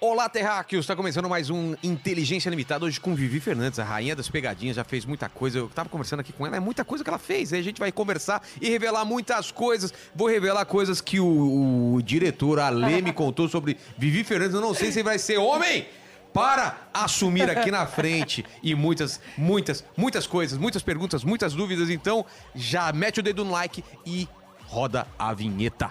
Olá, Terráqueos! Está começando mais um Inteligência Limitada, hoje com Vivi Fernandes, a rainha das pegadinhas, já fez muita coisa. Eu estava conversando aqui com ela, é muita coisa que ela fez. Aí a gente vai conversar e revelar muitas coisas. Vou revelar coisas que o, o diretor Alê me contou sobre Vivi Fernandes. Eu não sei se vai ser homem para assumir aqui na frente. E muitas, muitas, muitas coisas, muitas perguntas, muitas dúvidas. Então, já mete o dedo no like e roda a vinheta.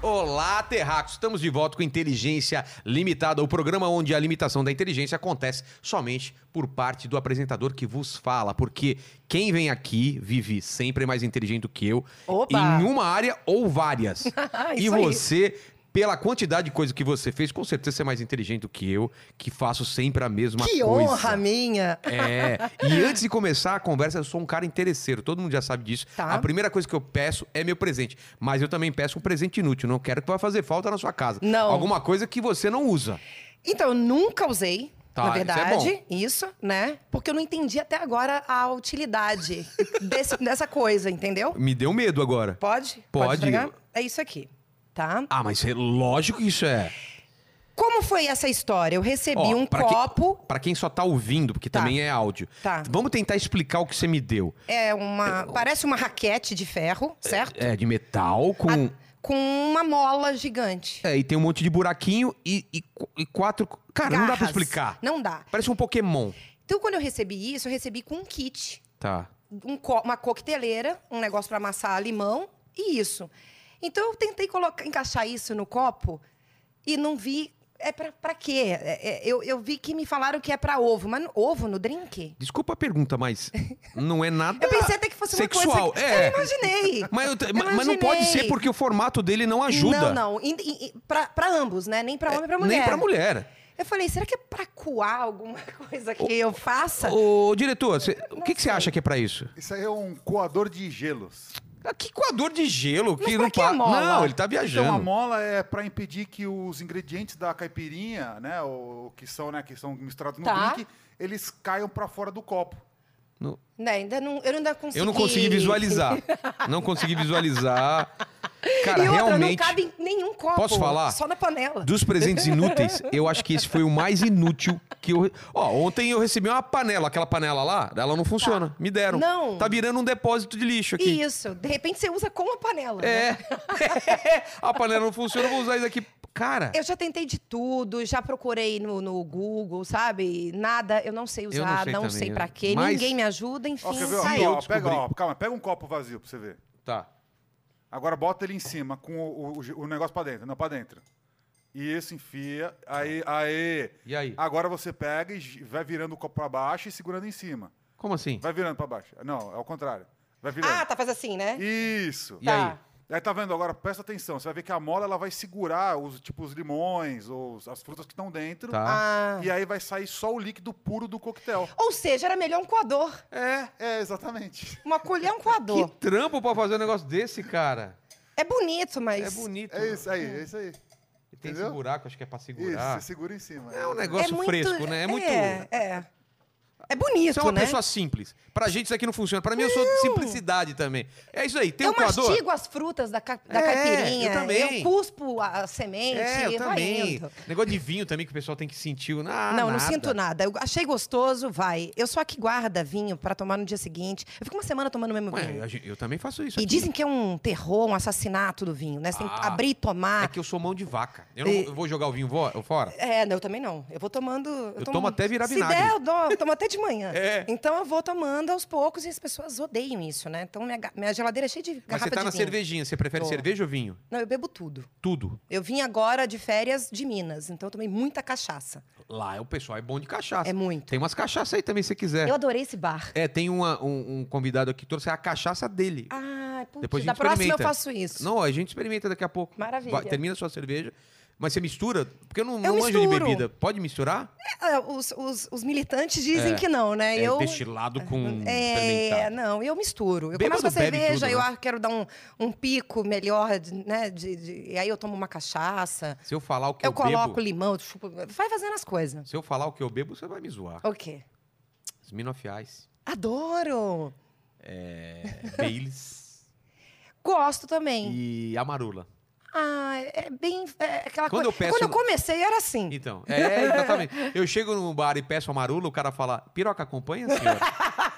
Olá, Terracos! Estamos de volta com Inteligência Limitada, o programa onde a limitação da inteligência acontece somente por parte do apresentador que vos fala, porque quem vem aqui vive sempre mais inteligente do que eu Opa! em uma área ou várias. e Isso aí. você, pela quantidade de coisa que você fez, com certeza você é mais inteligente do que eu, que faço sempre a mesma que coisa. honra minha! É, e antes de começar a conversa, eu sou um cara interesseiro, todo mundo já sabe disso. Tá. A primeira coisa que eu peço é meu presente, mas eu também peço um presente inútil, não quero que vá fazer falta na sua casa. Não. Alguma coisa que você não usa. Então, eu nunca usei, Tá, na isso é verdade, bom. isso, né? Porque eu não entendi até agora a utilidade desse- dessa coisa, entendeu? Me deu medo agora. Pode? Pode. entregar? É isso aqui, tá? Ah, mas é lógico que isso é. Como foi essa história? Eu recebi Ó, um pra que- copo, Pra quem só tá ouvindo, porque Tá. também é áudio. Tá. Vamos tentar explicar o que você me deu. é uma, parece uma raquete de ferro, certo? É de metal com. Com uma mola gigante. É, e tem um monte de buraquinho e, e qu- e quatro. Cara, não dá pra Garras. explicar. Não dá. Parece um Pokémon. Então, quando eu recebi isso, eu recebi com um kit Tá. um co- uma coqueteleira, um negócio para amassar limão e isso. Então eu tentei colocar, encaixar isso no copo e não vi. É pra, pra quê? É- é- eu, eu vi que me falaram que é pra ovo, mas no- ovo no drink? Desculpa a pergunta, mas não é nada. Eu pensei até que fosse sexual, uma coisa. é. Eu imaginei. Mas, eu te- Eu ma- mas não imaginei. pode ser porque o formato dele não ajuda. É, Não, não. In, in- in- pra, pra ambos, né? Nem pra homem e pra mulher. Nem pra mulher. Eu falei, será que é pra coar alguma coisa que eu faça? Ô, diretor, cê- o que, que você acha que é pra isso? Isso aí é um coador de gelos. Ah, Que coador de gelo Mas que pra não que a pa- mola? Não, ele tá Então a viajando. mola é para impedir que os ingredientes da caipirinha, né, o que são, né, que são misturados no Tá. drink, eles caiam para fora do copo. No- Né, ainda não, eu ainda consegui. Eu não consegui visualizar. Não consegui visualizar. Cara, e outra, realmente. não cabe em nenhum copo. Posso falar? Só na panela. Dos presentes inúteis, eu acho que esse foi o mais inútil que eu. Ó, ontem eu recebi uma panela, aquela panela lá, ela não funciona. Me deram. Não. Tá virando um depósito de lixo aqui. Isso. De repente você usa com a panela. né? É. a panela não funciona, eu vou usar isso aqui. Cara, Eu já tentei de tudo, já procurei no, no Google, sabe? Nada, eu não sei usar, Eu não sei também, sei eu- pra quê. mas- Ninguém me ajuda, enfim, Ó, quer ver? Ó, saiu. Ó, descobri. pega, ó, calma, pega um copo vazio para você ver. tá. Agora bota ele em cima com o, o- o negócio para dentro, não para dentro. E esse enfia, aí, aí. E aí? Agora você pega e gi- vai virando o copo para baixo e segurando em cima. Como assim? Vai virando para baixo. Não, é o contrário. Vai virando. Ah, tá, faz assim, né? Isso. E aí? Aí tá vendo agora, presta atenção, você vai ver que a mola ela vai segurar os tipo os limões ou os- as frutas que estão dentro. Tá. Ah. E aí vai sair só o líquido puro do coquetel. Ou seja, era melhor um coador. É, é exatamente. Uma colher é um Que coador. trampo pra fazer um negócio desse, cara. É bonito, mas... É bonito. É isso aí, é isso aí. E Tem esse entendeu? buraco, acho que é pra Isso, segurar. você segura em cima. É um É negócio muito- fresco, né? É muito. É, é. É bonito, Você é uma né? pessoa simples. Pra gente isso aqui não funciona. Pra mim eu sou de simplicidade também. É isso aí. Tem eu um coador? mastigo as frutas da, ca- da É, caipirinha. eu também. cuspo a a semente. É, eu vai também. indo. Negócio de vinho também que o pessoal tem que sentir. o- Ah, não, nada. não sinto nada. Eu achei gostoso, vai. Eu sou a que guarda vinho pra tomar no dia seguinte. Eu fico uma semana tomando o mesmo Ué, vinho. a gente- eu também faço isso. E aqui. dizem que é um terror, um assassinato do vinho, né? Você tem que Ah, abrir e tomar. É que eu sou mão de vaca. Eu não E- eu vou jogar o vinho vo- fora? É, não, eu também não. Eu vou tomando. Eu, tomo até virar Se vinagre. der, eu, dou, eu tomo até de manhã. É. Então eu vou tomando aos poucos e as pessoas odeiam isso, né? Então minha, ga- minha geladeira é cheia de Mas garrafa você tá de na vinho. cervejinha. Você prefere Tô. cerveja ou vinho? Não, eu bebo tudo. Tudo. Eu vim agora de férias de Minas, então eu tomei muita cachaça. Lá o pessoal é bom de cachaça. É muito. Tem umas cachaças aí também, se quiser. Eu adorei esse bar. É, tem uma- um, um convidado aqui que trouxe a cachaça dele. Ah, putz, Depois a gente da próxima eu experimenta. faço isso. Não, a gente experimenta daqui a pouco. Maravilha. termina sua cerveja. Mas você mistura? Porque eu não, não manjo de misturo. bebida. Pode misturar? É, Os, os- os militantes dizem É. que não, né? É eu destilado com É, fermentado. não, eu misturo. Eu Bêbado começo com a bebe cerveja, tudo, eu né? ah, quero dar um, um pico melhor, de- né? de- de- e aí eu tomo uma cachaça, Se eu falar o que eu, eu, coloco bebo... limão, eu chupo- vai fazendo as coisas. Se eu falar o que eu bebo, você vai me zoar. O quê? Smirnoff Ice, Adoro! é, Baileys Gosto também. e Amarula. Ah, é bem. é aquela Quando coisa. eu peço- um Quando eu comecei, era assim. Então, é, exatamente. Eu chego num bar e peço Amarula, o cara fala, piroca, acompanha, senhor?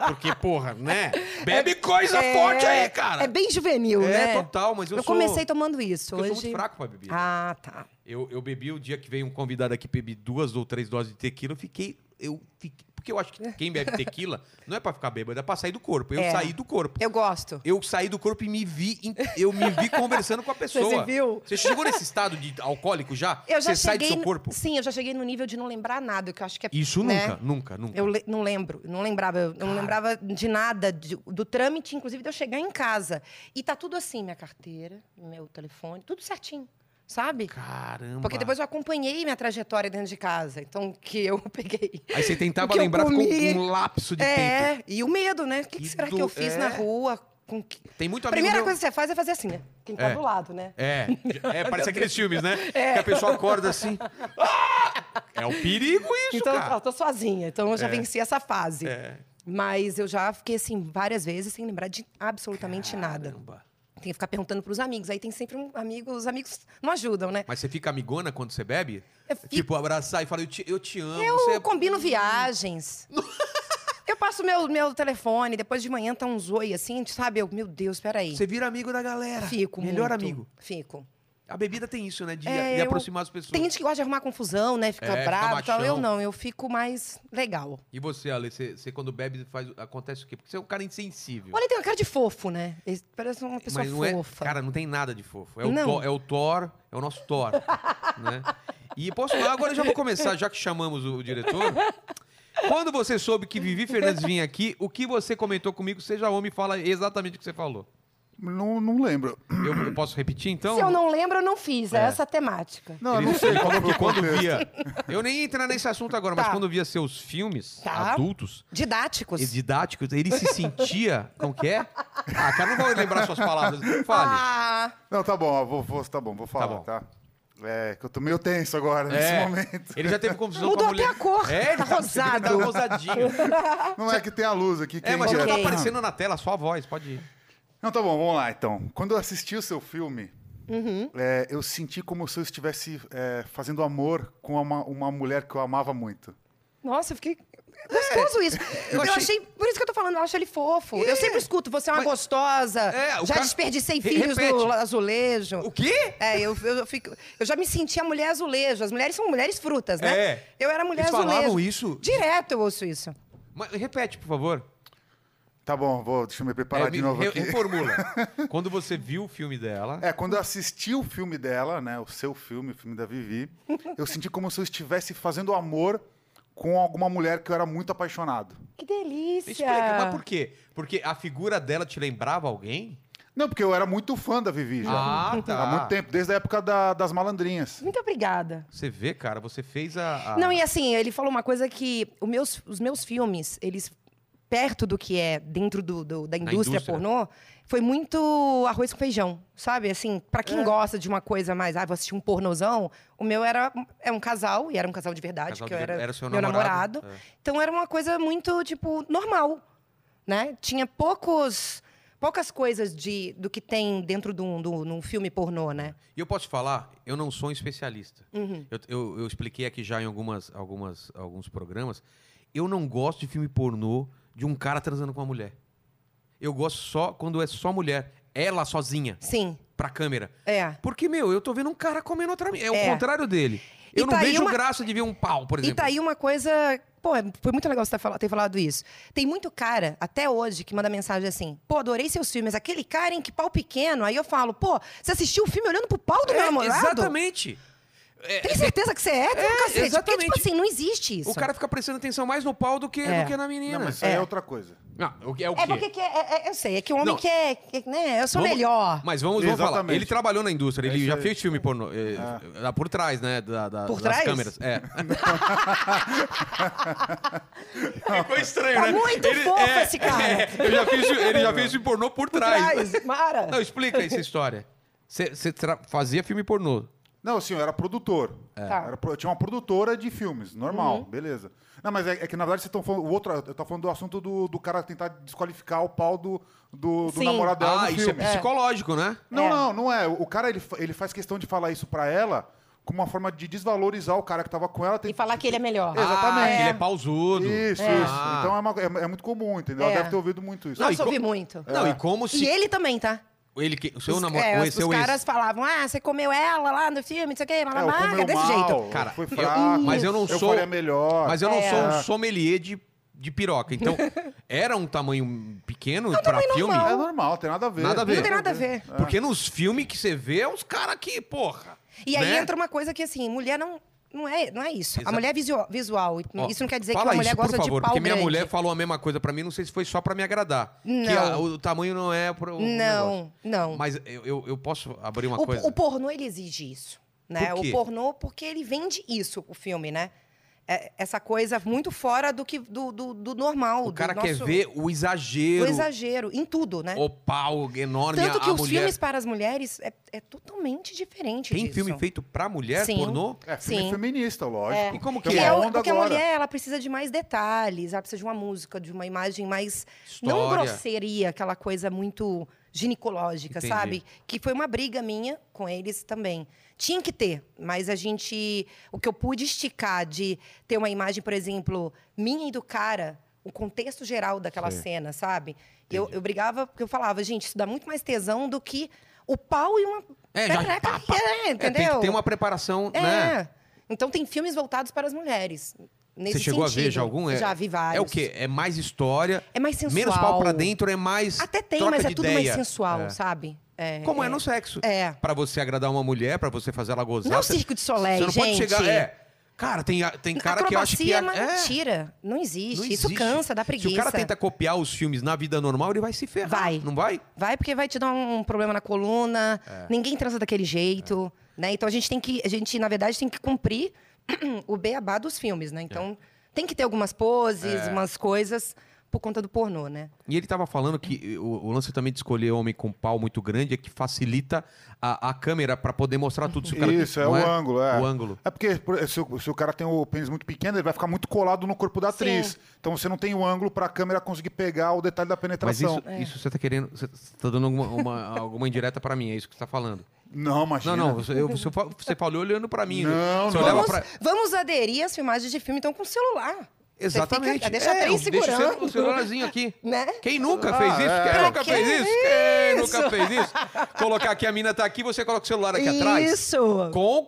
Porque, porra, né? Bebe coisa É- tá forte aí, cara! É bem juvenil, É, né? total, mas eu, Eu sou... comecei tomando isso. porque Hoje. Eu sou muito fraco pra bebida. Ah, tá. Eu, eu bebi o dia que veio um convidado aqui, bebi duas ou três doses de tequila, eu fiquei. Eu fiquei porque eu acho que quem bebe tequila não é pra ficar bêbado, é pra sair do corpo. Eu É. saí do corpo. Eu gosto. Eu saí do corpo e me vi, em- eu me vi conversando com a pessoa. Você se viu? Você chegou nesse estado de alcoólico já? Eu já Você sai do cheguei. seu no- corpo? Sim, eu já cheguei no nível de não lembrar nada, que eu acho que é. Isso né? nunca, nunca, nunca. Eu le- não lembro, não lembrava, eu não lembrava de nada de- do trâmite, inclusive de eu chegar em casa. E tá tudo assim, minha carteira, meu telefone, tudo certinho, sabe? Caramba. Porque depois eu acompanhei minha trajetória dentro de casa, então que eu peguei. Aí você o tentava que eu lembrar, ficou comi. um lapso de tempo. É, e o medo, né? O que, que Que será do- que eu fiz é. na rua? Com que- Tem muito amigo Primeira meu- coisa que você faz é fazer assim, né? Quem tá É. do lado, né? É, é parece aqueles filmes, né? É. Que a pessoa acorda assim. "Ah!" É o perigo isso, então, cara. eu tô sozinha, então eu já venci essa fase. É. Mas eu já fiquei assim várias vezes sem lembrar de absolutamente nada. Caramba. Tem que ficar perguntando pros amigos. Aí tem sempre um amigo, os amigos não ajudam, né? Mas você fica amigona quando você bebe? Eu fico- Tipo, abraçar e falar, eu te, eu te amo. eu você é- combino viagens. eu passo meu, meu telefone, depois de manhã tá um zoi assim, sabe? Eu, meu Deus, peraí. Você vira amigo da galera. Fico Melhor muito. amigo. Fico. A bebida tem isso, né? De, É, de eu- aproximar as pessoas. Tem gente que gosta de arrumar confusão, né? Fica É, fica bravo e tal. machão. Eu não, eu fico mais legal. E você, Ale, você, você quando bebe, faz, acontece o quê? Porque você é um cara insensível. Olha, ele tem uma cara de fofo, né? Ele parece uma pessoa Mas não fofa. É, cara, não tem nada de fofo. É o, Não. Thor, é o Thor, é o nosso Thor. né? E posso falar, agora eu já vou começar, já que chamamos o, o diretor. Quando você soube que Vivi Fernandes vinha aqui, o que você comentou comigo, seja homem, fala exatamente o que você falou. Não, não lembro. Eu, eu posso repetir, então? Se eu não lembro, eu não fiz. É, essa a temática. Não, eu ele, não sei ele qual falou foi que o quando contexto. via. Eu nem ia entrar nesse assunto agora, mas Tá. quando via seus filmes Tá. adultos Didáticos. e didáticos, ele se sentia. Como que é? Ah, cara, não vou lembrar suas palavras. Fale. Ah, Não, tá bom, ó, vou, vou, tá bom, vou falar, bom. tá? É, que eu tô meio tenso agora, nesse É, momento. Ele já teve confusão com Mudou a mulher. até a cor. É, ele tá- Rosado. ele tá rosadinho. Não é que tem a luz aqui. É, quem mas não direto. tá aparecendo na tela, só a voz, pode ir. Não, tá bom, vamos lá, então. Quando eu assisti o seu filme, é, eu senti como se eu estivesse é, fazendo amor com uma, uma mulher que eu amava muito. nossa, eu fiquei. Gostoso isso. É, eu Eu achei... achei- Por isso que eu tô falando, eu acho ele fofo. Eu sempre escuto, você é uma Mas- gostosa. É, o já cara- desperdicei Re- filhos repete. no azulejo. O quê? É, eu, eu, eu fico, eu já me sentia mulher azulejo. As mulheres são mulheres frutas, né? É. Eu era mulher Eles azulejo. falavam isso? Direto eu ouço isso. Mas repete, por favor. Tá bom, vou, deixa eu me preparar É, de me- novo re- aqui. Reformula. Quando você viu o filme dela, É, quando eu assisti o filme dela, né, o seu filme, o filme da Vivi, eu senti como se eu estivesse fazendo amor com alguma mulher que eu era muito apaixonado. Que delícia. explica, mas por quê? Porque a figura dela te lembrava alguém? Não, porque eu era muito fã da Vivi já. Ah, tá. Há muito tempo, desde a época da- das malandrinhas. Muito obrigada. Você vê, cara, você fez a. a- Não, e assim, ele falou uma coisa que os meus, os meus filmes, eles perto do que é dentro do, do- da indústria, indústria. pornô, foi muito arroz com feijão, sabe? Assim, pra quem É. gosta de uma coisa mais, ah, vou assistir um pornozão, o meu era é um casal, e era um casal de verdade, Casal que de eu era, verdade. Era seu meu namorado. namorado. É. Então era uma coisa muito, tipo, normal, né? Tinha poucos poucas coisas de do que tem dentro de um, de um- de um filme pornô, né? E eu posso falar, eu não sou um especialista. Uhum. Eu, eu- eu expliquei aqui já em algumas, algumas, alguns programas. Eu não gosto de filme pornô de um cara transando com uma mulher. Eu gosto só quando é só mulher. Ela sozinha, Sim, pra câmera. é. Porque, meu, eu tô vendo um cara comendo outra mina. É o É. contrário dele. E Eu não tá aí vejo uma- graça de ver um pau, por exemplo. E tá aí uma coisa. Pô, é- foi muito legal você ter fala- ter falado isso. Tem muito cara, até hoje, que manda mensagem assim: pô, adorei seus filmes, aquele cara, hein, que pau pequeno. Aí eu falo: pô, você assistiu o filme olhando pro pau do É, meu um namorado? Exatamente. é, Tem certeza que você é hétero, cacete? Porque, exatamente. tipo assim, não existe isso. o cara fica prestando atenção mais no pau do que, É. do que na menina. Não, mas isso é, aí é outra coisa. Não, o que- é o quê? É porque que é- é- eu sei, é que o homem Não. quer, que- né? Eu sou Vamos- melhor. Mas vamos, vamos falar. Exatamente. Ele trabalhou na indústria, É ele isso já aí. Ah. fez filme pornô. é, lá Por trás, né? da- da- Por das trás? câmeras. É. Ficou É, estranho, né? é, Tá muito fofo esse cara. eu já fiz, ele já fez filme pornô por trás. Traz, Mara. Não, explica essa história. Você tra- fazia filme pornô. Não, assim, eu era produtor. É. Tá. Uhum. Era pro- eu tinha uma produtora de filmes, normal, beleza. Não, mas é, é que na verdade vocês estão falando. O outro, eu tava falando do assunto do, do cara tentar desqualificar o pau do, do, do Sim. namorado dela Ah, no isso é filme. psicológico, né? Não, É. não, não é. O cara ele, fa- ele faz questão de falar isso pra ela como uma forma de desvalorizar o cara que tava com ela. Tem- E falar que ele é melhor. Exato. Exatamente. Ah, que ele é pausudo. Isso, isso. Ah. Então é, uma- é- é muito comum, entendeu? É. Ela deve ter ouvido muito isso. Não, e Nossa, co- ouvi muito. é. Não, e como se. E ele também, tá? Ele que, o seu Os- namorado. é, o os, ex- seu os ex. caras falavam, ah, você comeu ela lá no filme, não sei o quê, É, eu malamaga, comeu desse mal, jeito. Cara, foi eu- fraco, mas eu não sou- faria melhor. Mas eu não É. sou um sommelier de, de piroca. Então, era um tamanho pequeno um pra filme? É normal, tem nada a ver. Nada a ver. Não tem nada a ver. Porque nos filmes que você vê, é uns caras que, porra. E aí né? entra uma coisa que, assim, mulher não, não, é, não é isso. Exato. A mulher é visual. visual. Ó, isso não quer dizer que fala a mulher isso, gosta por favor, de pau porque minha grande. mulher falou a mesma coisa pra mim, não sei se foi só pra me agradar. Que Não. a- o tamanho não é pro. o negócio. Não, não. Mas eu, eu, eu posso abrir uma O, coisa? o pornô, ele exige isso. Né? Por quê? O pornô, porque ele vende isso, o filme, né? É, essa coisa muito fora do que do, do, do normal. O do cara quer nosso- ver o exagero, o o, exagero em tudo, né? pau enorme, Tanto a, que a os mulher. filmes para as mulheres é, é totalmente diferente Tem disso. filme feito pra mulher, Sim. pornô? É filme Sim. feminista, lógico. E como que Porque, é? é uma o- onda porque a agora. mulher, ela precisa de mais detalhes, ela precisa de uma música, de uma imagem mais... Não História. grosseria, aquela coisa muito ginecológica, Entendi. sabe? Que foi uma briga minha com eles também. Tinha que ter, mas a gente... O que eu pude esticar de ter uma imagem, por exemplo, minha e do cara, o contexto geral daquela Sei. cena, sabe? Eu, eu brigava, porque eu falava, gente, isso dá muito mais tesão do que o pau e uma... É, já- perereca, pá, pá. é, É, entendeu? tem que ter uma preparação, É. né? Então tem filmes voltados para as mulheres. Nesse Você chegou a ver sentido. já algum? É- Já vi vários. É o quê? É mais história, É mais sensual. menos pau pra dentro, é mais Até tem, troca mas é de tudo ideia. mais sensual, É. sabe? É, Como é no sexo. É. Pra você agradar uma mulher, pra você fazer ela gozar. Não é o você- Cirque du Soleil, Você não pode gente. chegar... É. Cara, tem, a- tem cara que acha que... Acrobacia a- é uma é, mentira. Não existe. não Isso existe. cansa, dá preguiça. Se o cara tenta copiar os filmes na vida normal, ele vai se ferrar. Vai. Não vai? Vai porque vai te dar um problema na coluna. É. Ninguém transa daquele jeito, né? Então a gente tem que, a gente na verdade tem que cumprir o beabá dos filmes, É. né? Então tem que ter algumas poses, umas coisas por conta do pornô, né? E ele tava falando que o, o lance também de escolher homem com pau muito grande é que facilita a, a câmera pra poder mostrar tudo. Se o cara, Isso, é não o ângulo, é. O ângulo. É porque por- se o, se o cara tem o pênis muito pequeno, ele vai ficar muito colado no corpo da Sim. atriz. Então você não tem o ângulo pra câmera conseguir pegar o detalhe da Mas penetração. isso, é. isso você tá querendo... Você você tá dando alguma, uma- alguma indireta pra mim, é isso que você tá falando. Não, imagina. Não, não, você, eu- você, fa- você falou olhando pra mim. Não, você não. olhava Vamos, pra... vamos aderir às filmagens de filme, então, com celular. Você Exatamente. É, fica- deixa três deixa o celu- segurando. o celularzinho aqui. Né? Quem nunca Ah, fez isso? é. Quem Pra nunca que fez isso? Quem nunca fez isso? Colocar aqui, a mina tá aqui, você coloca o celular aqui atrás. Isso! Com o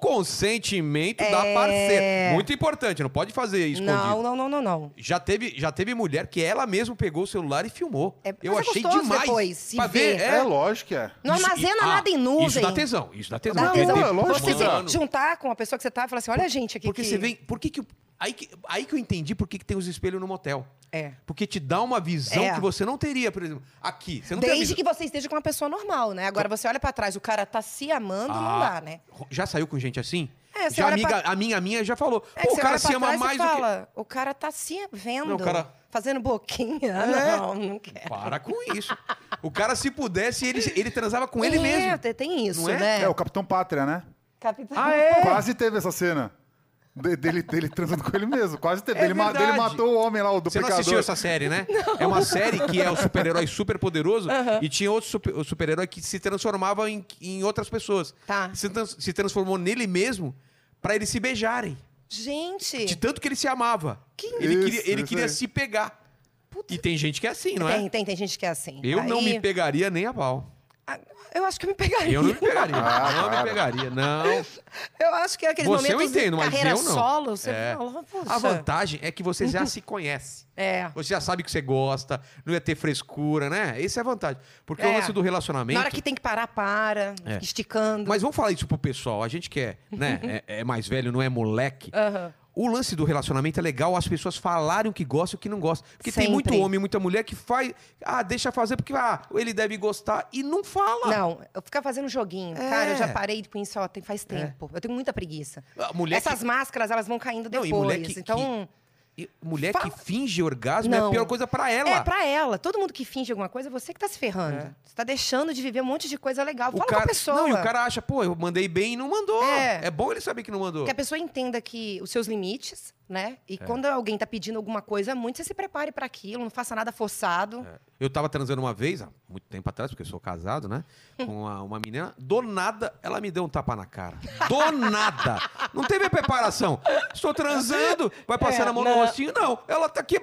consentimento da É. parceira. Muito importante, não pode fazer escondido. Não, não, não, não, não. Já teve, já teve mulher que ela mesma pegou o celular e filmou. É, Eu mas é achei gostoso demais. depois, se pra ver, ver. é. É, lógico que é. Não Isso- armazena ah, nada em nuvem. Isso dá tesão, isso dá tesão. Dá Porque tesão. tem- é lógico. Você Mano. se juntar com a pessoa que você tá e falar assim, olha a gente aqui. Porque que... você vem. Por que que. o- Aí que, aí que eu entendi por que, que tem os espelhos no motel. É. Porque te dá uma visão É. que você não teria, por exemplo. Aqui, você não tem a Desde visão. que você esteja com uma pessoa normal, né? Agora você olha pra trás, o cara tá se amando, não Ah, dá, né? Já saiu com gente assim? É, você já olha amiga, pra- A minha minha já falou. É Pô, que o você cara olha se pra ama trás e mais do fala, O cara tá se vendo, Não, o cara- fazendo boquinha. É. Não, não quer. que. Para com isso. o cara, se pudesse, ele, ele transava com ele É, mesmo. tem- Tem isso, Não é? Ah, né? É, o Capitão Pátria, né? Capitão. Quase teve essa cena. de- dele, dele transando com ele mesmo. Quase teve. É ele, ma- verdade. ele matou o homem lá, o Você duplicador. não assistiu essa série, né? É uma série que é o super-herói super poderoso e tinha outro super- super-herói que se transformava em, em outras pessoas. Tá. Se, trans- se transformou nele mesmo pra eles se beijarem. Gente. De tanto que ele se amava. Que ele Isso, queria, ele isso queria aí. se pegar. E tem gente que é assim, não é? Tem, tem, tem gente que é assim. Eu não Aí- me pegaria nem a pau. Ah, Eu acho que eu me pegaria. Eu não me pegaria. Ah, não me para. pegaria, não. Eu acho que é aqueles Você eu momentos entendo, de mas carreira eu não. solo, você É. fala, "Puxa". A vantagem é que você já se conhece. É. Você já sabe o que você gosta, não ia ter frescura, né? Essa é a vantagem. Porque o É. lance do relacionamento. Na hora que tem que parar, para, É. esticando. Mas vamos falar isso pro pessoal. A gente que é, né, é, é mais velho, não é moleque. Aham. O lance do relacionamento é legal as pessoas falarem o que gostam e o que não gostam. Porque tem Sempre. muito homem, muita mulher que faz. Ah, deixa fazer porque ah, ele deve gostar e não fala. Não, eu ficar fazendo joguinho. É. Cara, eu já parei com isso ó, tem- faz tempo. Eu tenho muita preguiça. A mulher Essas máscaras, elas vão caindo Não, e depois. mulher que- então, que, mulher Fala. que finge orgasmo é a Não. pior coisa pra ela. é pra ela. Todo mundo que finge alguma coisa, é você que tá se ferrando. Você tá deixando de viver um monte de coisa legal. O Fala cara, com a pessoa. Não, e o cara acha, pô, eu mandei bem e não mandou. É, É. bom ele saber que não mandou. Que a pessoa entenda que os seus limites, né? É. E quando alguém tá pedindo alguma coisa muito, você se prepare pra aquilo, não faça nada forçado. Eu tava transando uma vez, há muito tempo atrás, porque eu sou casado, né? Com uma, uma menina. Do nada, ela me deu um tapa na cara. Do nada! Não teve preparação. Estou transando, vai passando É, a mão no não. rostinho. Não, ela tá aqui.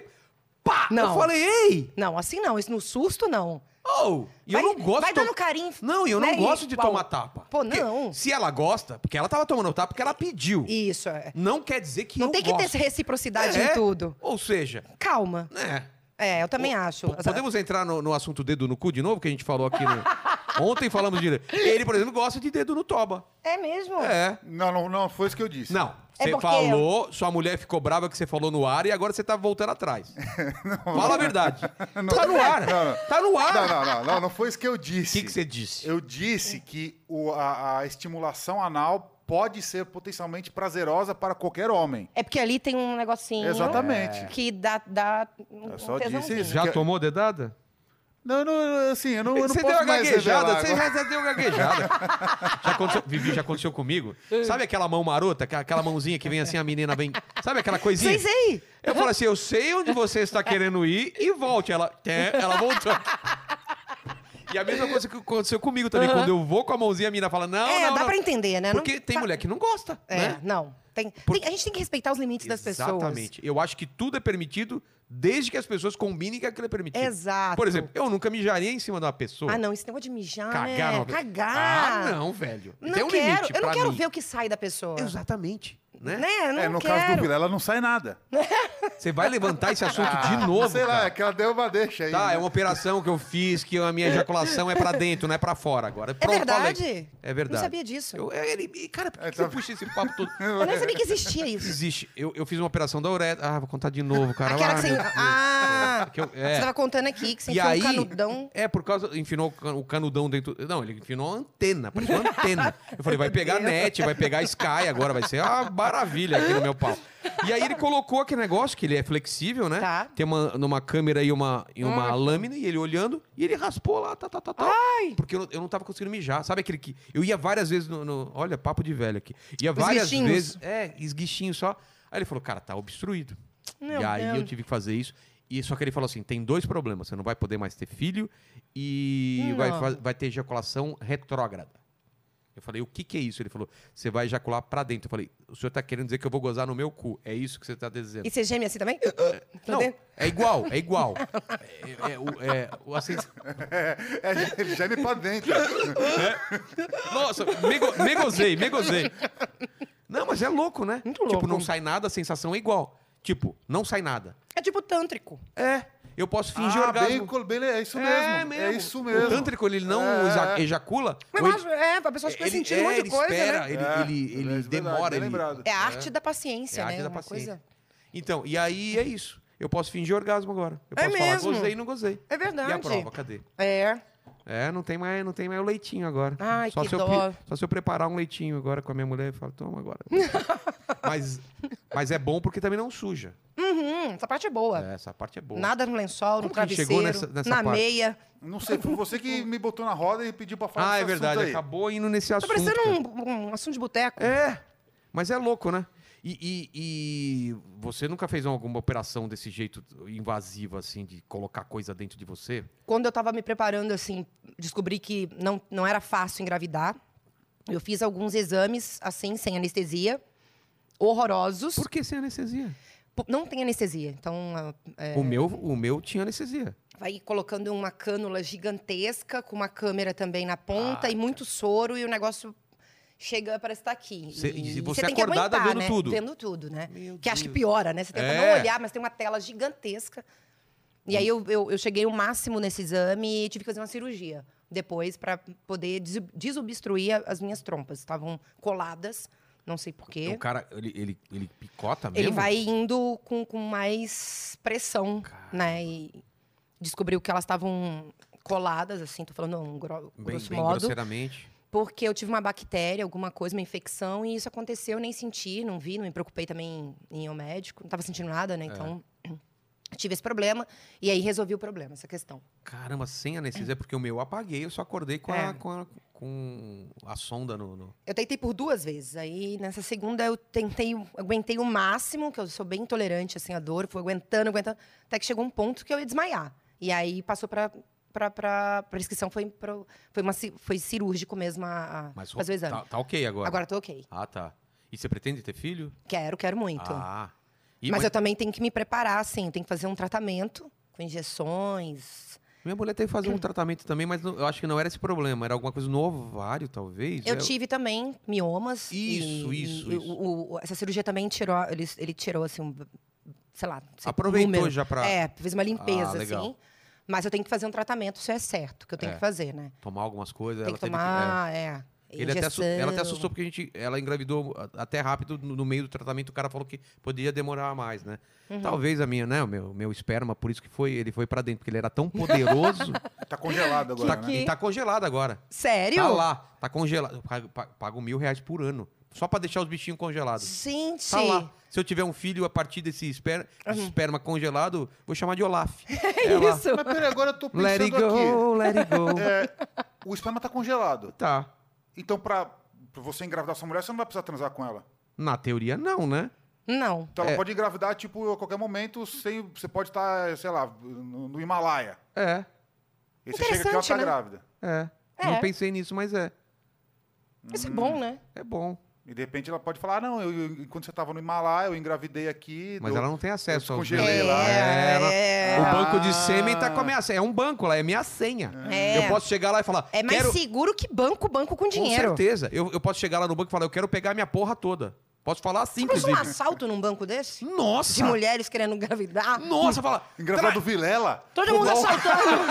Pá! Eu Não. falei, ei! Não, assim não, isso no susto não. Oh! E Vai- eu não gosto. vai de to- dando carinho, Não, e eu não né, e- gosto de uau. tomar tapa. Pô, Porque não. Se ela gosta, porque ela tava tomando tapa porque ela pediu. Isso, é. Não quer dizer que Não eu tem que gosto. ter essa reciprocidade É, em tudo. Ou seja, Calma. né? É, eu também acho. Po- Podemos entrar no, no assunto dedo no cu de novo, que a gente falou aqui no... Ontem falamos de... Ele, por exemplo, gosta de dedo no toba. É mesmo? É. Não, não, não, foi isso que eu disse. Não. É Você porque falou, sua mulher ficou brava que você falou no ar e agora você tá voltando atrás. Fala a verdade. Tá no ar. Não, não. Tá no ar. Não, não, não, não, não foi isso que eu O disse. que, que você disse? Eu É. disse que o- a, a estimulação anal pode ser potencialmente prazerosa para qualquer homem. É porque ali tem um negocinho. Exatamente. Que dá, dá um Eu só tesãozinho. disse isso. Já que- tomou dedada? Não, não, assim, eu não, eu não Você deu posso uma mais gaguejada, revelar você agora. já, já deu uma gaguejada. já aconteceu, Vivi, já aconteceu comigo. É. Sabe aquela mão marota, aquela, aquela mãozinha que vem assim, a menina vem. Sabe aquela coisinha? Sei, sei. Eu falo assim, eu sei onde você está querendo ir e volte. Ela, é, ela voltou. E a mesma coisa que aconteceu comigo também. Quando eu vou com a mãozinha, a menina fala, não, é, não, dá não. pra entender, né? Não- Porque tem tá- mulher que não gosta, É, né? não. Tem, Por- tem- a gente tem que respeitar os limites das pessoas. Exatamente. Eu acho que tudo é permitido desde que as pessoas combinem que aquilo é permitido. Exato. Por exemplo, eu nunca mijaria em cima de uma pessoa. Ah, não, esse negócio de mijar, Cagar. né? numa pessoa. Cagar. Ah, não, velho. Não tem um quero. limite eu não pra quero mim. ver o que sai da pessoa. Exatamente. Né? Né? Eu Não É, no quero. caso do Vilela não sai nada. Você vai levantar esse assunto Ah, de novo. Sei lá, cara. é que ela deu uma deixa aí. Tá, né? é uma operação que eu fiz, que a minha ejaculação é pra dentro, não é pra fora agora. Pronto, verdade? falei. É Não verdade. sabia disso. Eu, Eu, é, ele, e, cara, por que, É, que tá- você puxa esse papo todo? nem sabia que existia isso. Existe. Eu, eu fiz uma operação da uretra. Ah, vou contar de novo, cara. Aquela que Ah, você. meu Deus. Ah! Que eu- Você é. tava contando aqui que você E enfiou aí, um canudão. é, por causa, enfinou o can- o canudão dentro, não, ele enfinou uma antena, parecia uma antena. Eu falei, vai pegar net, vai pegar Sky agora, vai ser uma maravilha aqui no meu pau. E aí ele colocou aquele negócio, que ele é flexível, né? Tá. Tem uma, numa câmera e uma, e uma lâmina, e ele olhando, e ele raspou lá, tá, tá, tá, tá. Porque eu, não- eu não tava conseguindo mijar, sabe aquele que, eu ia várias vezes no, no- olha, papo de velho aqui, ia várias guichinhos. vezes, é, esguichinho só. Aí ele falou, cara, tá obstruído. Meu e aí Deus. eu tive que fazer isso. E só que ele falou assim: tem dois problemas. Você não vai poder mais ter filho e vai, Não. fa- vai ter ejaculação retrógrada. Eu falei, o que, que é isso? Ele falou, você vai ejacular pra dentro. Eu falei, o senhor tá querendo dizer que eu vou gozar no meu cu. É isso que você tá dizendo. E você geme assim também? não, Entendeu? é igual, é igual. é, é, o- é, o- a sens- É, ele geme pra dentro. Nossa, me, go- me gozei, me gozei. Não, mas é louco, né? Muito Tipo, louco. não sai nada, a sensação é igual. Tipo, não sai nada. É tipo tântrico. É, eu posso fingir ah, orgasmo. bem, col- bem, é isso mesmo. É, isso mesmo. O tântrico, ele não É, eja- é. ejacula. Mas ou eu acho- é, a pessoa fica sentindo um é, monte ele de coisa, espera, né? ele, É, ele, ele é verdade, demora, bem ele... lembrado. É a arte da paciência, É a né? arte da Uma paciência. coisa- Então, e aí é isso. Eu posso fingir orgasmo agora. Eu É posso falar, mesmo? gozei e não gozei. É verdade. E a prova, cadê? É. É, não tem mais, não tem mais o leitinho agora. Ai, só que se eu, dó. pi- Só se eu preparar um leitinho agora com a minha mulher e falar, toma agora. mas, mas é bom porque também não suja. Uhum, essa parte é boa. É, essa parte é boa. Nada no lençol, Como no que a gente chegou travesseiro, nessa- nessa na parte? meia. Tá Não sei, foi você que me botou na roda e pediu pra falar Ah, desse é verdade. assunto aí. Acabou indo nesse Tá assunto. parecendo cara. um, um assunto de boteco. É, mas é louco, né? E, e- e você nunca fez alguma operação desse jeito invasiva, assim, de colocar coisa dentro de você? Quando eu tava me preparando, assim, descobri que não, não era fácil engravidar. Eu fiz alguns exames, assim, sem anestesia, horrorosos. Por que sem anestesia? Pô, Não tem anestesia. Então, a- é, O, meu, o meu tinha anestesia. vai colocando uma cânula gigantesca, com uma câmera também na ponta, Ah, e muito soro, e o negócio chega, parece estar aqui. Cê- e você tem acordada que aguentar, vendo né? tudo. Vendo tudo, né? Meu que acho que Deus. piora, né? Você tenta É. não olhar, mas tem uma tela gigantesca. E aí eu, eu, eu cheguei o máximo nesse exame e tive que fazer uma cirurgia depois para poder des- desobstruir a- as minhas trompas. Estavam coladas, não sei O porquê. cara, ele, ele, ele picota mesmo? Ele vai indo com, com mais pressão, Caramba. né? E descobriu que elas estavam coladas, assim, tô falando um gro Bem, grosso bem modo. grosseiramente. Porque eu tive uma bactéria, alguma coisa, uma infecção, e isso aconteceu, eu nem senti, não vi, não me preocupei também em ir ao médico, não tava sentindo nada, É. né? Então, tive esse problema, e aí resolvi o problema, essa questão. Caramba, sem anestesia, porque o meu eu apaguei, eu só acordei com, a, É. com, a, com a sonda no. no- Eu tentei por duas vezes, aí nessa segunda eu tentei, aguentei o máximo, que eu sou bem intolerante, assim, à dor, fui aguentando, aguentando, até que chegou um ponto que eu ia desmaiar. E aí passou pra. Pra, pra prescrição foi, pro- foi, uma, ci- foi cirúrgico mesmo a, a Mas fazer o exame. Tá, tá ok agora. é. Agora tô ok. Ah, tá. E você pretende ter filho? Quero, quero muito. Ah. E, Então. Mas, eu também tenho que me preparar, assim, eu tenho que fazer um tratamento com injeções. Minha mulher teve que Hum. fazer um tratamento também, mas não- eu acho que não era esse problema. Era alguma coisa no ovário, talvez. Eu é, tive também miomas. Isso, e- isso, e isso. o- o- essa cirurgia também tirou, ele, ele tirou, assim, um, sei lá. sei- Aproveitou número. já pra- Ah, É, fez uma limpeza, legal. assim. Mas eu tenho que fazer um tratamento, isso é certo, que eu tenho É. que fazer, né? Tomar algumas coisas. Tem ela que teve tomar, é. é. Ele até assu- ela até injeção. assustou porque a gente, ela engravidou a- até rápido no no meio do tratamento. O cara falou que poderia demorar mais, né? Uhum. Talvez a minha, né? O meu, meu esperma, por isso que foi, ele foi pra dentro, porque ele era tão poderoso Tá congelado agora, tá- né? e tá congelado agora. Sério? Tá lá, tá congelado. Eu pago- pa- Pago mil reais por ano. Só pra deixar os bichinhos congelados. Gente! Tá lá. Se eu tiver um filho a partir desse esperma, esperma congelado, vou chamar de Olaf. É lá. Isso! É. Mas peraí, agora eu tô Let it pensando aqui. go, let it go. O esperma tá congelado. Tá. Então, pra, pra você engravidar sua mulher, você não vai precisar transar com ela. Na teoria, não, né? Não. Então, É. ela pode engravidar, tipo, a qualquer momento, sem, você pode estar, sei lá, no, no Himalaia. É, E você chega aqui, ela tá Interessante, né? grávida. é. É. Não pensei nisso, mas é. Isso é bom, né? É bom. E de repente ela pode falar, "Ah, não, eu, eu- enquanto você tava no Himalaia, eu engravidei aqui. Mas deu- ela não tem acesso eu ao descongelei dinheiro. lá. É, ela- É. O banco de Ah. sêmen tá com a minha senha. É um banco lá, é minha senha. É. Eu posso chegar lá e falar. É mais quero... seguro que banco, banco com dinheiro. Com certeza. Eu, eu posso chegar lá no banco e falar, eu quero pegar minha porra toda. Posso falar assim, Mas um inclusive. assalto num banco desse? Nossa! De mulheres querendo engravidar? Nossa, fala. Engravidar do Vilela? Todo mundo assaltando!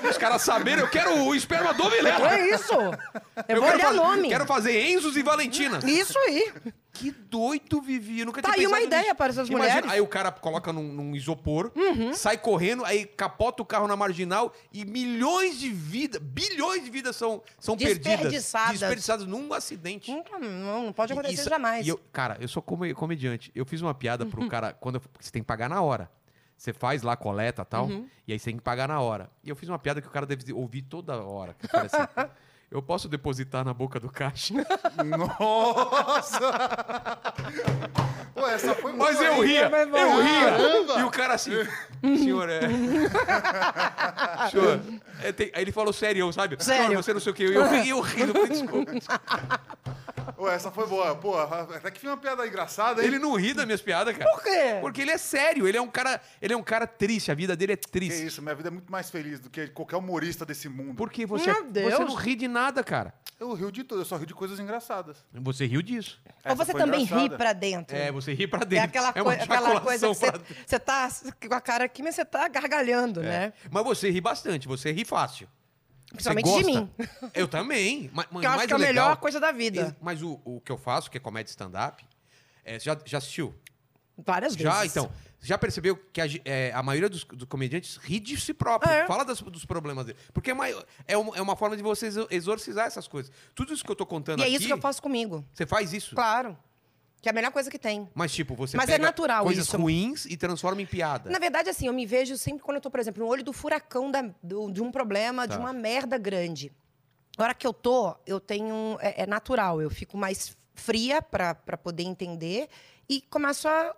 "Tra- Os caras saberem, eu quero o esperma do Vilela. é isso? Eu, vou quero olhar fazer, nome. Quero fazer Enzos e Valentinas. Isso aí. Que doido, Vivi. Eu nunca Tá tinha aí uma pensado ideia nisso. para essas Imagina, mulheres. Uhum. Aí o cara coloca num, num isopor, sai correndo, aí capota o carro na marginal e milhões de vidas, bilhões de vidas são, são perdidas. Desperdiçadas. Desperdiçadas num acidente. Nunca- Não, não pode E acontecer isso- jamais. Uhum. e eu- cara, eu sou come- comediante. Eu fiz uma piada pro cara quando eu- porque você tem que pagar na hora. Você faz lá, coleta e tal, Uhum. e aí você tem que pagar na hora. E eu fiz uma piada que o cara deve ouvir toda hora. que eu falei assim, eu posso depositar na boca do caixa. Nossa! Pô, essa foi boa, Mas eu é hein? ria, vai embora. eu ria. Caramba! E o cara assim, senhor, é... senhor, é, tem- aí ele falou sério, sabe? Sério. Senhor, você não sei o quê. E eu, ri, eu rindo, falei, desculpa, desculpa. Pô, essa foi boa. Pô, até que foi uma piada engraçada, hein? Ele não ri das minhas piadas, cara. Por quê? Porque ele é sério, ele é um cara, ele é um cara triste, a vida dele é Que triste. isso, minha vida é muito mais feliz do que qualquer humorista desse mundo. Porque você, Meu Deus. você não ri de nada, cara. Eu rio de tudo, eu só rio de coisas engraçadas. Você riu disso. Ou Essa você foi também ri engraçada. pra dentro. É, você ri pra É dentro. aquela, é uma coi- aquela coisa que jaculação você, pra dentro. É. você tá com a cara aqui, mas você tá gargalhando, né? Mas você ri bastante, você ri fácil. Principalmente Você de gosta. mim. Eu também. Mas, mas Que eu acho mais que é a legal- melhor coisa da vida. Mas o, o que eu faço, que é comédia stand-up, é, você já, já assistiu? Várias vezes. Já, então. Já percebeu que a, ge- é, a maioria dos, dos comediantes ri de si próprio, É. fala das- dos problemas dele. Porque é uma, é, uma, é uma forma de você exor- exorcizar essas coisas. Tudo isso que eu tô contando E é aqui. isso que eu faço comigo. Você faz isso. Claro. Que é a melhor coisa que tem. Mas, tipo, você Mas é pega natural coisas isso. ruins e transforma em piada. Na verdade, assim, eu me vejo sempre quando eu tô, por exemplo, no olho do furacão da- do- de um problema, Tá. de uma merda grande. Na hora que eu tô, eu tenho. É, é natural, eu fico mais fria pra pra poder entender e começo a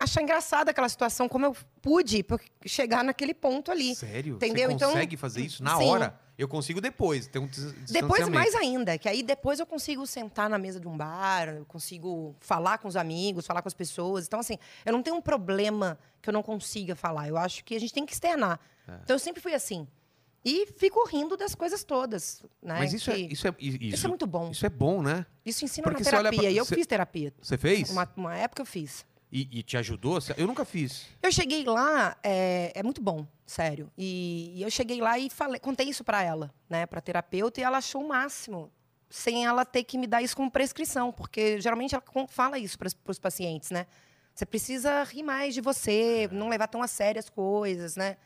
achar engraçada aquela situação, como eu pude pra chegar naquele ponto ali. Sério? Entendeu? Você Então- consegue fazer isso na Sim. hora? Eu consigo depois. Tem um des- Depois, distanciamento. mais ainda, que aí depois eu consigo sentar na mesa de um bar, eu consigo falar com os amigos, falar com as pessoas. Então, assim, eu não tenho um problema que eu não consiga falar. Eu acho que a gente tem que externar. É. Então, eu sempre fui assim. E fico rindo das coisas todas, né? Mas isso é, Que- isso, é, i- isso, isso é muito bom. Isso é bom, né? Isso ensina na Porque você olha pra- terapia. E eu você- fiz terapia. Você fez? Uma, uma época eu fiz. E, e te ajudou? Você- Eu nunca fiz. Eu cheguei lá, é, é muito bom, sério. E, e eu cheguei lá e falei, contei isso pra ela, né, para terapeuta, e ela achou o máximo, sem ela ter que me dar isso como prescrição, porque geralmente ela con- fala isso para os pacientes, né? Você precisa rir mais de você, não levar tão a sério as coisas, né?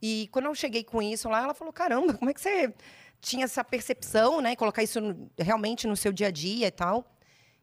E quando eu cheguei com isso lá, ela falou: caramba, como é que você tinha essa percepção, né? E colocar isso no- realmente no seu dia a dia e tal.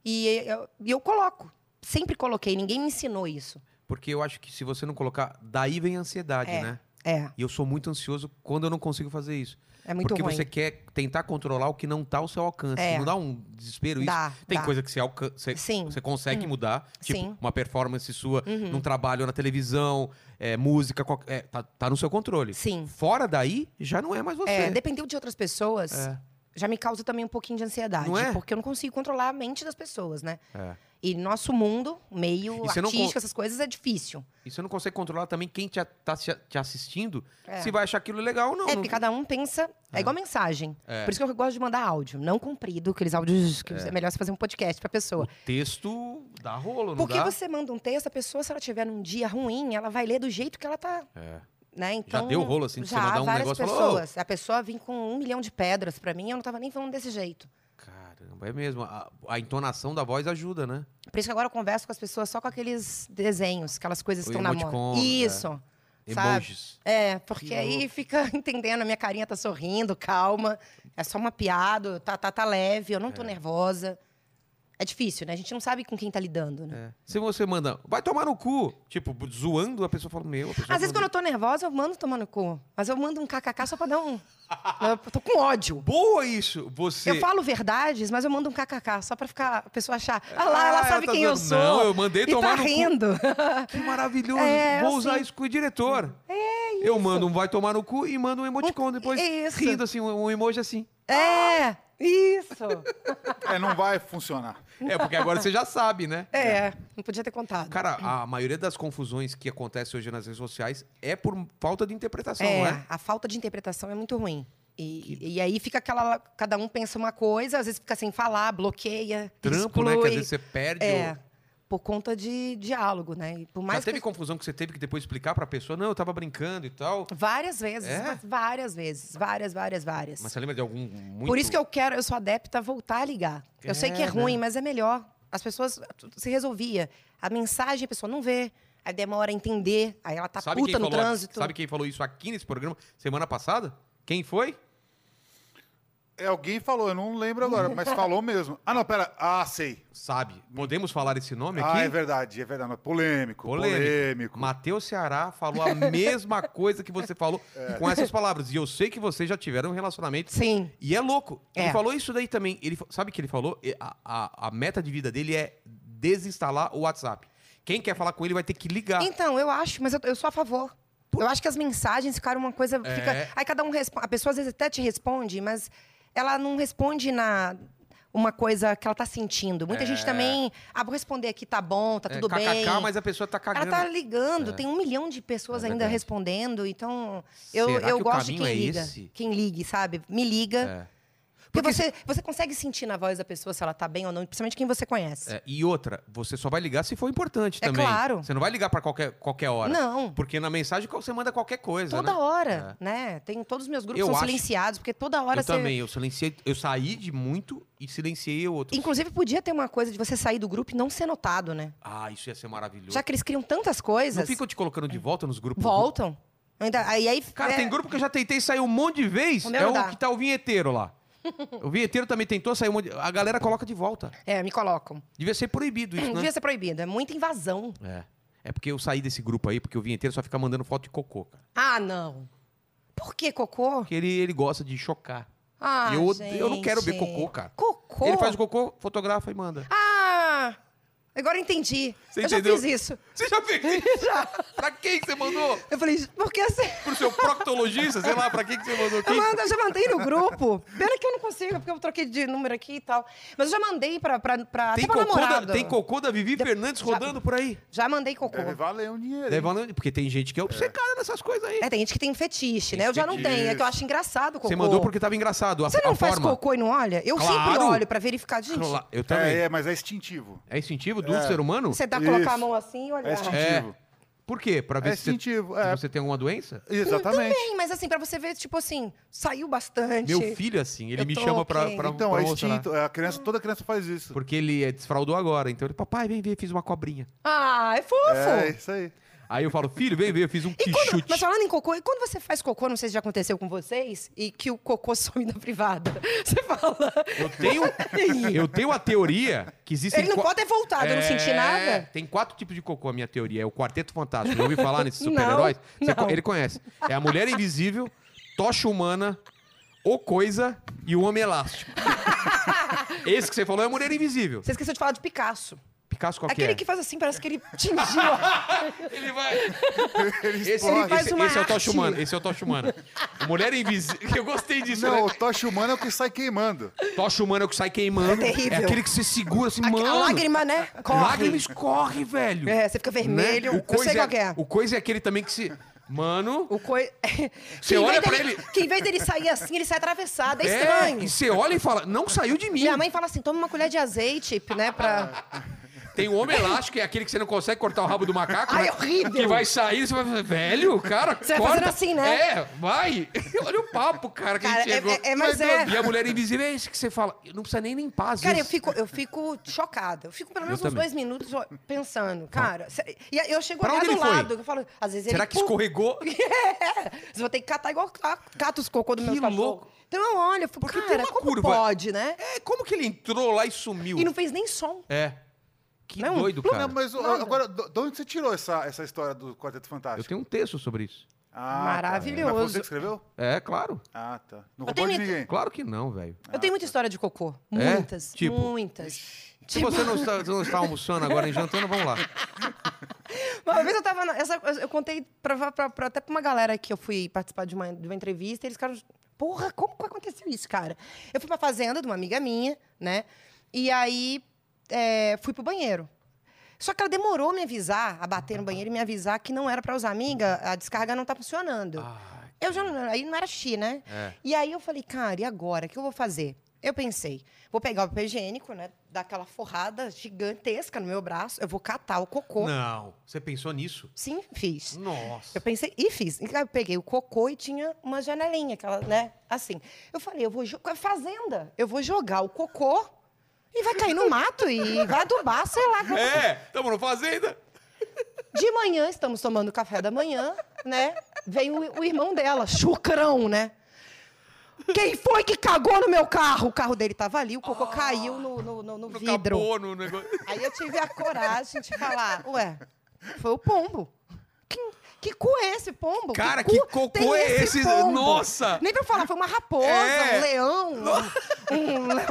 E eu, e eu coloco. Sempre coloquei, ninguém me ensinou isso. Porque eu acho que se você não colocar, daí vem a ansiedade, né? É, E eu sou muito ansioso quando eu não consigo fazer isso. é muito porque ruim. você quer tentar controlar o que não tá ao seu alcance. É. Não dá um desespero isso? Dá, Tem dá. coisa que você, alcan- você, Sim. você consegue mudar. Tipo, Hum. Sim. Uhum. uma performance sua num trabalho na televisão, é, música, qual- é, tá, tá no seu controle. Sim. Fora daí, já não é mais você. É, dependeu de outras pessoas, É. já me causa também um pouquinho de ansiedade. Não é? Porque eu não consigo controlar a mente das pessoas, né? É. E nosso mundo, meio E você não artístico, con- essas coisas, é difícil. E você não consegue controlar também quem te, a- tá se a- te assistindo, É. se vai achar aquilo legal ou não. é, Não- porque cada um pensa. É, igual mensagem. É. Por isso que eu gosto de mandar áudio, não comprido, aqueles áudios que é, melhor você fazer um podcast pra pessoa. O texto dá rolo, não Porque dá? você manda um texto, a pessoa, se ela tiver num dia ruim, ela vai ler do jeito que ela tá. É. Né? Então, deu rolo, assim, de você já mandar um várias negócio e falar, "Ô". pessoas. A pessoa vem com um milhão de pedras pra mim, eu não tava nem falando desse jeito. Caramba, é mesmo. A, a entonação da voz ajuda, né? Por isso que agora eu converso com as pessoas só com aqueles desenhos, aquelas coisas que O estão na emoticon, né? moda. Isso. Sabe? Emojis. É, porque Que aí fica entendendo, a minha carinha tá sorrindo, calma. É só uma piada, tá, tá, tá leve, eu não tô nervosa. É difícil, né? A gente não sabe com quem tá lidando, né? É. Se você manda, vai tomar no cu, tipo, zoando, a pessoa fala, meu, a pessoa Às vezes, quando eu tô nervosa, eu mando tomar no cu. Mas eu mando um kkk só pra dar um. Eu tô com ódio. Boa isso! Você. Eu falo verdades, mas eu mando um kkk só pra ficar, a pessoa achar. Ah lá, ela Ah, sabe tá quem eu zoando. sou. Não, eu mandei e tomar tá no cu. rindo. Que maravilhoso! É, Vou usar assim. isso com o diretor. É isso. Eu mando um vai tomar no cu e mando um emoticon depois é isso. rindo assim, um, um emoji assim. É, isso. É, não vai funcionar. É, porque agora você já sabe, né? É, não podia ter contado. Cara, a maioria das confusões que acontece hoje nas redes sociais é por falta de interpretação, é, não é? a falta de interpretação é muito ruim. E, e aí fica aquela. Cada um pensa uma coisa, às vezes fica sem falar, bloqueia. Trampo, né? Que às exclui. vezes você perde. É, o- por conta de diálogo, né? E por Já mais teve que. confusão que você teve que depois explicar pra pessoa, não, eu tava brincando e tal. Várias vezes, É? mas várias vezes. Várias, várias, várias. Mas você lembra de algum muito... Por isso que eu quero, eu sou adepta a voltar a ligar. Eu sei que é É, né? ruim, mas é melhor. As pessoas se resolvia. A mensagem a pessoa não vê, aí demora a entender, aí ela tá puta no falou, trânsito. Sabe quem falou isso aqui nesse programa semana passada? Quem foi? É, alguém falou, eu não lembro agora, mas falou mesmo. Ah, não, pera. Ah, sei. Sabe. Podemos falar esse nome Ah, aqui? é verdade, é verdade. mas Polêmico, polêmico. Polêmico. Matheus Ceará falou a mesma coisa que você falou É. com essas palavras. E eu sei que vocês já tiveram um relacionamento. Sim. E é louco. Ele É. falou isso daí também. Ele, fa- sabe o que ele falou? E A, a- a meta de vida dele é desinstalar o WhatsApp. Quem quer falar com ele vai ter que ligar. Então, eu acho, mas eu, eu sou a favor. Eu acho que as mensagens ficaram uma coisa. É. Fica, aí cada um responde. A pessoa às vezes até te responde, mas ela não responde na uma coisa que ela tá sentindo. Muita gente também. Ah, vou responder aqui, tá bom, tá É, tudo bem. kkk, mas a pessoa tá Ela cagando. tá ligando, tem um milhão de pessoas É ainda verdade. respondendo, então eu, Será eu que o gosto de caminho quem é liga. esse? Quem ligue, sabe? Me liga. É. Porque, você, você consegue sentir na voz da pessoa se ela tá bem ou não, principalmente quem você conhece. É, e outra, você só vai ligar se for importante É também. claro. Você não vai ligar pra qualquer, qualquer hora. Não. Porque na mensagem você manda qualquer coisa. Toda né? hora, né? Tem todos os meus grupos Eu são acho- silenciados, porque toda hora eu você também, eu silenciei, eu saí de muito e silenciei outros. Inclusive, podia ter uma coisa de você sair do grupo e não ser notado, né? Ah, isso ia ser maravilhoso. Já que eles criam tantas não coisas, ficam te colocando de volta nos grupos? voltam. Ainda, aí, aí, Cara, é, tem grupo que eu já tentei sair um monte de vez. O meu É não o dá. que tá o vinheteiro lá. O vinheteiro também tentou sair um monte de... A galera coloca de volta. É, me colocam. Devia ser proibido isso, né? Devia ser proibido, é muita invasão. É. É porque eu saí desse grupo aí, porque o vinheteiro só fica mandando foto de cocô, cara. Ah, não. Por que cocô? Porque ele, ele gosta de chocar. Ah, eu, odeio- eu não quero ver gente. cocô, cara. Cocô? Ele faz o cocô, fotografa e manda. Ah! Agora eu entendi. Você eu entendeu? já fiz isso. Você já fez isso? Pra quem que você mandou? Eu falei, por que você. Pro seu proctologista? Sei lá, pra quem que você mandou? Eu, Quem? mando, eu já mandei no grupo. Pena que eu não consigo, porque eu troquei de número aqui e tal. Mas eu já mandei pra, pra, pra, Tem até pra cocô, da, tipo namorado. tem cocô da Vivi Fernandes rodando por aí. Já mandei cocô. Deve valer um dinheiro. Deve valer, porque tem gente que é obcecada nessas coisas aí. É, tem gente que tem fetiche, né? Eu já não fetiche. tenho, é que eu acho engraçado o cocô. Você mandou porque tava engraçado. A, Você não a faz forma. cocô e não olha? Eu sempre Claro. olho pra verificar, gente. Claro, Eu É, também. É, é, mas é instintivo. instintivo do ser humano? Você dá pra colocar a Isso. mão assim e olhar. É instintivo. Por quê? Pra ver É se, você, instintivo, se é. você tem alguma doença? Exatamente. Também, mas assim, pra você ver, tipo assim, saiu bastante. Meu filho, assim, ele Eu me tô chama pra, ok. pra, Então, pra né? é mostrar. instinto. A criança, toda criança faz isso. Porque ele eh, desfraldou agora. Então ele, papai, vem ver, fiz uma cobrinha. Ah, é fofo! É isso aí. Aí eu falo, filho, vem ver, eu fiz um E quando- quichute. mas falando em cocô, e quando você faz cocô, não sei se já aconteceu com vocês, e que o cocô some da privada. Você fala. Eu tenho, eu tenho a teoria que existem... Ele não qua- É. pode ter voltado, Tá, eu não senti nada. Tem quatro tipos de cocô, a minha teoria. É o Quarteto Fantástico. Já ouviu falar nesses super-heróis? Não, Você co- não. Ele conhece. É a Mulher Invisível, Tocha Humana, O Coisa e o Homem Elástico. Esse que você falou é a Mulher Invisível. Você esqueceu de falar de Picasso. Picasso qual que Aquele é? que faz assim, parece que ele tingiu. Ele vai... Esse, Ele faz esse- uma esse é o arte. Tocha Humana. Esse é o Tocha Humana. Mulher Invisível... Eu gostei disso, Não, né? o tocha humana é o que sai queimando. Tocha humana que sai queimando. É terrível. aquele que você segura assim, a, mano. a lágrima, né? Corre. Lágrima escorre, velho. É, você fica Né? vermelho. O coisa eu sei qual que é. O coisa é aquele também que se. Mano. O coi... Você que em olha vez pra dele- ele- Que em vez dele sair assim, ele sai atravessado. É, é, estranho. E você olha e fala, não saiu de mim. Minha mãe fala assim, toma uma colher de azeite, né? Pra... Tem o homem elástico, é aquele que você não consegue cortar o rabo do macaco. Ai, né? horrível. Que vai sair, você vai falar, velho, cara. Você vai corta. fazendo assim, né? É, vai. Olha o papo, cara, que a Cara, gente é- chegou. é- é, mas Meu Deus. é. E a mulher invisível é esse que você fala. Não precisa nem limpar, às Cara, eu vezes. fico, eu fico chocada. Eu fico pelo menos uns também. dois minutos ó, pensando. Cara, cê- e aí eu chego Pra a olhar onde do ele foi? lado. Eu falo, às vezes Será ele... que escorregou? Você vai ter que catar igual ca- cata os cocô do meu Que cachorro. louco. Então eu olho, eu fico, Porque tem cara, uma como curva. pode, né? É, como que ele entrou lá e sumiu? E não fez nem som. É. Que Não, doido, Não, cara. mas o- agora, do- de onde você tirou essa, essa história do Quarteto Eu Fantástico? tenho um texto sobre isso. Ah, Maravilhoso. Tá. Mas foi você que escreveu? É, claro. Ah, tá. Eu Não roubou de tenho- ninguém. Claro que não, velho. Eu tenho muita história de cocô. Ah, tá. É? Muitas, Tipo? muitas. Tipo, Se você não está, não está almoçando agora e jantando, vamos lá. Uma vez eu tava. na- essa- eu contei pra, pra- pra- até pra uma galera que eu fui participar de uma, de uma entrevista, e eles ficaram. Porra, como que aconteceu isso, cara? Eu fui pra fazenda de uma amiga minha, né? E aí é, fui pro banheiro. Só que ela demorou me avisar, a bater no banheiro e me avisar que não era pra usar. Amiga, a descarga não tá funcionando. Ai, Eu já não, aí não era chi, né? Ah. É. E aí eu falei, cara, e agora? O que eu vou fazer? Eu pensei, vou pegar o papel higiênico, né? Dar aquela forrada gigantesca no meu braço, eu vou catar o cocô. Não. Você pensou nisso? Sim, fiz. Nossa. Eu pensei, e fiz. E aí Eu peguei o cocô e tinha uma janelinha, aquela, né? Assim. Eu falei, eu vou jogar. Fazenda, eu vou jogar o cocô e vai cair no mato e vai adubar, sei lá. É, estamos na fazenda. De manhã, estamos tomando café da manhã, né? Vem o, o irmão dela, chucrão, né? Quem foi que cagou no meu carro? O carro dele tava ali, o cocô caiu no, no, no- no No vidro. capô, no negócio. Aí eu tive a coragem de falar, ué, foi o pombo. Que, que cu é esse pombo? Cara, cu que cocô tem é esse? Nossa! Nem pra eu falar, foi uma raposa, É. um leão, um,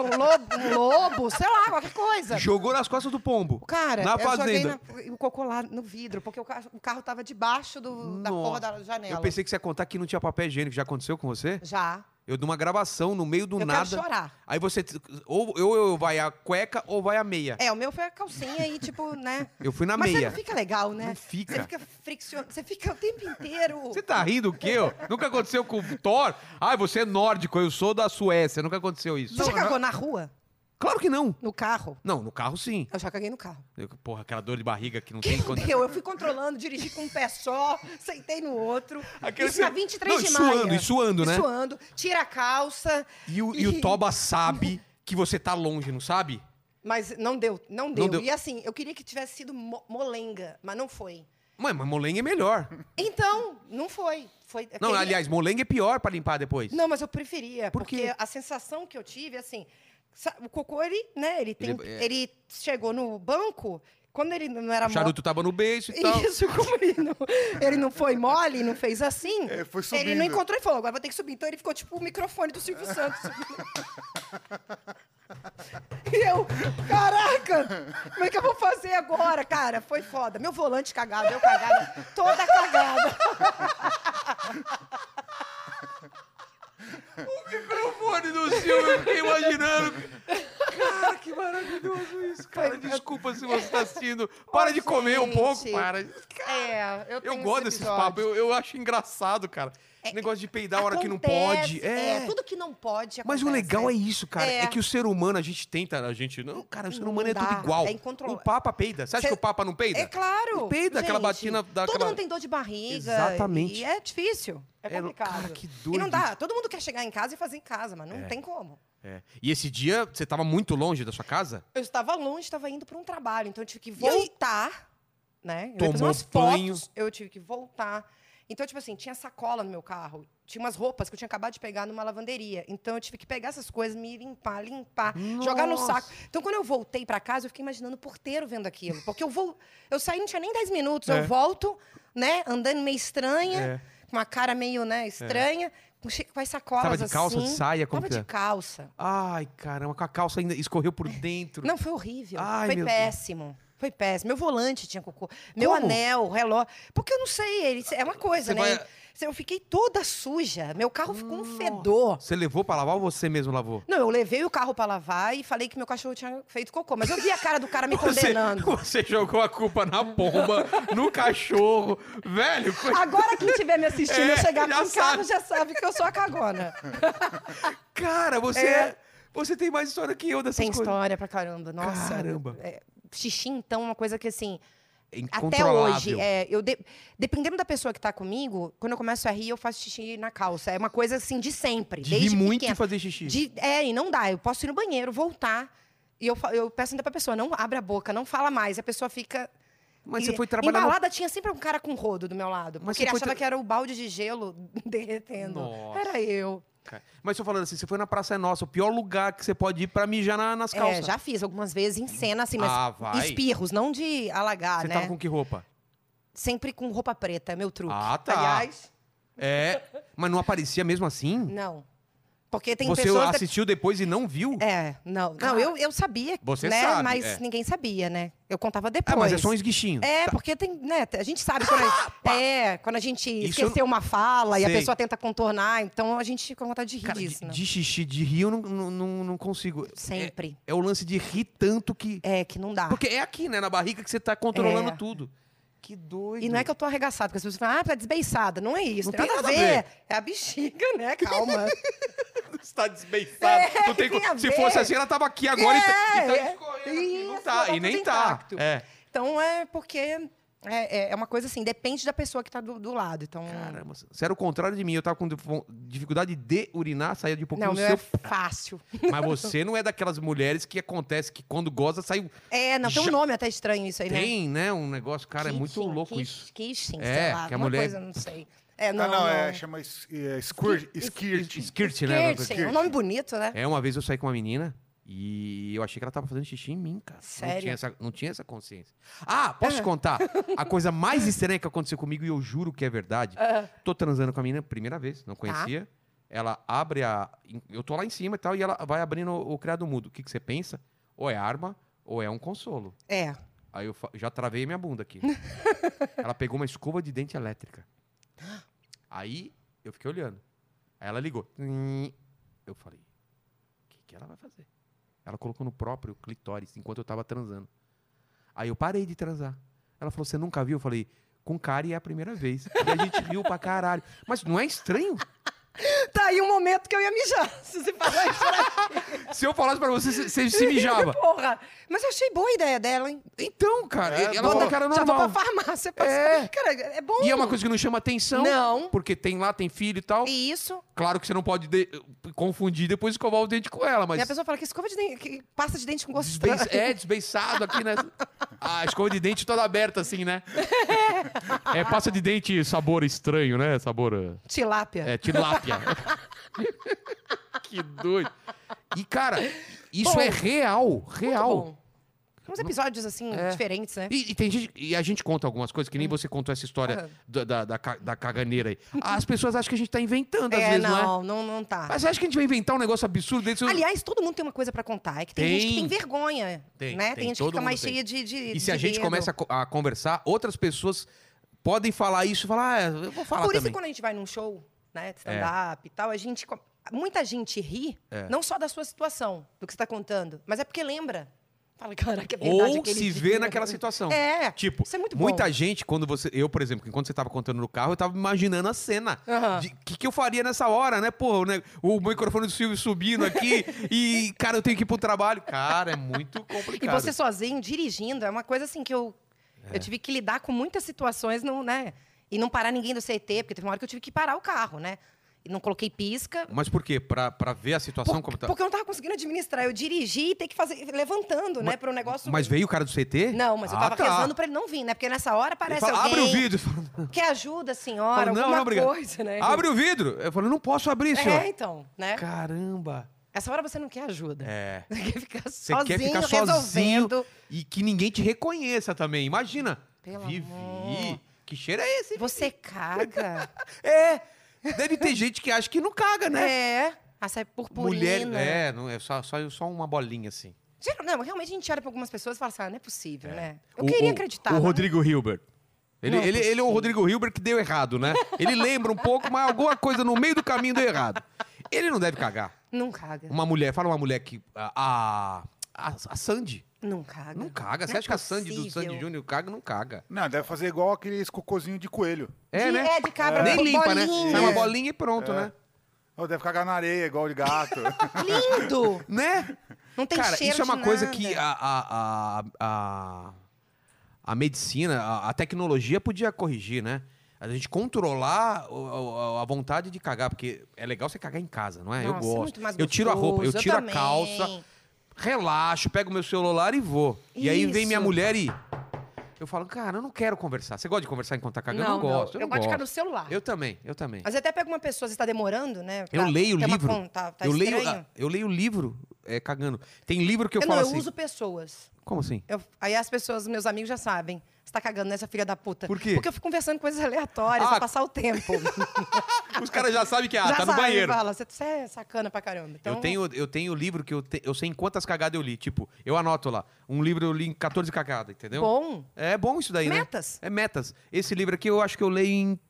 um lobo, um lobo, sei lá, qualquer coisa. Jogou nas costas do pombo. Cara, na eu joguei fazenda. na- o cocô lá no vidro, porque o carro, o carro tava debaixo do- da porra da Nossa. janela. Eu pensei que você ia contar que não tinha papel higiênico. Já aconteceu com você? Já. Eu dou uma gravação no meio do Eu nada. quero chorar. Aí você. Ou ou eu vai a cueca ou vai a meia. É, o meu foi a calcinha e, tipo, né? Eu fui na Mas meia. você não fica legal, né? Não fica. Você fica friccionado, você fica o tempo inteiro... Você tá rindo o quê, ó? Nunca aconteceu com o Thor? Ai, você é nórdico, eu sou da Suécia. Nunca aconteceu isso. Você já cagou na rua? Claro que não. No carro? Não, no carro sim. Eu já caguei no carro. Eu- porra, aquela dor de barriga que não tem Meu quando. Deus, eu fui controlando, dirigi com um pé só, sentei no outro. Aquele isso na que- 23 Não, e de maio. suando, e suando, né? Suando, tira a calça. E o, e o Toba sabe que você tá longe, não sabe? Mas não deu, não deu, deu. E assim, eu queria que tivesse sido mo- molenga, mas não foi. Mãe, mas molenga é melhor. Então, não foi. foi eu Não, queria- aliás, molenga é pior pra limpar depois. Não, mas eu preferia, Por quê? porque a sensação que eu tive, assim, sa- o cocô, ele, né, ele, tem, Ele- ele, é. chegou no banco, quando ele não era O charuto tava no beijo e tal. Isso, como ele não, ele não foi mole, não fez assim. É, foi ele subindo. não encontrou e falou, agora vou ter que subir. Então ele ficou tipo o microfone do Silvio Santos. subindo. eu, caraca, como é que eu vou fazer agora? Cara, foi foda. Meu volante cagado, eu cagada, toda cagada. O microfone do Silvio, eu fiquei imaginando. Cara, Ah, que maravilhoso isso, cara. Desculpa se você está assistindo. Para Ô, de comer um gente. pouco, para. É, eu Eu tenho gosto esse desses episódio. É, papos, eu, eu acho engraçado, cara. Negócio de peidar a hora que não Acontece, pode. É, tudo que não pode Mas o acontece, legal né? é isso, cara. É. É. que o ser humano, a gente tenta, a gente. Não, cara, o ser Não humano é dá, tudo igual. é incontrolável. O Papa peida. Você acha Cê- que o Papa não peida? É claro. Não peida, aquela batina da- Todo aquela- mundo tem dor de barriga. Exatamente. E é difícil. É É, complicado. cara, que E doido não dá. Todo mundo quer chegar em casa e fazer em casa, mas não É. tem como. É. E esse dia, você tava muito longe da sua casa? Eu estava longe, estava indo para um trabalho, então eu tive que voltar, né? Eu Tomou fiz umas banho. fotos, eu tive que voltar. Então, tipo assim, tinha sacola no meu carro, tinha umas roupas que eu tinha acabado de pegar numa lavanderia. Então, eu tive que pegar essas coisas, me limpar, limpar, jogar no Nossa. saco. Então, quando eu voltei para casa, eu fiquei imaginando o porteiro vendo aquilo. Porque eu vou. Eu saí, não tinha nem 10 minutos. É. Eu volto, né? Andando meio estranha, com uma cara meio, né, estranha, com, che- com as sacolas Tava de calça, de assim. saia, como Tava que de é? calça. Ai, caramba, com a calça ainda escorreu por dentro. Não, foi horrível. Hum. Ai, foi meu Deus. péssimo. Foi péssimo. Meu volante tinha cocô. Meu Como? anel, relógio. Porque eu não sei, ele, é uma coisa, Você né? vai- Hum. Eu fiquei toda suja. Meu carro ficou um fedor. Você levou pra lavar ou você mesmo lavou? Não, eu levei o carro pra lavar e falei que meu cachorro tinha feito cocô. Mas eu vi a cara do cara me condenando. Você, você jogou a culpa na pomba, no cachorro. Velho, foi- Agora quem estiver me assistindo, É, eu chegar já com o sabe. carro já sabe que eu sou a cagona. cara, você É. é- Você tem mais história que eu dessas Tem coisas. história pra caramba. Nossa. Caramba. É, xixi, então, é uma coisa que assim. É Até Incontrolável. hoje, é, eu de- dependendo da pessoa que tá comigo, quando eu começo a rir, eu faço xixi na calça. É uma coisa assim de sempre. De rir desde muito pequena. e fazer xixi. De- é, e não dá. Eu posso ir no banheiro, voltar. E eu, fa- eu peço ainda pra pessoa, não abre a boca, não fala mais. A pessoa fica. Mas e- você foi trabalhar. no- Embalada tinha sempre um cara com rodo do meu lado. Mas porque ele você foi tra- achava que era o balde de gelo derretendo. Nossa. Era eu. Cara, Mas eu falando assim, você foi na Praça é Nossa, o pior lugar que você pode ir pra mijar na- nas calças. É, já fiz algumas vezes em cena, assim, mas Ah, vai. espirros, não de alagar, Você né? tava com que roupa? Sempre com roupa preta, é meu truque. Ah, tá. Aliás, É. Mas não aparecia mesmo assim? não. Porque tem você pessoas. da- assistiu depois e não viu? É, não. Não, Cara, eu, eu sabia. você né? sabe, Mas é. ninguém sabia, né? Eu contava Ah, depois. mas é só um esguichinho. É, Tá. porque tem, né, a gente sabe quando a, é, quando a gente Isso eu esqueceu uma fala e a Sei. pessoa tenta contornar, então a gente fica com vontade de rir Cara, de, disso, né? de xixi, de rir, eu não, não, não, não consigo. Sempre. É, é o lance de rir tanto que. É, que não dá. Porque é aqui, né? Na barriga que você tá controlando É. tudo. Que doido. E não é que eu tô arregaçada, porque as pessoas falam, ah, tá desbeiçada. Não é isso, Não tem tem nada a nada a ver. É a bexiga, né? Calma. Você tá desbeiçado. É, Tu tem tem co- a Se ver. fosse assim, ela tava aqui agora e tá, e tá É, escorrendo aqui. Não isso, tá, tá e nem tudo tá. intacto. É. então é porque é, é- é uma coisa assim, depende da pessoa que tá do, do lado. Então, Caramba, você era o contrário de mim. Eu tava com dif- dificuldade de urinar, saía de um pouquinho não, o o meu seu. é fácil. Mas você não é daquelas mulheres que acontece que quando goza sai. um- É, não, tem Já- um nome até estranho isso aí, né? Tem, né? Um negócio, cara, é muito Kitchen, louco kit- isso. Kitchen, É, sei lá, que a uma mulher- coisa, não sei. É, não, ah, não, não. é, chama es- é, squirt, squirting. Skirt, né? Kirsten, é um nome bonito, né? É, uma vez eu saí com uma menina e eu achei que ela tava fazendo xixi em mim, cara. Não Sério? tinha essa, não tinha essa consciência. Ah, posso te contar? A coisa mais estranha que aconteceu comigo, e eu juro que é verdade. Tô transando com a menina, primeira vez, não conhecia. Ela abre a. Eu tô lá em cima e tal, e ela vai abrindo o, o criado mudo. O que, que você pensa? Ou é arma, ou é um consolo. É. Aí eu fa- já travei minha bunda aqui. ela pegou uma escova de dente elétrica. Aí eu fiquei olhando. Aí ela ligou. Eu falei, o que, que ela vai fazer? Ela colocou no próprio clitóris enquanto eu tava transando. Aí eu parei de transar. Ela falou, você nunca viu? Eu falei, com cara é a primeira vez. E a gente riu pra caralho. Mas não é estranho? Tá aí um momento que eu ia mijar. Se você falar isso, Se eu falasse pra você, você- você se mijava. porra. Mas eu achei boa a ideia dela, hein? Então, cara, É, ela bom. tem uma cara Já vou pra normal. farmácia. Pra... É. Cara, é bom. E é uma coisa que não chama atenção. Não. Porque tem lá, tem filho e tal. E isso. Claro que você não pode de- confundir e depois escovar o dente com ela, mas. E a pessoa fala que escova de dente, que pasta de dente com gosto desbe- estranho. É, desbeiçado aqui, né? A escova de dente toda aberta, assim, né? É pasta de dente sabor estranho, né? Sabor. eh, Tilápia. É, tilápia. que doido. E, cara, isso Bom. é real, Muito real. bom. Uns episódios, assim, É. diferentes, né? E, e tem gente, e a gente conta algumas coisas, que nem você contou essa história Aham. da, da, da, ca- da caganeira aí. As pessoas acham que a gente tá inventando, às É, vezes, não é? não, não, não tá. Mas você acha que a gente vai inventar um negócio absurdo desse? Aliás, todo mundo tem uma coisa pra contar. É que tem, gente que Tem. tem vergonha. Tem, né? tem, Tem, gente que todo fica mundo mais tem. cheia de, de. e de se a gente dedo. começa a, co- a conversar, outras pessoas podem falar isso e falar, ah, eu vou falar Por isso que também. quando a gente vai num show, né, de stand-up e tal, a gente. co- Muita gente ri, não só da sua situação, do que você tá contando, mas é porque lembra. Fala, caraca, é verdade. Ou aquele se dia." vê naquela situação. É. Tipo, isso é muito bom. muita gente, quando você. Eu, por exemplo, enquanto você tava contando no carro, eu tava imaginando a cena. Aham. O que, que eu faria nessa hora, né? Pô, né, o microfone do Silvio subindo aqui e, cara, eu tenho que ir pro trabalho. Cara, é muito E complicado. você sozinho, dirigindo, é uma coisa assim que eu. Eu tive que lidar com muitas situações, não, né? E não parar ninguém do CT, porque teve uma hora que eu tive que parar o carro, né? E não coloquei pisca. Mas por quê? Pra, pra ver a situação Por- como tá. Porque eu não tava conseguindo administrar. Eu dirigi e ter que fazer. levantando, né? Para o negócio. Mas veio o cara do CT? Não, mas eu Ah, tava tá. rezando pra ele não vir, né? Porque nessa hora Ele aparece fala, alguém. abre o vidro. Fala, Que ajuda a senhora, não, alguma não, obrigado. coisa, né? Abre o vidro. Eu falo, não posso abrir, senhor. É, então, né? Caramba. Essa hora você não quer ajuda. É. Você quer ficar Você sozinho, quer ficar sozinho resolvendo. e que ninguém te reconheça também. Imagina. Pelo Vivi, amor. que cheiro é esse? Você caga. É. Deve ter gente que acha que não caga, né? é. Ah, sai purpurina. Mulher, é, não, é só, só, só uma bolinha assim. Geral- Não, realmente a gente olha pra algumas pessoas e fala assim, ah, não é possível, né? Eu O- queria o- acreditar. O mas não- Rodrigo Hilbert. Ele, Não é ele, ele é o Rodrigo Hilbert que deu errado, né? Ele lembra um pouco, mas alguma coisa no meio do caminho deu errado. Ele não deve cagar. Não caga. Uma mulher, fala uma mulher que. A, a, a Sandy. Não caga. Não caga. Você Não é acha que a Sandy do possível. Sandy Júnior caga? Não caga. Não, deve fazer igual aqueles cocôzinho de coelho. É, de, né? É, de cabra Nem com limpa, né? bolinha. É. Sai uma bolinha e pronto, né? Ou deve cagar na areia, igual de gato. Lindo! Né? Não tem Cara, cheiro isso é uma de coisa nada. que a, a, a, a, a medicina, a, a tecnologia podia corrigir, né? A gente controlar o- o- a vontade de cagar, porque é legal você cagar em casa, não é? eu Nossa, gosto. muito mais eu tiro a roupa, eu gostoso, eu tiro a também. calça, relaxo, pego meu celular e vou. E aí vem Isso. minha mulher e. Eu falo, cara, eu não quero conversar. Você gosta de conversar enquanto tá cagando? eu não gosto. Eu, Eu, não gosto de ficar no gosto. celular. Eu também, eu também. Mas eu até pego uma pessoa, você está demorando, né? Eu Tá- leio tem uma livro. con- tá- tá eu, leio, estranho. ah, eu leio livro é, cagando. Tem livro que eu, Eu não, falo eu assim. uso pessoas. Como assim? Eu- aí as pessoas, meus amigos já sabem. Você tá cagando nessa filha da puta. Por quê? Porque eu fico conversando coisas aleatórias Ah. pra passar o tempo. Os caras já sabem que ah, já tá no sabe, banheiro. fala, você você é sacana pra caramba. Então, Eu tenho eu tenho livro que eu, te- eu sei em quantas cagadas eu li. Tipo, eu anoto lá. Um livro eu li em 14 cagadas, entendeu? Bom. É bom isso daí, né? Metas. É metas. Esse livro aqui eu acho que eu leio em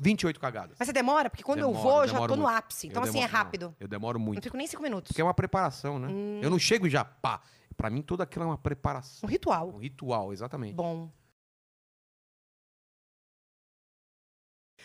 28 cagadas. Mas você demora? Porque quando eu Demoro, vou, eu já demoro tô no muito. ápice. Então, Eu assim, demoro- é rápido. Hum. não, eu demoro Não muito. fico nem cinco minutos. Porque é uma preparação, né? Eu não chego e já pá. Pra mim, tudo aquilo é uma Um preparação. ritual. Um ritual, exatamente. Bom.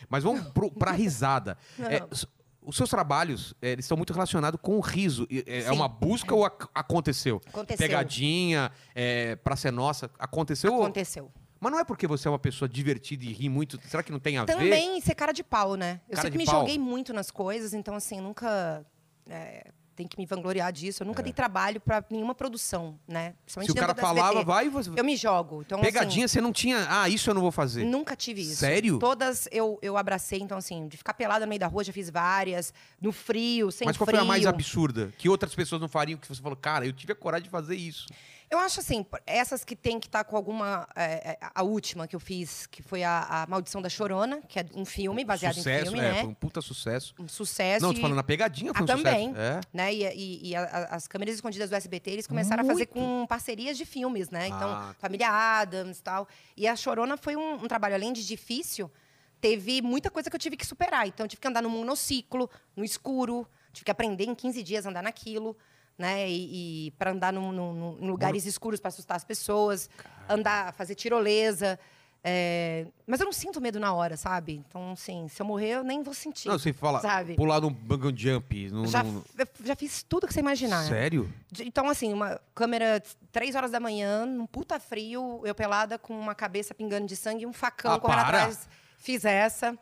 Mas vamos pro, pra risada. Não. É, s- os seus trabalhos, é, eles estão muito relacionados com o riso. E, É, é Sim. uma busca ou ac- aconteceu? Aconteceu. Pegadinha, é, pra ser nossa, aconteceu? ou- Aconteceu. Mas não é porque você é uma pessoa divertida e ri muito, será que não tem a ver? Também ser cara de pau, né? Eu Cara de sempre me pau. joguei muito nas coisas, então, assim, nunca. É, tem que me vangloriar disso. Eu nunca dei trabalho pra nenhuma produção, né? Principalmente É. Se o cara dentro da falava, SBT. vai e você... Eu me jogo. Então, Pegadinha, você não tinha... Ah, isso eu não vou fazer. assim, nunca tive isso. Sério? Todas eu, eu abracei, então, assim, de ficar pelada no meio da rua, já fiz várias. No frio, sem Mas qual frio. foi a mais absurda? Que outras pessoas não fariam, que você falou, cara, eu tive a coragem de fazer isso. Eu acho assim, por- essas que tem que estar com alguma. é, é, a última que eu fiz, que foi a, a Maldição da Chorona, que é um filme baseado sucesso, em filme, é, né? foi um puta sucesso. Um sucesso. Não, tô e- falando, na pegadinha foi Ah, um também. sucesso. É. né? E, e- e a- a- as câmeras escondidas do SBT, eles começaram a fazer com parcerias de filmes, né? Então, Ah. Família Adams e tal. E a Chorona foi um, um trabalho, além de difícil, teve muita coisa que eu tive que superar. Então, eu tive que andar num monociclo, no escuro, tive que aprender em 15 dias a andar naquilo. Né? E, para andar num- num- num- em lugares escuros para assustar as pessoas, andar, fazer tirolesa. é, Mas eu não sinto medo na hora, sabe? Então, assim, se eu morrer, eu nem vou sentir. Não, você fala, Sabe? pular num bungee jump. Num, já, num- eu já fiz tudo que você imaginar. Sério? De- Então, assim, uma câmera t- três horas da manhã, num puta frio, eu pelada com uma cabeça pingando de sangue e um facão Ah, correndo para! atrás. Fiz essa.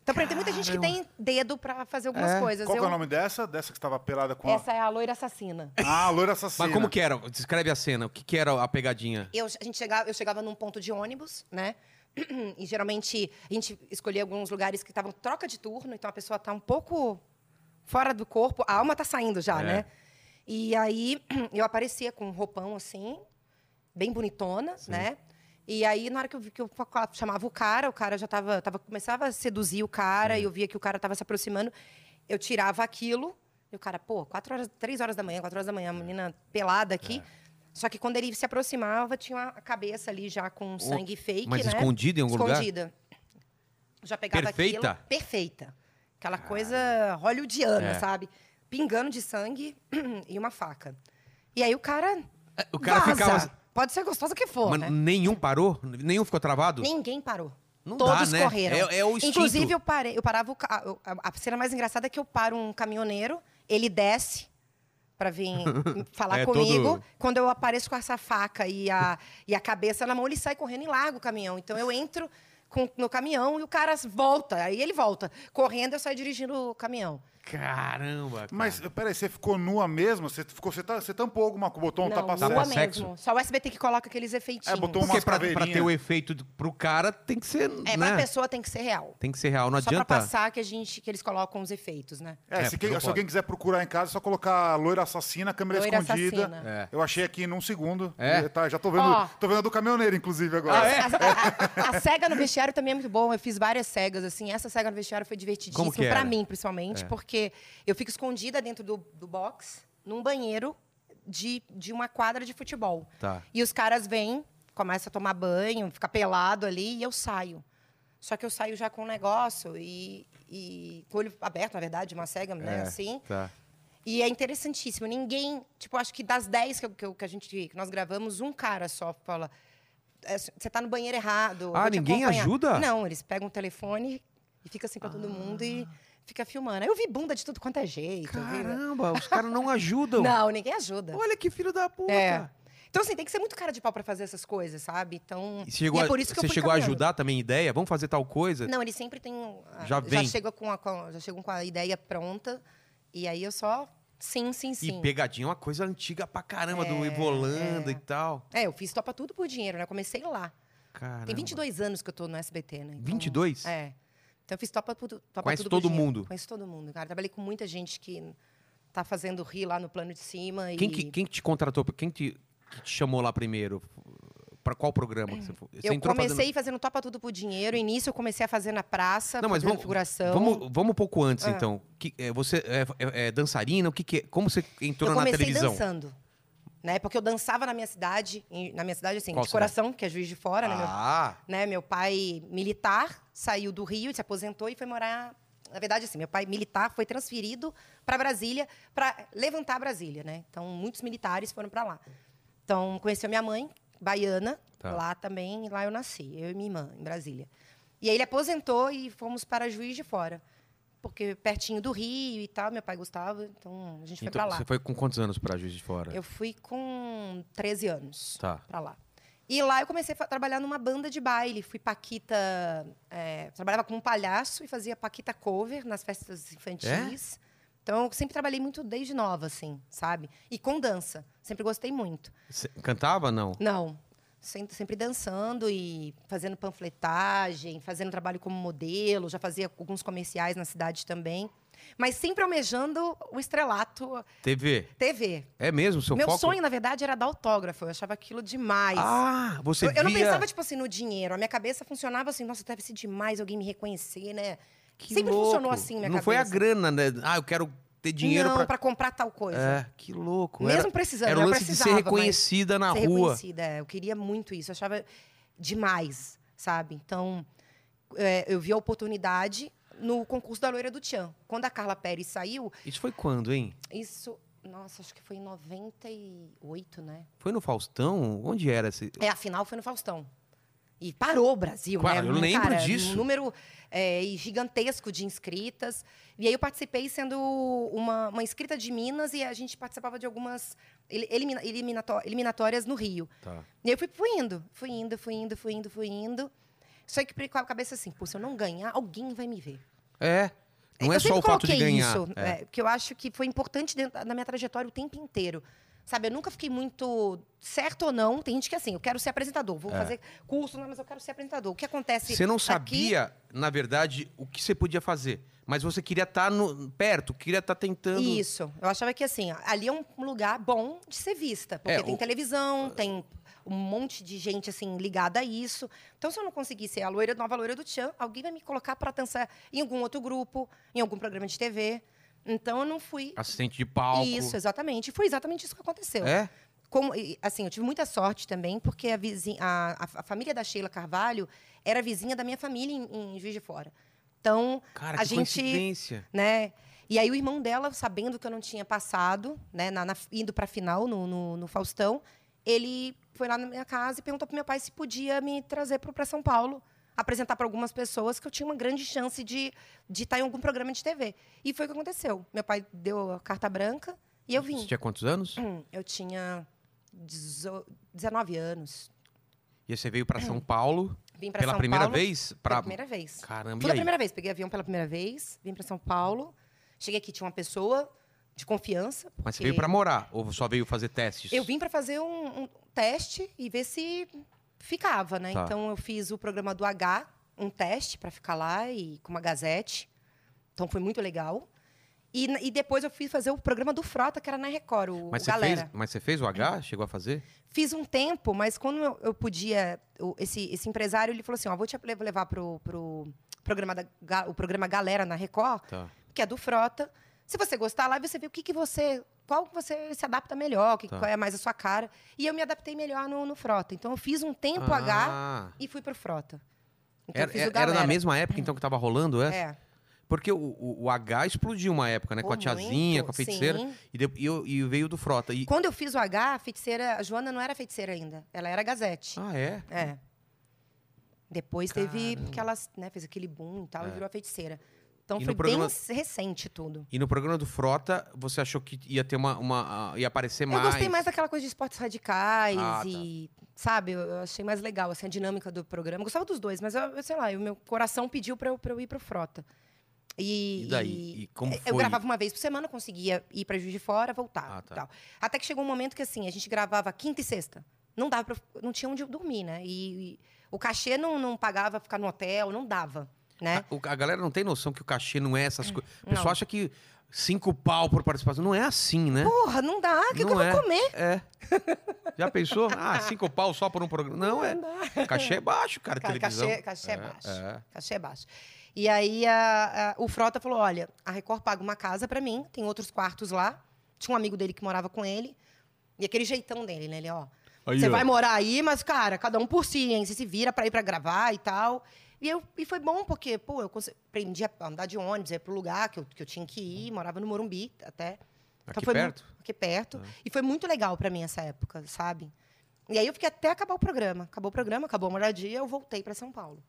Então, por exemplo, tem muita gente que tem dedo pra fazer algumas É. coisas. Qual que é Eu- o nome dessa? Dessa que estava pelada com um- Essa é a loira assassina. a... Ah, loira assassina. Mas como que era? Descreve a cena. O que, que era a pegadinha? Eu, a gente chegava, eu chegava num ponto de ônibus, né? E geralmente a gente escolhia alguns lugares que estavam troca de turno, então a pessoa tá um pouco fora do corpo, a alma tá saindo já, É. né? E aí eu aparecia com um roupão assim, bem bonitona, né? E aí, na hora que eu vi que eu fa- fa- chamava o cara, o cara já tava, tava começava a seduzir o cara, e eu via que o cara tava se aproximando, eu tirava aquilo, e o cara, pô, quatro horas, três horas da manhã, quatro horas da É. manhã, a menina pelada aqui. Só que quando ele se aproximava, tinha a cabeça ali já com sangue fake, mas né? escondida em algum lugar? Escondida. Já pegava Perfeita? aquilo. Perfeita. Aquela coisa hollywoodiana, É. sabe? Pingando de sangue e uma faca. E aí o cara. É, o cara vaza. ficava- Pode ser gostosa que for, Mas né? nenhum parou? Nenhum ficou travado? Ninguém parou. Não Todos dá, né? correram. É- é o instinto. Inclusive, eu parei, eu parava o ca- a, a- a cena mais engraçada é que eu paro um caminhoneiro, ele desce pra vir falar É, todo- comigo. Quando eu apareço com essa faca e a, e a cabeça na mão, ele sai correndo e larga o caminhão. Então eu entro com- no caminhão e o cara volta. Aí ele volta. Correndo, eu saio dirigindo o caminhão. Caramba, cara. Mas, peraí, você ficou nua mesmo? Você, ficou, você, tá, você tampou alguma coisa? Botou um Não, tapa nua Tapa sexo? sexo? mesmo. Só o SBT que coloca aqueles É, efeitinhos. botou uma- Porque umas pra, pra ter caveirinhas. o efeito do- pro cara tem que ser. É, né? pra pessoa tem que ser real. Tem que ser real, não Só adianta. pra passar que, a gente, que eles colocam os efeitos, né? É, É, se, porque quem- não se pode. alguém quiser procurar em casa, é só colocar loira assassina, câmera Loira escondida. assassina. É. Eu achei aqui num segundo. É? Ah, E tá, já tô vendo. Ó. Tô vendo a do caminhoneiro, inclusive, agora. A, a- a- a cega no vestiário também é muito bom. Eu fiz várias cegas, assim. Essa cega no vestiário foi divertidíssima Como que pra era? É. mim, principalmente, porque eu fico escondida dentro do, do box, num banheiro de, de uma quadra de futebol. Tá. E os caras vêm, começam a tomar banho, fica pelado ali, e eu saio. Só que eu saio já com um negócio e, e com o olho aberto, na verdade, uma cega, né? É, Assim. Tá. E é interessantíssimo. Ninguém. Tipo, acho que das 10 que, eu- que, eu- que a gente. Que nós gravamos, um cara só fala. "É, Você tá no banheiro errado. eu Ah, vou te ninguém acompanhar." ajuda? Não, eles pegam o telefone e fica assim pra todo mundo e fica filmando. Aí Eu vi bunda de tudo quanto é jeito. eu vi- Ah. Caramba, os caras não ajudam. Não, ninguém ajuda. Olha que filho da puta. É. Então, assim, tem que ser muito cara de pau pra fazer essas coisas, sabe? Então. E você chegou, e é a- por isso que eu você fui chegou a caminhando. ajudar também ideia? Vamos fazer tal coisa? Não, eles sempre têm. ah, Já vem. chega com a, com a- já chegam com a ideia pronta. E aí eu só. Sim, sim, e sim. pegadinha é uma coisa antiga pra caramba, do Evolanda e tal. É, eu fiz topa tudo por dinheiro, né? Eu comecei lá. Caramba. Tem 22 anos que eu tô no SBT, né? Então, 22? É. Então eu fiz topa, por tu- topa Conhece tudo por todo dinheiro. mundo? Conheço todo mundo, cara. Trabalhei com muita gente que tá fazendo rir lá no plano de cima. Quem e... que, quem que te contratou? Quem te, que te chamou lá primeiro? Pra qual programa que você foi? Você Eu entrou fazendo- comecei fazendo... topa tudo por dinheiro. No início eu comecei a fazer na praça, Não, mas fazendo vamos, figuração. Ah. vamos, vamos um pouco antes, então. Que, é, você é, é- é dançarina? O que, que é? Como você entrou eu na comecei televisão? dançando. Né? Porque eu dançava na minha cidade, em- na minha cidade, assim, Qual de coração, que é juiz de fora, né? Meu Ah, né? Meu pai militar saiu do Rio, se aposentou e foi morar. Na verdade, assim, meu pai militar foi transferido para Brasília para levantar Brasília, né? Então, muitos militares foram para lá. Então, conheceu minha mãe, baiana, Tá. lá também, e lá eu nasci, eu e minha irmã, em Brasília. E aí ele aposentou e fomos para Juiz de Fora, porque pertinho do Rio e tal, meu pai gostava, então a gente foi para então lá. você foi com quantos anos pra Juiz de Fora? Eu fui com 13 anos Tá. pra lá. E lá eu comecei a fa- trabalhar numa banda de baile. Fui Paquita. é, trabalhava como um palhaço e fazia Paquita cover nas festas infantis. Então eu sempre trabalhei muito desde nova, assim, sabe? E com dança. Sempre gostei muito. Você cantava, não? Não. Sem- Sempre dançando e fazendo panfletagem, fazendo trabalho como modelo, já fazia alguns comerciais na cidade também. Mas sempre almejando o estrelato TV. TV, É mesmo o seu meu foco? sonho, na verdade, era dar autógrafo. Eu achava aquilo demais. Ah, você eu, eu não via- pensava, tipo assim, no dinheiro. A minha cabeça funcionava assim, nossa, deve ser demais alguém me reconhecer, né? Que Sempre louco. funcionou assim, minha Não cabeça. foi a grana, né? Ah, eu quero ter dinheiro Não, pra... pra... comprar tal coisa. É, que louco. Mesmo era, precisando, Era o eu lance de ser precisava, mas reconhecida na ser rua. reconhecida. é. Eu queria muito isso. Eu achava demais, sabe? Então, é, eu vi a oportunidade no concurso da Loira do Tchan. Quando a Carla Pérez saiu, Isso foi quando, hein? isso... Nossa, acho que foi em 98, né? Foi no Faustão? Onde era esse? É, a final foi no Faustão. E parou o Brasil, Claro, né? eu lembro disso. Um número é, e gigantesco de inscritas. E aí eu participei sendo uma, uma inscrita de Minas e a gente participava de algumas ele- elimina- eliminató- eliminatórias no Rio. Tá. E aí eu fui, fui indo, fui indo, fui indo, fui indo, fui indo. Só que com a cabeça assim, pô, se eu não ganhar, alguém vai me ver. É. Não é eu só sempre o fato de coloquei ganhar. Isso, É. é, porque eu acho que foi importante dentro da- na minha trajetória o tempo inteiro. Sabe, eu nunca fiquei muito certo ou não. Tem gente que é assim, eu quero ser apresentador, vou É. fazer curso, não, mas eu quero ser apresentador. O que acontece? Você não aqui- sabia, na verdade, o que você podia fazer. Mas você queria estar perto, queria estar tentando. Isso. Eu achava que assim, ali é um lugar bom de ser vista. Porque É, tem o- televisão, tem um monte de gente assim ligada a isso. Então, se eu não conseguir ser a loira, nova loira do Tchan, alguém vai me colocar pra dançar em algum outro grupo, em algum programa de TV. Então eu não fui. Assistente de palco. Isso, exatamente. E Foi exatamente isso que aconteceu. É? Como- e, assim, eu tive muita sorte também, porque a, vizinha, a, a- a família da Sheila Carvalho era vizinha da minha família em, em Juiz de Fora. Então, Cara, a que gente coincidência. né? E aí o irmão dela, sabendo que eu não tinha passado, né, na, na- indo para final no, no, no Faustão, ele foi lá na minha casa e perguntou pro meu pai se podia me trazer para São Paulo, apresentar para algumas pessoas que eu tinha uma grande chance de de estar em algum programa de TV. E foi o que aconteceu. Meu pai deu a carta branca e eu Você vim. Hum. tinha quantos anos? Eu tinha dezo- 19 anos. E aí você veio pra São Paulo Vim para pela São primeira Paulo. vez? Pela Pra... primeira vez. Caramba, Pela e aí? primeira vez, peguei avião pela primeira vez, vim para São Paulo. Cheguei aqui, tinha uma pessoa de confiança. Mas você porque veio pra morar? Ou só veio fazer testes? Eu vim para fazer um, um teste e ver se ficava, né? Tá. Então eu fiz o programa do H, um teste para ficar lá e com uma gazete. Então foi muito legal. E, na- e depois eu fui fazer o programa do Frota, que era na Record, o, Mas o você, Galera. fez, mas você fez o H? Chegou a fazer? Fiz um tempo, mas quando eu, eu podia, o- esse, esse empresário ele falou assim: ó, vou te le- levar pro, pro programa da, ga- o programa Galera na Record, Tá. que é do Frota. Se você gostar lá, você vê o que, que você. Qual que você se adapta melhor, o que, Tá. qual é mais a sua cara. E eu me adaptei melhor no, no Frota. Então eu fiz um tempo H Ah. e fui pro Frota. Então eu Era, é, fiz o era Galera. na mesma época, então, que tava rolando essa? É. Porque o, o, o H explodiu uma época, né? com Pô, a tiazinha, muito, com a feiticeira. sim. E, de- e eu- e veio do Frota. E... Quando eu fiz o H, a feiticeira, a Joana não era feiticeira ainda. Ela era Gazete. Ah, é? É. Depois teve. Caramba. É. Porque ela né, fez aquele boom e tal e virou a feiticeira. Então E foi no programa- bem recente tudo. E no programa do Frota, você achou que ia ter uma. uma ah, ia aparecer mais. Eu gostei mais daquela coisa de esportes radicais Ah, tá. e. Sabe? Eu- Eu achei mais legal, assim, a dinâmica do programa. Eu gostava dos dois, mas eu, eu sei lá, o meu coração pediu pra eu, pra eu ir pro Frota. E, é, E daí? E como Eu foi? gravava uma vez por semana, conseguia ir pra Juiz de Fora, voltar. Ah, tá. tal. Até que chegou um momento que, assim, a gente gravava quinta e sexta. Não dava pra, eu- Não tinha onde eu dormir, né? E, e o cachê não, não pagava ficar no hotel, não dava, né? A, o- a galera não tem noção que o cachê não é essas coisas. O pessoal Não. acha que cinco pau por participação. Não é assim, né? Porra, não dá, Ah, o que, que Não eu é. vou comer? É. Já pensou? Ah, cinco pau só por um programa. Não, é. Cachê é baixo, cara, Cara, televisão. cachê, cachê é, É, baixo. é. Cachê é baixo. E aí a- a- o Frota falou: olha, a Record paga uma casa pra mim, tem outros quartos lá. Tinha um amigo dele que morava com ele. E aquele jeitão dele, né? Ele, ó. Aí, Você ó. vai morar aí, mas, cara, cada um por si, hein? Você se vira pra ir pra gravar e tal. E, eu, e foi bom, porque, pô, eu conse- aprendi a andar de ônibus, ia pro lugar que eu, que eu tinha que ir, morava no Morumbi Hum. até. Então, Aqui foi mu- perto? Tá. aqui perto. E foi muito legal pra mim essa época, sabe? E aí eu fiquei até acabar o programa. Acabou o programa, acabou a moradia, eu voltei pra São Paulo.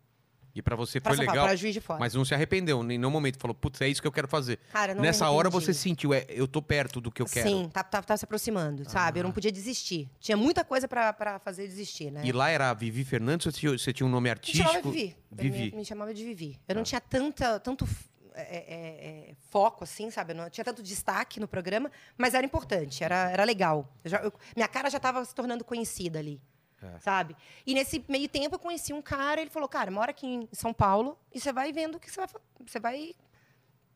E pra você Pra foi São legal. Paulo, pra Juiz de Fora. Mas não se arrependeu, em nenhum momento. Falou, putz, é isso que eu quero fazer. Cara, não me Nessa hora arrependi. você sentiu, é, eu tô perto do que eu quero. Sim, tá, tá, tá se aproximando, sabe? Eu não podia desistir. Tinha muita coisa pra, pra fazer desistir, né? E lá era a Vivi Fernandes ou você tinha- você tinha um nome Me chamava artístico? Vivi. Eu Vivi. Tá. Me, me chamava de Vivi. Eu não tinha tanta, tanto é, é, é, foco, assim, sabe? Eu não tinha tanto destaque no programa, mas era importante, era, era legal. Eu já- eu- minha cara já estava se tornando conhecida ali, É. sabe? E nesse meio tempo eu conheci um cara, ele falou, cara, mora aqui em São Paulo e você vai vendo que você vai, fa- você vai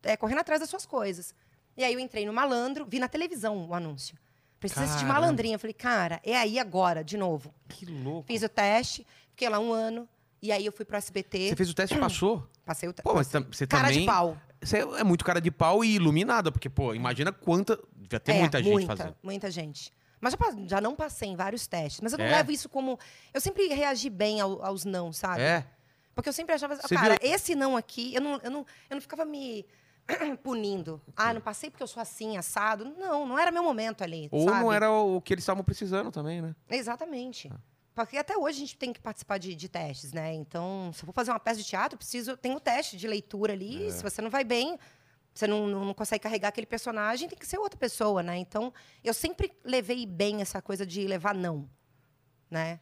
é, correndo atrás das suas coisas. E aí eu entrei no Malandro, vi na televisão o anúncio. Precisa assistir Caramba. Malandrinha. Eu falei, cara, é aí agora, de novo. Que louco. Fiz o teste, fiquei lá um ano. E aí eu fui pro SBT. Você fez o teste e passou. Passei o teste. Pô, mas tam- você Cara também... de pau. Você é muito cara de pau e iluminada, porque, pô, imagina quanta... Devia ter É, muita gente fazendo. Muita gente. Mas já, pa- já não passei em vários testes. Mas eu não É? levo isso como. Eu sempre reagi bem ao- aos não, sabe? É. Porque eu sempre achava. Você cara, esse não aqui, eu não, eu, não, eu não ficava me punindo. Ah, não passei porque eu sou assim, assado. Não, não era meu momento ali. Ou sabe? não era o que eles estavam precisando também, né? Exatamente. Porque até hoje a gente tem que participar de, de testes, né? Então, se eu for fazer uma peça de teatro, eu preciso. Tem o teste de leitura É. ali. Se você não vai bem, você não, não, não consegue carregar aquele personagem, tem que ser outra pessoa, né? Então, eu sempre levei bem essa coisa de levar não, né?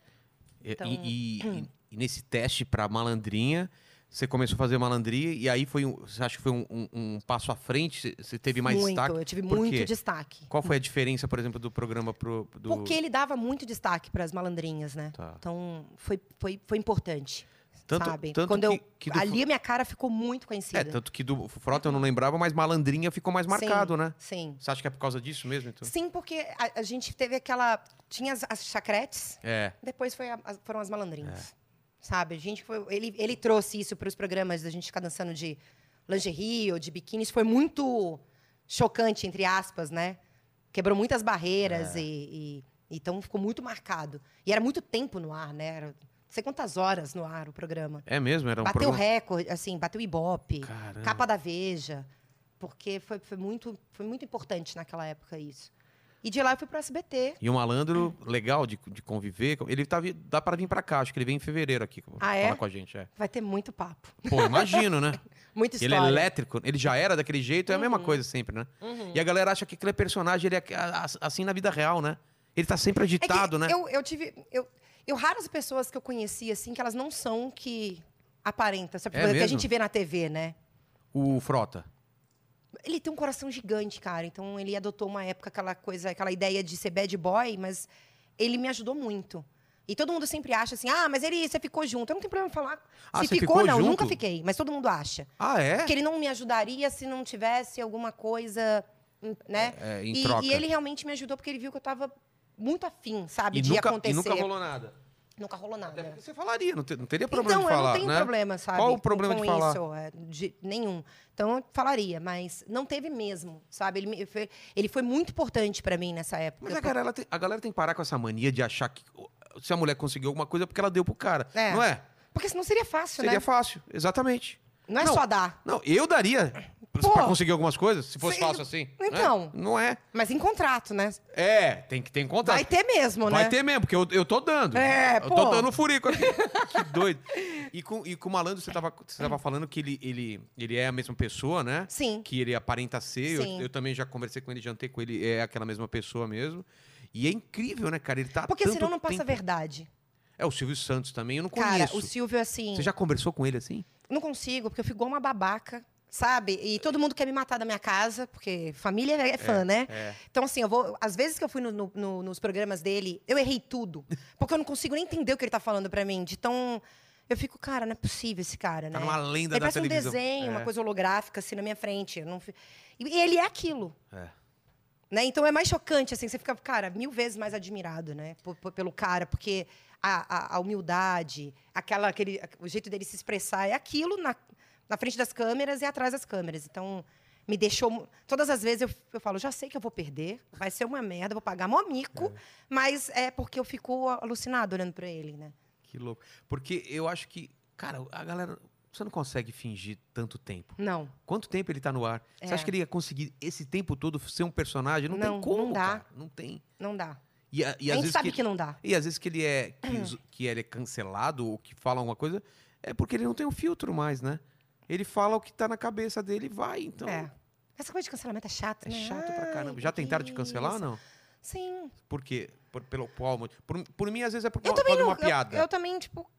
E- Então- hum. E, e- e nesse teste pra malandrinha, Você começou a fazer malandria e aí foi um. Você acha que foi um, um- um passo à frente? Você teve mais muito, destaque? eu tive Por quê? muito destaque. Qual foi a diferença, por exemplo, do programa pro. Do... Porque ele dava muito destaque para as malandrinhas, né? Tá. Então, foi, foi, foi importante. Tanto- sabe? tanto Quando que- eu, que do- ali a minha cara ficou muito É, conhecida. tanto que do Frota eu não lembrava, mas malandrinha ficou mais marcado, sim, né? Sim. Você acha que é por causa disso mesmo? Então? Sim, porque a, a gente teve aquela. Tinha as, as chacretes, É. depois foi a- as- foram as malandrinhas. Sabe? A gente foi, ele, ele trouxe isso para os programas da gente ficar dançando de lingerie ou de biquíni. Isso foi muito chocante, entre aspas, né? Quebrou muitas É. barreiras e, e- Então ficou muito marcado. E era muito tempo no ar, né? Era não sei quantas horas no ar o programa. É mesmo? Era um bateu programa. recorde, assim, bateu ibope, Caramba. capa da Veja. Porque foi, foi muito, foi muito importante naquela época isso. E de lá eu fui pro SBT. E um malandro legal de, de conviver. Ele tá, vi- dá pra vir pra cá, acho que ele vem em fevereiro aqui falar é? com a gente. É. Vai ter muito papo. Pô, imagino, né? Muita ele história. Uhum. é elétrico, ele já era daquele jeito, é a mesma coisa sempre, né? E a galera acha que aquele personagem ele é a- a- assim na vida real, né? Ele tá sempre É que agitado, né? Eu, eu tive. Eu, eu raras pessoas que eu conheci, assim, que elas não são o que aparenta. Sabe? É o que a mesmo? gente vê na TV, né? O Frota. Ele tem um coração gigante, cara. Então ele adotou uma época aquela coisa, aquela ideia de ser bad boy, mas ele me ajudou muito. E todo mundo sempre acha assim, ah, mas ele, você ficou junto. Eu não tenho problema em falar. Ah, se você ficou, ficou não, junto? nunca fiquei. Mas todo mundo acha. Ah, é? Porque ele não me ajudaria se não tivesse alguma coisa, né? É, em e, troca. e ele realmente me ajudou porque ele viu que eu tava muito afim, sabe, E de nunca, acontecer. e nunca rolou nada. Nunca rolou Até nada. porque você falaria, não, te- não teria problema então, de falar, eu não tenho né? problema, sabe? Qual o com- problema com de falar? Isso, é, de- nenhum. Então, eu falaria, mas não teve mesmo, sabe? Ele, me- foi, ele foi muito importante pra mim nessa época. Mas é a galera, ela tem, a galera tem que parar com essa mania de achar que o- se a mulher conseguiu alguma coisa é porque ela deu pro cara. É. Não é? Porque senão seria fácil, Seria né? fácil, exatamente. Não é Não. só dar, Não, eu daria pra- Pô. pra conseguir algumas coisas, se fosse Sim. fácil assim. né? Então. Não é? mas em contrato, né? É, tem que ter contato. Vai ter mesmo, né? Vai ter mesmo, porque eu, eu tô dando. É, eu pô. tô dando furico aqui. que doido. E com, e com o malandro, você tava, você tava falando que ele, ele, ele é a mesma pessoa, né? Sim. Que ele aparenta ser. Eu, Sim. eu também já conversei com ele, jantei com ele, é aquela mesma pessoa mesmo. E é incrível, né, cara? Ele tá. há Porque tanto senão não passa tempo- a verdade. É, o Silvio Santos também, eu não Cara, conheço. o Silvio, assim... Você já conversou com ele assim? Não consigo, porque eu fico igual uma babaca, sabe? E todo mundo quer me matar da minha casa, porque família é fã, né? é. Então, assim, eu vou. Às vezes que eu fui no- no- no- nos programas dele, eu errei tudo. Porque eu não consigo nem entender o que ele tá falando pra mim. De tão. Eu fico, cara, não é possível esse cara, Tá né? numa lenda da ele parece um televisão. desenho, uma É. coisa holográfica, assim, na minha frente. Eu não fi- E e ele é aquilo. É. Né? Então é mais chocante, assim, você fica, cara, mil vezes mais admirado, né? po- po- pelo cara, porque a, a- a humildade, aquela, aquele, o jeito dele se expressar é aquilo na, na frente das câmeras e atrás das câmeras. Então, me deixou. mu- Todas as vezes eu, eu falo, já sei que eu vou perder, vai ser uma merda, vou pagar mó mico, mas é porque eu fico alucinado olhando pra ele, né? Que louco. Porque eu acho que, cara, a galera. Você não consegue fingir tanto tempo. Não, Quanto tempo ele tá no ar? Você É. acha que ele ia conseguir esse tempo todo ser um personagem? Não, tem Não, como, não dá. cara. Não tem. não dá. E, a- e a às gente vezes sabe que, que... não dá. E às vezes que ele é que, os- que ele é cancelado ou que fala alguma coisa, é porque ele não tem o filtro mais, né? Ele fala o que tá na cabeça dele e vai, então. É. Essa coisa de cancelamento é chata, É né? chato pra Ai, caramba. que Já tentaram te cancelar ou isso. não? Sim, Por quê? Por, pelo qual motivo? Por, por mim, às vezes é por, Eu uma- por também causa de não. uma eu- piada. Eu, também, tipo,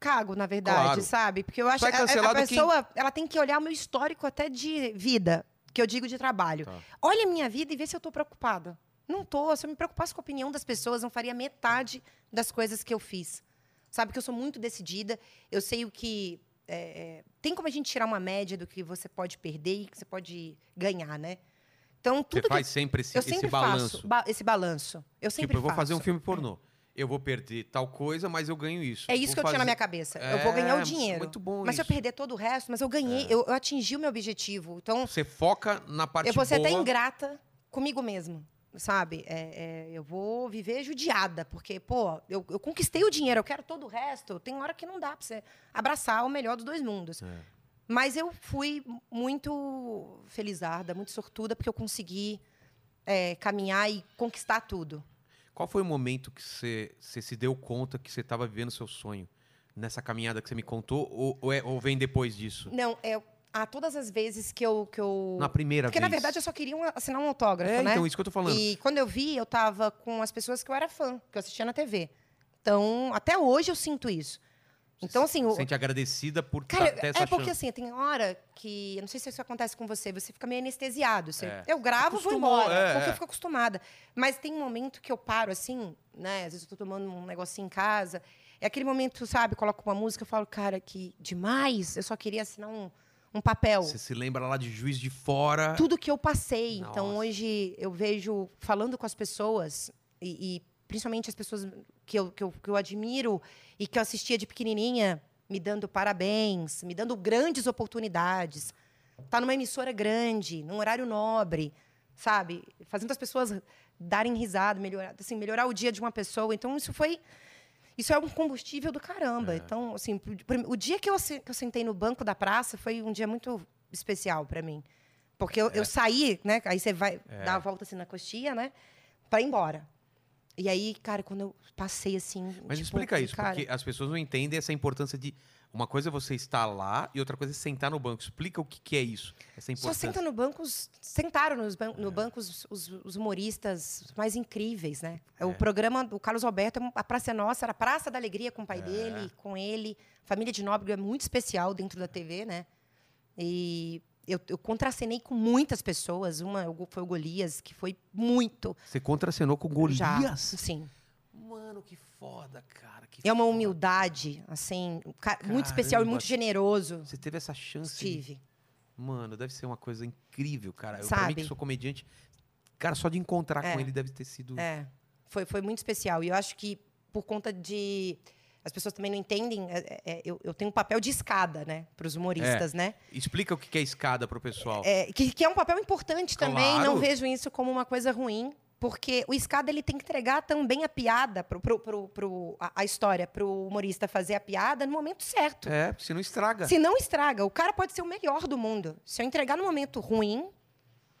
cago, na verdade, Claro. sabe? Porque eu acho Só é que a, a- a cancelado quem- pessoa ela tem que olhar o meu histórico até de vida, que eu digo de trabalho. Tá. Olha a minha vida e vê se eu tô preocupada. Não tô. Se eu me preocupasse com a opinião das pessoas, não faria metade das coisas que eu fiz. Sabe que eu sou muito decidida. Eu sei o que. é, é, tem como a gente tirar uma média do que você pode perder e que você pode ganhar, né? Então, Você tudo faz que. sempre esse, Eu esse sempre balanço. faço ba- esse balanço. Eu sempre tipo, eu vou fazer um faço. filme pornô. Eu vou perder tal coisa, mas eu ganho isso. É Vou isso que eu tinha na fazer- minha cabeça. eu vou ganhar É, o dinheiro. Muito bom mas se eu isso. perder todo o resto, mas eu ganhei, eu, eu atingi o meu objetivo. Então, Você foca na parte eu vou ser boa. até ingrata comigo mesmo, sabe? É, é, eu vou viver judiada, porque, pô, eu, eu conquistei o dinheiro, eu quero todo o resto. Tem hora que não dá pra você abraçar o melhor dos dois mundos. É. Mas eu fui muito felizarda, muito sortuda, porque eu consegui é, caminhar e conquistar tudo. Qual foi o momento que você, você se deu conta que você estava vivendo seu sonho? Nessa caminhada que você me contou? Ou, ou é- ou vem depois disso? Não, é. Há todas as vezes que eu. Que eu... Na primeira Porque, vez. na verdade, eu só queria um- assinar um autógrafo, É, né? então, isso que eu tô falando. E quando eu vi, eu tava com as pessoas que eu era fã, que eu assistia na TV. Então, até hoje eu sinto isso. Então, assim, o- Sente agradecida por tá- Cara, ter essa é porque chance. assim, tem hora que. Eu não sei se isso acontece com você, você fica meio anestesiado. Você, É. Eu gravo, vou Acostumou, embora. é, porque é. eu fico acostumada. Mas tem um momento que eu paro assim, né? Às vezes eu tô tomando um negocinho em casa. É aquele momento, sabe, coloco uma música eu falo, cara, que demais. Eu só queria assinar um, um papel. Você se lembra lá de juiz de fora. Tudo que eu passei. Então Nossa. hoje eu vejo falando com as pessoas e, e principalmente as pessoas que eu, que, eu, que eu admiro e que eu assistia de pequenininha, me dando parabéns, me dando grandes oportunidades. Tá numa emissora grande, num horário nobre, sabe? Fazendo as pessoas darem risada, melhorar, assim, melhorar o dia de uma pessoa. Então, isso foi. Isso é um combustível do É. caramba. Então, assim, pro- pro- o dia que eu, se- que eu sentei no banco da praça foi um dia muito especial para mim. Porque eu, É. eu saí, né? Aí você vai dar a volta assim na coxinha, né? Pra ir embora. E aí, cara, quando eu passei assim. Mas tipo, explica isso, cara, porque as pessoas não entendem essa importância de. Uma coisa é você estar lá e outra coisa é sentar no banco. Explica o que, que é isso. Essa Só importância. sentam no banco, os- sentaram nos ban no banco os, os- os humoristas mais incríveis, né? É. O programa do Carlos Alberto, a Praça é Nossa, era a Praça da Alegria com o pai É. dele, com ele. Família de Nóbrega é muito especial dentro da TV, né? E eu, eu contracenei com muitas pessoas. Uma eu go- foi o Golias, que foi muito. Você contracenou com Já, Golias. sim. Mano, que foda, cara. que É uma foda. humildade, assim, um ca- muito especial e Caramba. muito generoso. Você teve essa chance. de- Tive. Mano, deve ser uma coisa incrível, cara. Eu, pra mim Sabe? que sou comediante. Cara, só de encontrar com É. ele deve ter sido. É, foi, foi muito especial. E eu acho que por conta de. As pessoas também não entendem. é, é, eu, eu tenho um papel de escada, né? Para os É. humoristas, né? Explica o que que é escada pro pessoal. É, que, que é um papel importante também. Claro. Não vejo isso como uma coisa ruim. Porque o escada ele tem que entregar também a piada, pro, pro, pro, pro- a, a história, para o humorista fazer a piada no momento certo. É, porque senão estraga. Se não estraga, o cara pode ser o melhor do mundo. Se eu entregar no momento ruim, É.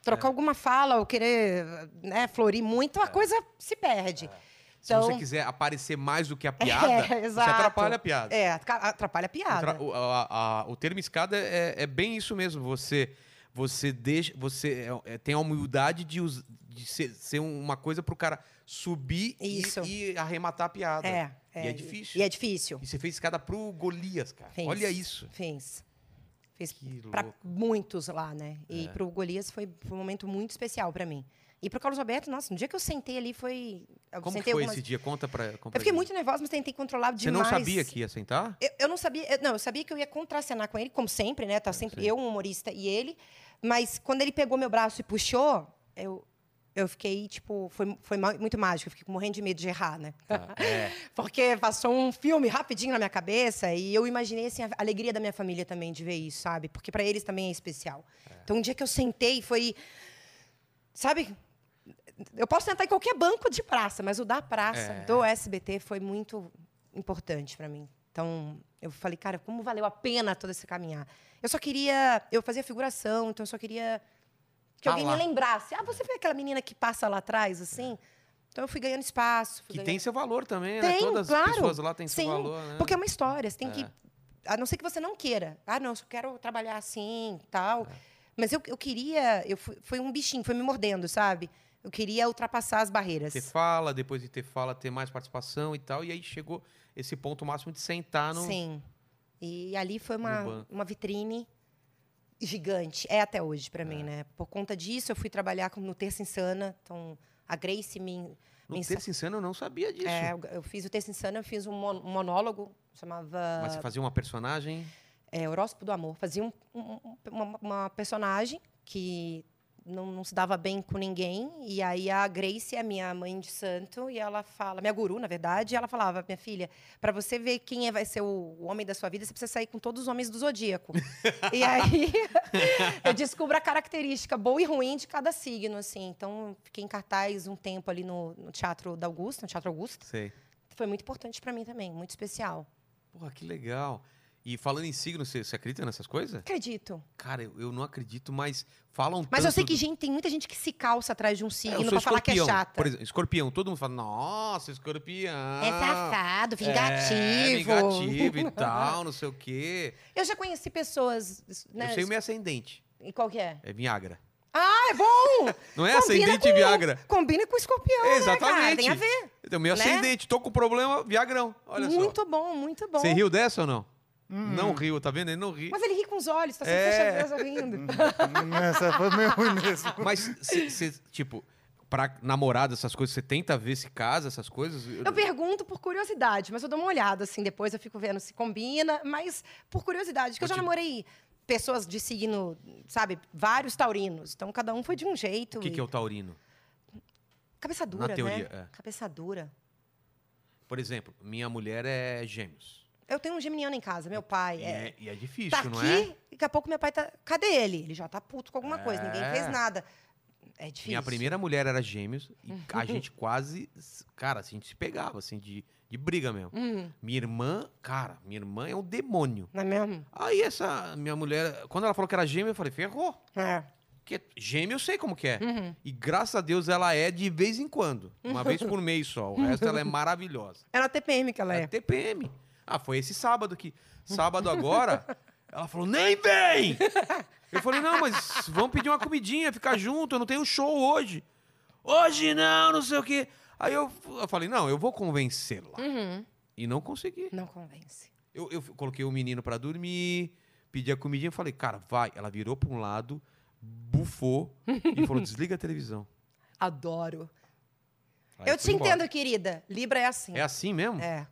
trocar alguma fala ou querer né, florir muito, a coisa se perde. É. Então, Se você quiser aparecer mais do que a piada, É, você exato. atrapalha a piada. É, aca- atrapalha a piada. Contra- o, a- a- o termo escada é, é bem isso mesmo. Você você deixa você é- é- tem a humildade de, us- de ser, ser uma coisa pro cara subir e- Isso. E, arrematar a piada. É, E é difícil. E é difícil. E você fez escada pro Golias, cara. Fiz. Olha isso. Fiz. Fiz Que pra louco. É. muitos lá, né? E pro Golias foi um momento muito especial pra mim. E pro Carlos Alberto, nossa, no dia que eu sentei ali foi. Eu Como que sentei foi algumas- esse dia? Conta pra. conta Eu fiquei pra muito nervosa, mas tentei controlar gente. Você demais. não sabia que ia sentar? Eu, eu não sabia, eu- não, eu sabia que eu ia contracenar com ele, como sempre, né? É, Tá sempre eu, um humorista e ele. Mas quando ele pegou meu braço e puxou, eu, eu fiquei, tipo, foi, foi ma- muito mágico, eu fiquei morrendo de medo de errar, né? Tá. É. Porque passou um filme rapidinho na minha cabeça e eu imaginei assim, a alegria da minha família também de ver isso, sabe? Porque pra eles também é especial. Então, um dia que eu sentei foi. Sabe? Eu posso sentar em qualquer banco de praça, mas o da praça, É. do SBT, foi muito importante pra mim. Então, eu falei, cara, como valeu a pena todo esse caminhar. Eu só queria. Eu fazia figuração, então eu só queria que Tá alguém lá. É. me lembrasse. Ah, você foi aquela menina que passa lá atrás, assim? Então eu fui ganhando espaço. Fui Que ganhando... tem seu valor também, né? Tem, Todas claro. as pessoas lá têm seu Sim, valor, né? Porque é uma história, você tem É. que. A não ser que você não queira. Ah, não, eu só quero trabalhar assim É. tal. Mas eu, eu queria. Eu fui, foi um bichinho, foi me mordendo, sabe? Eu queria ultrapassar as barreiras. Ter fala, depois de ter fala, ter mais participação e tal. E aí chegou esse ponto máximo de sentar tá no. Sim. E ali foi No uma, banco. uma vitrine gigante. É até hoje pra mim, né? Por conta disso, eu fui trabalhar como no Terça Insana. Então, a Grace me. No me ensa- Terça Insana eu não sabia disso. É, eu- eu fiz o Terça Insana, eu fiz um mon- um monólogo, chamava. Mas você fazia uma personagem. é, Horóscopo do Amor. Fazia um- um- um- uma, uma personagem que não, não se dava bem com ninguém. E aí a Grace é minha mãe de santo e ela fala, minha guru, na verdade, e ela falava, minha filha, para você ver quem é- vai ser o homem da sua vida, você precisa sair com todos os homens do zodíaco. e aí eu descubro a característica boa e ruim de cada signo, assim. Então, eu fiquei em cartaz um tempo ali no, no Teatro da Augusta, no Teatro Augusta. Sei. Foi muito importante para mim também, muito especial. Porra, que legal. E falando em signo, você, você acredita nessas coisas? Acredito. Cara, eu, eu não acredito, mas falam Mas eu sei que gente gente, tem muita gente que se calça atrás de É, um eu signo sou pra falar que é escorpião, chata. Por exemplo, escorpião, todo mundo fala, nossa, escorpião. É safado, vingativo. É, vingativo e tal, não sei o quê. Eu já conheci pessoas. Né, Eu sei o meu ascendente, E qual que é? é Viagra. Ah, é bom! Não é ascendente e Viagra? Combina com escorpião. né, cara? Exatamente. Tem a ver. Então, meio Né? ascendente, tô com problema, Viagrão. Olha só. muito bom, muito bom. Hum. Você riu dessa ou não? Não riu, tá vendo? Ele não riu. Mas ele ri com os olhos, tá sempre É. fechando os olhos rindo. Hum, Essa foi meio ruim mesmo. Mas, cê- cê, tipo, pra namorada, essas coisas, você tenta ver se casa, essas coisas? Eu pergunto por curiosidade, mas eu dou uma olhada assim, depois eu fico vendo se combina, mas por curiosidade, porque eu já Vou te- namorei pessoas de signo, sabe, vários taurinos. Então cada um foi de um jeito. O que, que é o taurino? Cabeça dura, teoria, né? é. Cabeça dura. Por exemplo, minha mulher é gêmeos. Eu tenho um geminiano em casa, meu pai. E é- é, e é difícil, tá aqui, não é? e daqui a pouco meu pai tá. Cadê ele? Ele já tá puto com alguma coisa, ninguém É. fez nada. É difícil. Uhum. Minha primeira mulher era gêmeos e a gente quase. Cara, assim, a gente se pegava, assim, de, de briga mesmo. Hum, Minha irmã, cara, minha irmã é um demônio. não é mesmo? Aí essa minha mulher, quando ela falou que era gêmea, eu falei, ferrou. É. Porque gêmea eu sei como que é. Uhum. E graças a Deus ela é de vez em quando. Uma vez por mês só. O resto ela é maravilhosa. É na TPM que ela É é. TPM. Ah, foi esse sábado que. Sábado agora, ela falou, nem vem! Eu falei, não, mas vamos pedir uma comidinha, ficar junto, eu não tenho show hoje. Hoje não, não sei o quê. Aí eu, eu falei, não, eu vou convencê-la. Uhum. E não consegui. Não convence. Eu, eu f- coloquei o menino pra dormir, pedi a comidinha e falei, cara, vai. Ela virou pra um lado, bufou e falou, desliga a televisão. Adoro. Aí eu te fui embora. entendo, querida. Libra é assim. É assim mesmo? É.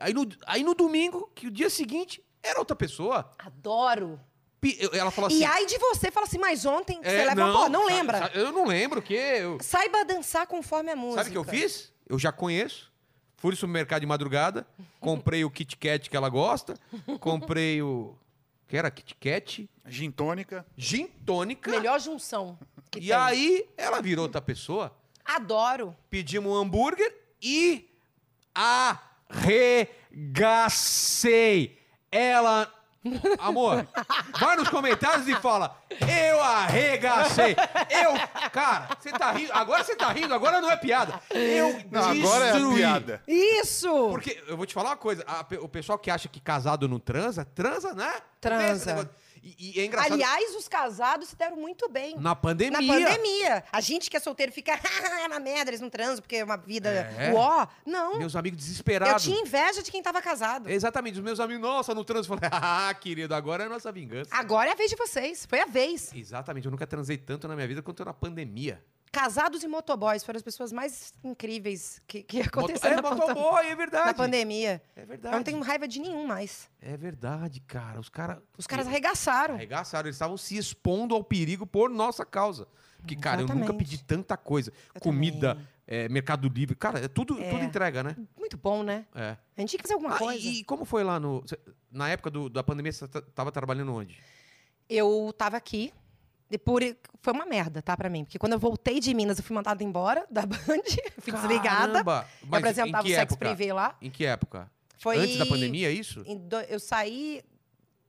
Aí, no, aí no domingo, que o dia seguinte era outra pessoa, Adoro. pi- eu- ela falou Tipo assim... e aí de você fala assim, mas ontem "É, você leva não, não sa- lembra. sa- Eu não lembro, que eu... Saiba dançar conforme a música. Sabe o que eu fiz? Eu já conheço. Fui no supermercado de madrugada, comprei o Kit Kat que ela gosta, comprei o... que era Kit Kat? Gin tônica. Gin tônica. Melhor junção. que E tem. aí, ela virou outra pessoa. Adoro. Pedimos um hambúrguer e arregacei. Ela. Amor, vai nos comentários e fala: Eu arregacei. Eu. Cara, você tá rindo. Agora você tá rindo, agora não é piada. Eu Não, destruí. agora é a piada. Isso! Porque eu vou te falar uma coisa: a pe- o pessoal que acha que casado não transa, transa, né? Transa. Tem esse negócio. E, e é engraçado. Aliás, os casados se deram muito bem. na pandemia. Na pandemia. A gente que é solteiro fica na merda, eles não transam porque é uma vida É. uó. Não. Meus amigos eu desesperados. tinha inveja de quem tava casado. Exatamente, os meus amigos, nossa, no trânsito, eu falei, ah, querido, agora é a nossa vingança. Agora é a vez de vocês. Foi a vez. Exatamente, eu nunca transei tanto na minha vida quanto na pandemia. Casados e motoboys foram as pessoas mais incríveis que, que é, aconteceram na, motoboy, pandem- é na verdade. pandemia. É Eu verdade. não tenho raiva de nenhum mais. É verdade, cara. Os, cara... Os caras arregaçaram. arregaçaram, eles estavam se expondo ao perigo por nossa causa. Porque, cara, eu nunca Exatamente. pedi tanta coisa. Eu Comida, também. é, mercado livre, cara, é tudo, É. tudo entrega, né? Muito bom, né? É. A gente tinha que fazer alguma Ah, coisa. e, e como foi lá no. cê- Na época do- da pandemia, você ta- tava trabalhando onde? Eu tava aqui. E por... Foi uma merda, tá, pra mim? Porque quando eu voltei de Minas, eu fui mandada embora da Band. fui desligada. é Caramba! Eu Mas em apresentava o que sexo época? privê lá. Em que época? Foi Antes da pandemia, é isso? em do- Eu saí.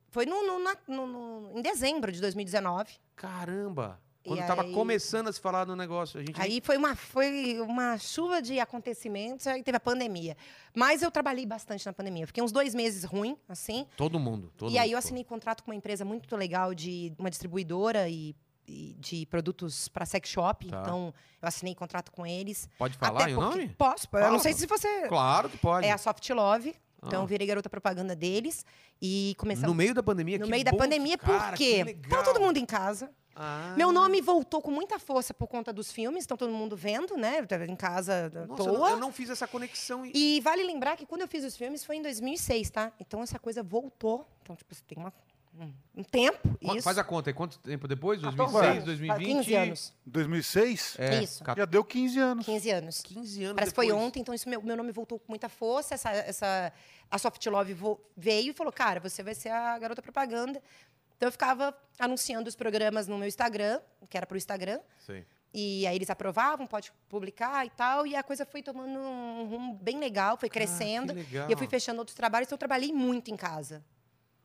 Foi no, no- na- no- no- em dezembro de 2019. Caramba! E Quando tava aí- começando a se falar do negócio, a gente. Aí foi uma, foi uma chuva de acontecimentos, aí teve a pandemia. Mas eu trabalhei bastante na pandemia. Eu fiquei uns dois meses ruim, assim. Todo mundo. Todo e mundo aí eu ficou. assinei contrato com uma empresa muito legal de uma distribuidora e, e de produtos para sex shop. Tá. Então, eu assinei contrato com eles. Pode falar Até aí o porque- nome? Posso. eu Fala, não sei pô. se você... Claro que pode. É a Soft Love. Então, Ah. eu virei garota propaganda deles. E começamos... No meio da pandemia, No que meio da bom que- pandemia, cara, por que quê? legal. Tava todo mundo em casa. Ah. Meu nome voltou com muita força por conta dos filmes, então todo mundo vendo, né? Eu tava Em casa à Nossa, eu toa. não- eu não fiz essa conexão. E... E vale lembrar que quando eu fiz os filmes foi em 2006, tá? Então essa coisa voltou. Então, tipo, você tem uma- um- um tempo. Qua- isso. Faz a conta aí, quanto tempo depois? 14 2006, anos. 2020? 15 anos. 2006? É, Isso. ca- Já deu 15 anos. 15 anos. 15 anos. Parece que foi depois. ontem, então isso, meu, meu nome voltou com muita força. Essa, essa, a Soft Love vo- veio e falou: cara, você vai ser a garota propaganda. Então eu ficava anunciando os programas no meu Instagram, que era pro Instagram. Sim. E aí eles aprovavam, pode publicar e tal. E a coisa foi tomando um rumo bem legal, foi Cara, Ah, que crescendo. legal. E eu fui fechando outros trabalhos, então eu trabalhei muito em casa.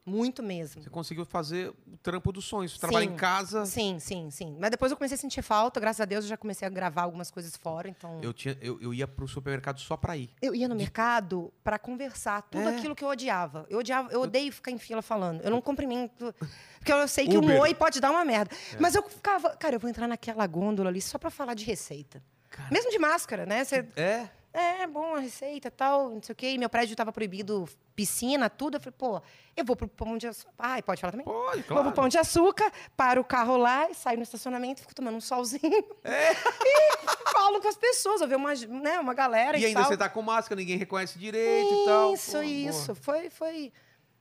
Muito mesmo. Você conseguiu fazer o trampo dos sonhos. Você trabalha Sim. em casa. Sim, sim, sim. Mas depois eu comecei a sentir falta, graças a Deus eu já comecei a gravar algumas coisas fora, então. Eu, Eu, tinha, eu, eu ia pro supermercado só pra ir. ia no mercado pra conversar tudo É. aquilo que eu odiava. Eu odiava, eu odeio ficar em fila falando. Eu não cumprimento, porque eu sei que Uber. É. um oi pode dar uma merda. Mas eu ficava, cara, eu vou entrar naquela gôndola ali só pra falar de receita. Cara, Mesmo de máscara, né? Você É? É, bom, a receita tal, não sei o quê. E meu prédio estava proibido piscina, tudo. Eu falei, pô, eu vou pro Pão de Açúcar. Ai, pode falar também? Pode, Vou pro Pão de Açúcar, paro o carro lá, e saio no estacionamento, fico tomando um solzinho. É. E falo com as pessoas, eu vejo uma, né, uma galera e, E ainda tal. você tá com máscara, ninguém reconhece direito e tal. Isso, Pô, isso. boa. Foi, foi...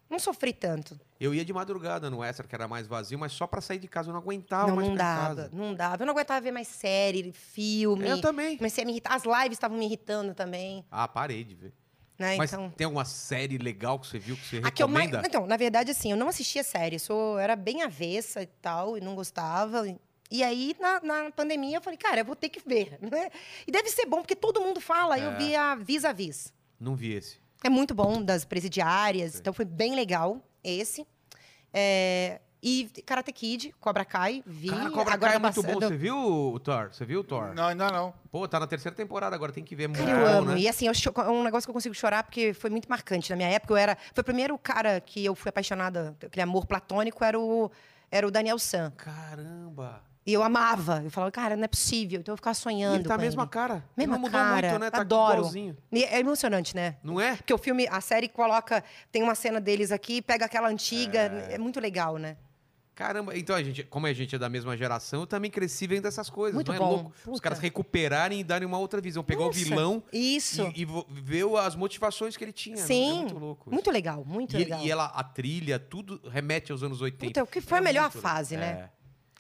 Não sofri tanto. Eu ia de madrugada no Extra, que era mais vazio, mas só pra sair de casa eu não aguentava não, mais não ficar em dava, Ah, casa. não dava. Eu não aguentava ver mais série, filme. Eu também. Comecei a me irritar. As lives estavam me irritando também, Ah, parei de ver. né? Mas então... tem alguma série legal que você viu que você A que eu mais... recomenda? Então, na verdade, assim, eu não assistia série. Eu sou... eu era bem avessa e tal, e não gostava. E- E aí, na, na pandemia, eu falei, cara, eu vou ter que ver, né? E deve ser bom, porque todo mundo fala. É. Eu vi a Vis-a-Vis. Não vi esse. É muito bom, das presidiárias. Sim. Então, foi bem legal esse. É, E Karate Kid, Cobra Kai, vi. Cara, Cobra agora Kai é tá muito bom. passando- Você viu o Thor? Você viu o Thor? Não, ainda não. Pô, tá na terceira temporada agora, tem que ver. É Muito Cara, eu bom, amo. né? E assim, eu cho- é um negócio que eu consigo chorar porque foi muito marcante na minha época. Eu era, foi o primeiro cara que eu fui apaixonada, aquele amor platônico, era o, era o Daniel San. Caramba. E eu amava. Eu falava, cara, não é possível. Então eu ficava E sonhando. ele tá a com mesma ele. cara. Mesma não mudou cara, muito, né? Tá adoro. igualzinho. E É emocionante, né? Não é? Porque o filme, a série coloca, tem uma cena deles aqui, pega aquela antiga. É, muito legal, né? Caramba, então a gente, como a gente é da mesma geração, eu também cresci vendo essas coisas, Muito não é bom. louco? Os Puta. caras recuperarem e darem uma outra visão, pegar Nossa, o vilão Isso. e, e vo- ver o- as motivações que ele tinha. Sim. É muito louco. isso. Muito legal, muito e, ele- legal. e ela, a trilha, tudo remete aos anos 80. Puta, o que foi a melhor muito louco. fase, né?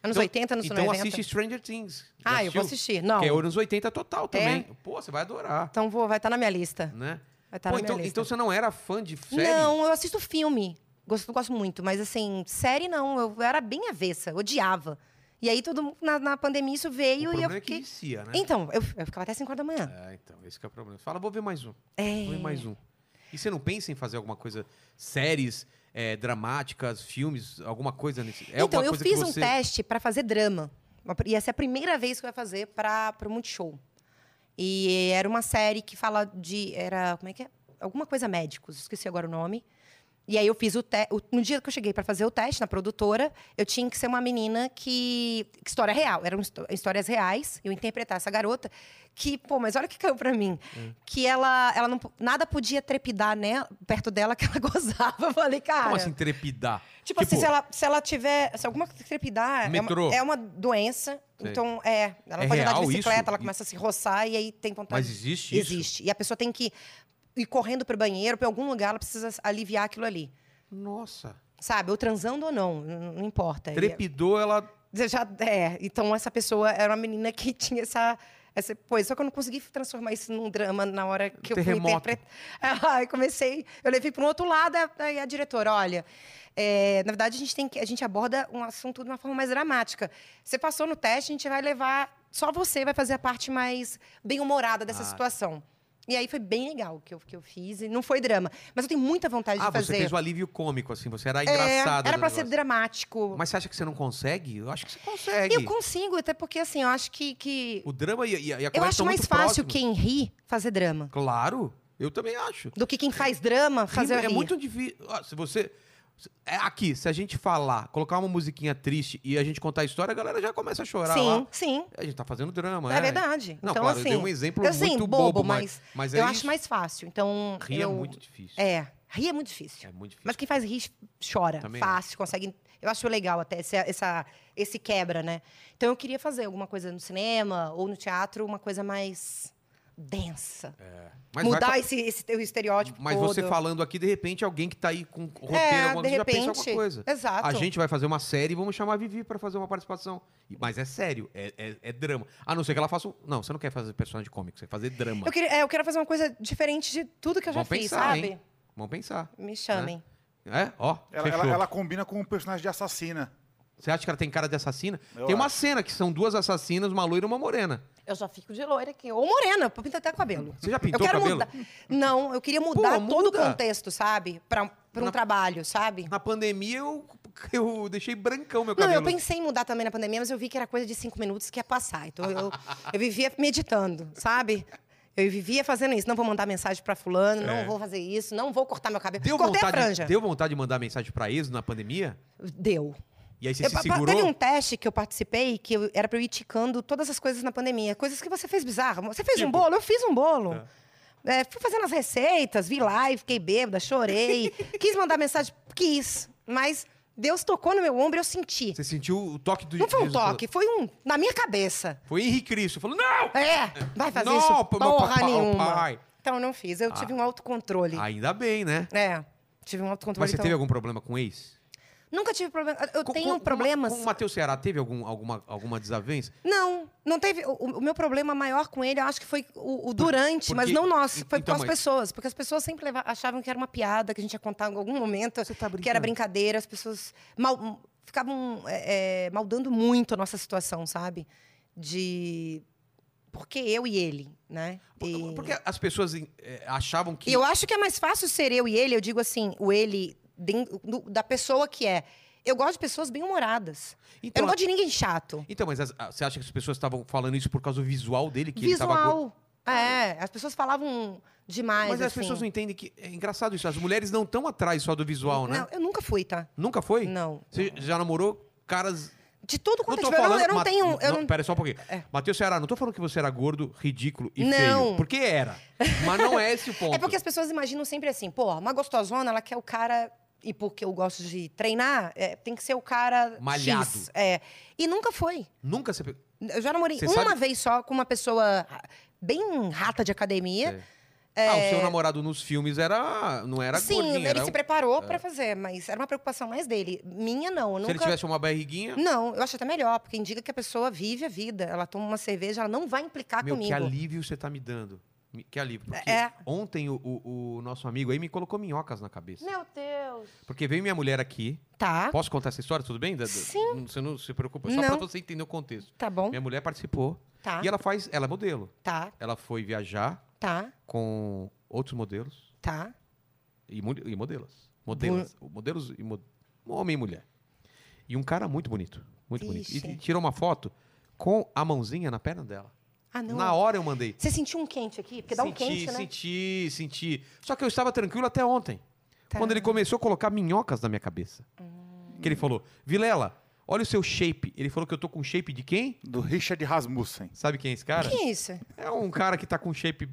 Anos Então- 80, anos Então 90. assiste Stranger Things. Já Ah, eu vou assistiu? assistir. Não. Que é anos 80 total É? também. Pô, você vai adorar, Então vou, vai estar na minha lista. né? Vai estar Pô, na então, minha lista. então você não era fã de série? Não, eu assisto filme. Gosto, gosto muito, mas assim, série não. Eu era bem avessa, odiava. E aí, todo mundo, na, na pandemia, isso O veio e eu problema é fiquei. que vicia, né? Então, eu, eu ficava até 5 horas da manhã. É, então, esse que é o problema. Você Fala, vou ver mais um. É. Vou ver mais um. E você não pensa em fazer alguma coisa, séries é, dramáticas, filmes, alguma coisa nesse... É então, alguma eu coisa fiz que um você... teste pra fazer drama. Uma- Ia ser é a primeira vez que eu ia fazer para o Multishow. E era uma série que fala de. Era. Como é que é? Alguma coisa médicos, esqueci agora o nome. E aí eu fiz o teste. No dia que eu cheguei pra fazer o teste na produtora, eu tinha que ser uma menina que. que história real. Eram histó- histórias reais. Eu interpretar essa garota. Que, pô, mas olha o que caiu pra mim. Hum. Que ela, ela não. po- Nada podia trepidar né, perto dela que ela gozava. Eu falei, cara. Como assim, trepidar? Tipo, assim, se ela, se ela tiver. Se alguma trepidar, é Metrô. uma, é uma doença. Sei. Então, é. Ela não É pode andar real de bicicleta, isso? ela começa a se roçar e aí tem vontade. Mas existe isso? Existe. E a pessoa tem que ir correndo pro banheiro, pra algum lugar, ela precisa aliviar aquilo ali. Nossa. Sabe? Ou transando ou não, n- não importa. é Trepidou, ela... E- Já, é. Então, essa pessoa era uma menina que tinha essa. Essa coisa. Só que eu não consegui transformar isso num drama na hora que eu fui Um Terremoto. interpretar. Aí comecei, eu levei para um outro lado, aí a diretora, olha, é, na verdade a gente tem que, a gente aborda um assunto de uma forma mais dramática. Você passou no teste, a gente vai levar, só você vai fazer a parte mais bem humorada dessa Ah. situação. E aí foi bem legal que eu, que eu fiz, e não foi drama, mas eu tenho muita vontade Ah, de fazer. você fez o alívio cômico, assim, você era É, engraçada. era do para ser negócio. dramático. Mas você acha que você não consegue? Eu acho que você consegue. Eu consigo, até porque assim, eu acho que, que O drama e, e a e a eu comédia acho são mais muito fácil próximos. quem ri fazer drama Claro, eu também acho. do que quem faz drama fazer Rima- é rir. muito difícil. Ó, se você. se- é aqui, se a gente falar, colocar uma musiquinha triste e a gente contar a história, a galera já começa a chorar Sim, lá. sim. A gente tá fazendo drama, É, né? verdade. Não, então, claro, assim, eu dei um exemplo eu, assim, muito bobo, bobo, mas, mas é eu isso. acho mais fácil. Então, Rir é eu- muito difícil. É, rir é muito difícil. É muito difícil. Mas quem faz rir chora, Também é. fácil, consegue. Eu acho legal até esse, essa, esse quebra, né? Então eu queria fazer alguma coisa no cinema ou no teatro, uma coisa mais densa. É. Mas vai Mudar fa- esse, esse teu estereótipo Mas todo. você falando aqui, de repente, alguém que tá aí com roteiro, É, alguma de coisa, já pensa repente. alguma coisa. Exato. A gente vai fazer uma série e vamos chamar a Vivi pra fazer uma participação. E- Mas é sério, é, é- é drama. A não ser que ela faça. um- Não, você não quer fazer personagem cômico, você quer fazer drama. Eu, queria, é, eu quero fazer uma coisa diferente de tudo que eu já Vamos fiz, pensar, sabe? hein? Vamos pensar. Me chamem. É? Ó, Ela, fechou. ela- ela combina com o personagem de assassina. Você acha que ela tem cara de assassina? Eu tem uma acho. cena que são duas assassinas, uma loira e uma morena. Eu já fico de loira aqui. Ou morena, eu pinto até o cabelo. Você já pintou eu quero o cabelo? mudar. Não, eu queria mudar Pô, todo o muda. contexto, sabe? Pra, pra um Na- trabalho, sabe? Na pandemia eu, eu deixei brancão meu Não, cabelo. eu pensei em mudar também na pandemia, mas eu vi que era coisa de cinco minutos que ia passar. Então eu, eu vivia meditando, sabe? Eu vivia fazendo isso. Não vou mandar mensagem pra fulano, É. não vou fazer isso, não vou cortar meu cabelo. Deu Cortei a vontade, É franja. deu vontade de mandar mensagem pra ex na pandemia? Deu. E aí você Eu- se pa- Teve um segurou? teste que eu participei que eu- era pra eu ir ticando todas as coisas na pandemia. Coisas que você fez bizarro. Você fez um Tipo? bolo? Eu fiz um bolo. Tá. É, fui fazendo as receitas, vi live, fiquei bêbada, chorei. quis mandar mensagem, quis. Mas Deus tocou no meu ombro e eu senti. Você sentiu o toque do Não foi um Jesus falando- toque, foi um na minha cabeça. Foi Henrique Cristo falando, não! É, vai fazer Não, isso pô, porra meu papai, nenhuma. pai. Ah. Então não fiz, eu tive um autocontrole. Ainda bem, né? É, tive um autocontrole. Mas você então- teve algum problema com o ex? Nunca tive problema. Eu Com- tenho com- problemas. Com o Matheus Ceará, teve algum, alguma, alguma desavença? Não, não teve. O, o meu problema maior com ele, eu acho que foi o, o durante, mas porque- não nós. Foi então, com as mas- pessoas. Porque as pessoas sempre leva- achavam que era uma piada, que a gente ia contar em algum momento, que Uhum. era brincadeira. As pessoas mal- ficavam é, é, maldando muito a nossa situação, sabe? De. Porque eu e ele, né? E- Porque as pessoas eh, achavam que. e eu acho que é mais fácil ser eu e ele, eu digo assim, o ele den- do- da pessoa que é. Eu gosto de pessoas bem-humoradas. eu Então, não gosto de ninguém chato. Então, mas as- a- você acha que as pessoas estavam falando isso por causa do visual dele? Que Ele tava... gordo? Visual. É, as pessoas falavam demais. Mas as assim. pessoas não entendem que. É engraçado isso. As mulheres não estão atrás só do visual, né? Não, eu nunca fui, tá? Nunca foi? Não. Você já namorou caras. De tudo quanto é tô tipo, eu não- falando- eu não Ma- tenho. Eu não, É. Pera só um pouquinho. Matheus Ceará, não tô falando que você era gordo, ridículo e feio. Não. Porque era. Mas não é esse o ponto. É porque as pessoas imaginam sempre assim, pô, uma gostosona, ela quer o cara. E porque eu gosto de treinar, é, tem que ser o cara. Malhado. X, é. E nunca foi. Nunca você. pegou- Eu já namorei Você uma sabe- vez só com uma pessoa ah, bem rata de academia. Ah, o seu namorado nos filmes era. Não era É. Sim, gordinho. ele era... um- É. se preparou pra fazer, mas era uma preocupação mais dele. Minha, não. Eu Se nunca... ele tivesse uma barriguinha. Não, eu acho até melhor, porque indica que a pessoa vive a vida. Ela toma uma cerveja, ela não vai implicar Meu, que tá comigo. alívio você tá me dando. Me- Que alívio. Porque É. ontem o, o- o nosso amigo aí me colocou minhocas na cabeça. Meu Deus. Porque veio minha mulher aqui. Tá, Posso contar essa história, tudo bem? Da- da- Sim. Você não se preocupa, só Não. pra você entender o contexto. tá bom. Minha mulher participou. Tá, E ela faz. Ela é modelo. tá, Ela foi viajar tá, com outros modelos tá. e, mu- e modelas. Modelas. Modelos e mo- homem e mulher. E um cara muito bonito. Muito bonito. E- Vixe. E tirou uma foto com a mãozinha na perna dela. Ah, não. Na hora eu mandei. Você sentiu um quente aqui? Porque dá um quente, né? Senti, senti. Só que eu estava tranquilo até ontem. Tá. Hum. Quando ele começou a colocar minhocas na minha cabeça. Que ele falou, Vilela, olha o seu shape. Ele falou que eu tô com shape de quem? Do Richard Rasmussen. Sabe quem é esse cara? O que é isso? É um cara que tá com shape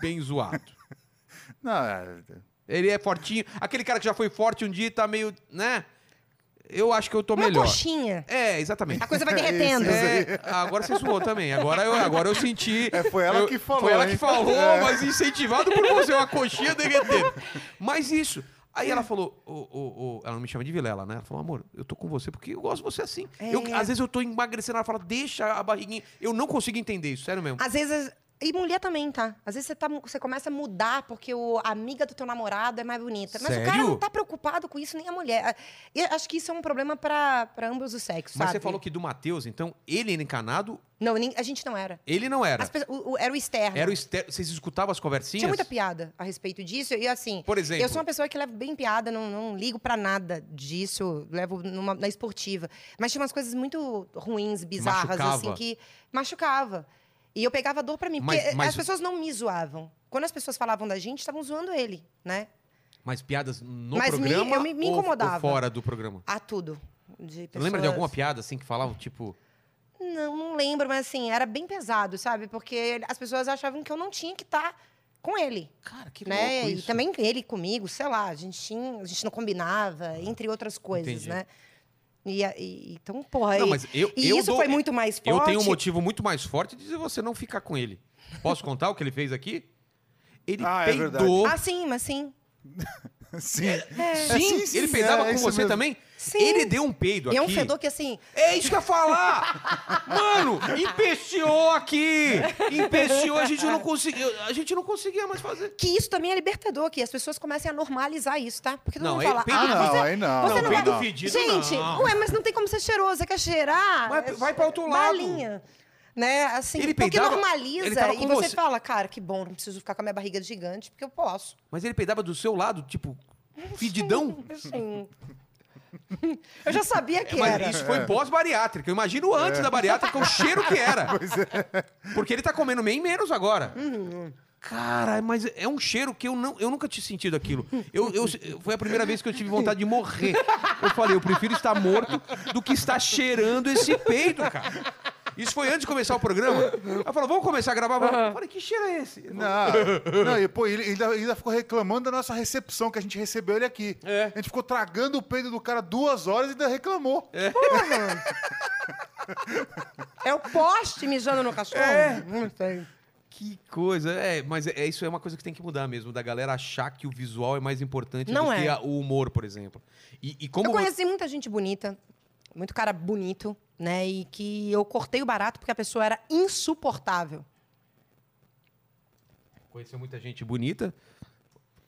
bem zoado. Não, é- Ele é fortinho. Aquele cara que já foi forte um dia e tá meio, né? Eu acho que eu tô uma melhor. coxinha. É, exatamente. A coisa vai É isso, derretendo. É, agora você zoou também. Agora eu, agora eu senti. É, foi ela eu- que falou, Foi ela hein? que falou, É. mas incentivado por você, uma coxinha derretendo. Mas isso. Aí ela falou, ô, ô, ô, ela não me chama de Vilela, né? Ela falou, amor, eu tô com você porque eu gosto de você assim. Eu- É. às vezes eu tô emagrecendo, ela fala, deixa a barriguinha. Eu não consigo entender isso, sério mesmo. Às vezes. E mulher também, tá? Às vezes você, tá, você começa a mudar porque o, a amiga do teu namorado é mais bonita. Mas o cara Sério? não tá preocupado com isso, nem a mulher. Eu acho que isso é um problema pra, pra ambos os sexos, Mas sabe? você falou que do Matheus, então, ele era encanado, Não, nem- a gente não era. ele não era. As pessoas- o- o- era o externo. Era o externo. Vocês escutavam as conversinhas? Tinha muita piada a respeito disso. E assim, Por exemplo? eu sou uma pessoa que levo bem piada, não, não ligo pra nada disso, levo numa- na esportiva. Mas tinha umas coisas muito ruins, bizarras, Machucava. assim, que machucava. E eu pegava dor pra mim, Mas- porque mas- as pessoas não me zoavam. Quando as pessoas falavam da gente, estavam zoando ele, né? Mas piadas no Mas me- programa eu me- me ou- incomodava. ou fora do programa? A tudo. De pessoas... Lembra de alguma piada assim que falavam, tipo... Não, não lembro, mas assim, era bem pesado, sabe? Porque as pessoas achavam que eu não tinha que estar com ele. Cara, que né? louco E isso. também ele comigo, sei lá, a gente, tinha, a gente não combinava, entre outras coisas, Entendi. né? E, a- e- então, porra, Não, e, mas eu- e eu isso dou- foi muito mais forte. Eu tenho um motivo muito mais forte de você não ficar com ele. Posso contar o que ele fez aqui? Ele Ah, é peidou. Ah, sim, mas sim. sim, Sim. Ah, É, ele peidava é, é com isso você mesmo. também? Sim. Ele deu um peido E é um aqui. fedor que assim. É isso que eu ia falar! Mano, empesteou aqui! Empesteou, a gente não conseguiu. A gente não conseguia mais fazer. Que isso também é libertador, que as pessoas comecem a normalizar isso, tá? Porque todo Não, mundo aí- fala. peido Ah, de- não, aí não. Você não, não peido vai- fedido, Gente, não. ué, mas não tem como ser cheiroso, você quer cheirar. Vai- É vai pra outro lado. Balinha. Né? Assim, Ele porque peidava- ele normaliza tava com e você, você. fala, cara, que bom, não preciso ficar com a minha barriga gigante, porque eu posso. Mas ele peidava do seu lado, tipo, fedidão. Sim. Assim. Eu já sabia que Mas era. isso foi pós-bariátrica. Eu imagino antes da bariátrica o cheiro que era. Porque ele tá comendo bem menos agora. Uhum. Cara, mas é um cheiro que eu, não, eu nunca tinha sentido aquilo. Eu, eu- foi a primeira vez que eu tive vontade de morrer. Eu falei, eu prefiro estar morto do que estar cheirando esse peito, cara. Isso foi antes de começar o programa. Ela falou, vamos começar a gravar? Vamos. Eu falei, que cheiro é esse? Ele falou, Não, não, e pô, ele ele ainda, ainda ficou reclamando da nossa recepção, que a gente recebeu ele aqui. É. A gente ficou tragando o peido do cara duas horas e ainda reclamou. É o poste mijando no cachorro? Não sei. Que coisa. É, mas é, é isso é uma coisa que tem que mudar mesmo, da galera achar que o visual é mais importante Não do que é. a- o humor, por exemplo. E, e como Eu conheci muita gente bonita, muito cara bonito, né? E que eu cortei o barato porque a pessoa era insuportável. Conheceu muita gente bonita.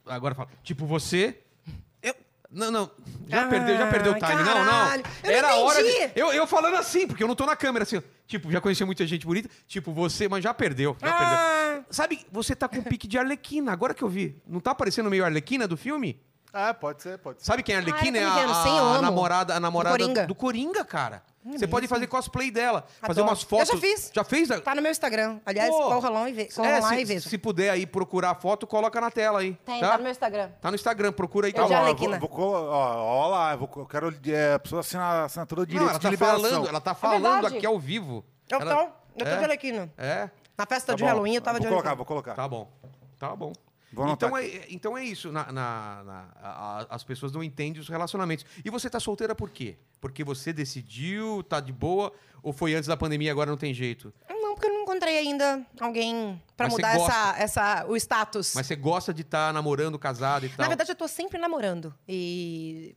Agora fala, tipo você. Eu. Não, não. Já Ah, perdeu, já perdeu o time. Não, caralho. não. Eu não Era a hora. entendi. de- eu, eu falando assim, porque eu não tô na câmera assim. ó. Tipo, já conheci muita gente bonita. Tipo, você, mas já perdeu. Ah. Já perdeu. Sabe, você tá com um pique de Arlequina, agora que eu vi. Não tá parecendo meio Arlequina do filme? Ah, pode ser, pode ser. Sabe quem é a Arlequina? Ah, é eu tô a, vendo, sim, eu a amo. namorada, a namorada do Coringa, Coringa. cara. É Você pode mesmo? fazer cosplay dela, fazer Adoro. umas fotos. Eu já fiz. Já fez? Tá no meu Instagram. Aliás, Pô. corra lá e ve- corra É, lá se, e veja. se puder aí procurar a foto, coloca na tela aí. Tem, tá? tá no meu Instagram. Tá no Instagram, procura aí. Eu já ó, leio. ela, aqui, né? vou, vou, colo- ó, ó lá, eu, vou, eu quero é, a pessoa assinar assinatura de não, direito ela de tá liberação. falando, ela tá falando É verdade. aqui ao vivo. Eu Ela- tô, eu tô é, de Arlequina. É, Na festa Tá de bom, Halloween, eu tava vou de colocar, Arlequina. vou colocar. tá bom. Tá bom. Vou anotar Então é, é- então é isso. na- na- na- a- a- as pessoas não entendem os relacionamentos. E você tá solteira por quê? Porque você decidiu, tá de boa, ou foi antes da pandemia e agora não tem jeito? Não, porque eu não encontrei ainda alguém pra Mas você mudar essa, gosta. essa, o status. Mas você gosta de estar namorando, casado e tal? Na verdade, eu tô sempre namorando. E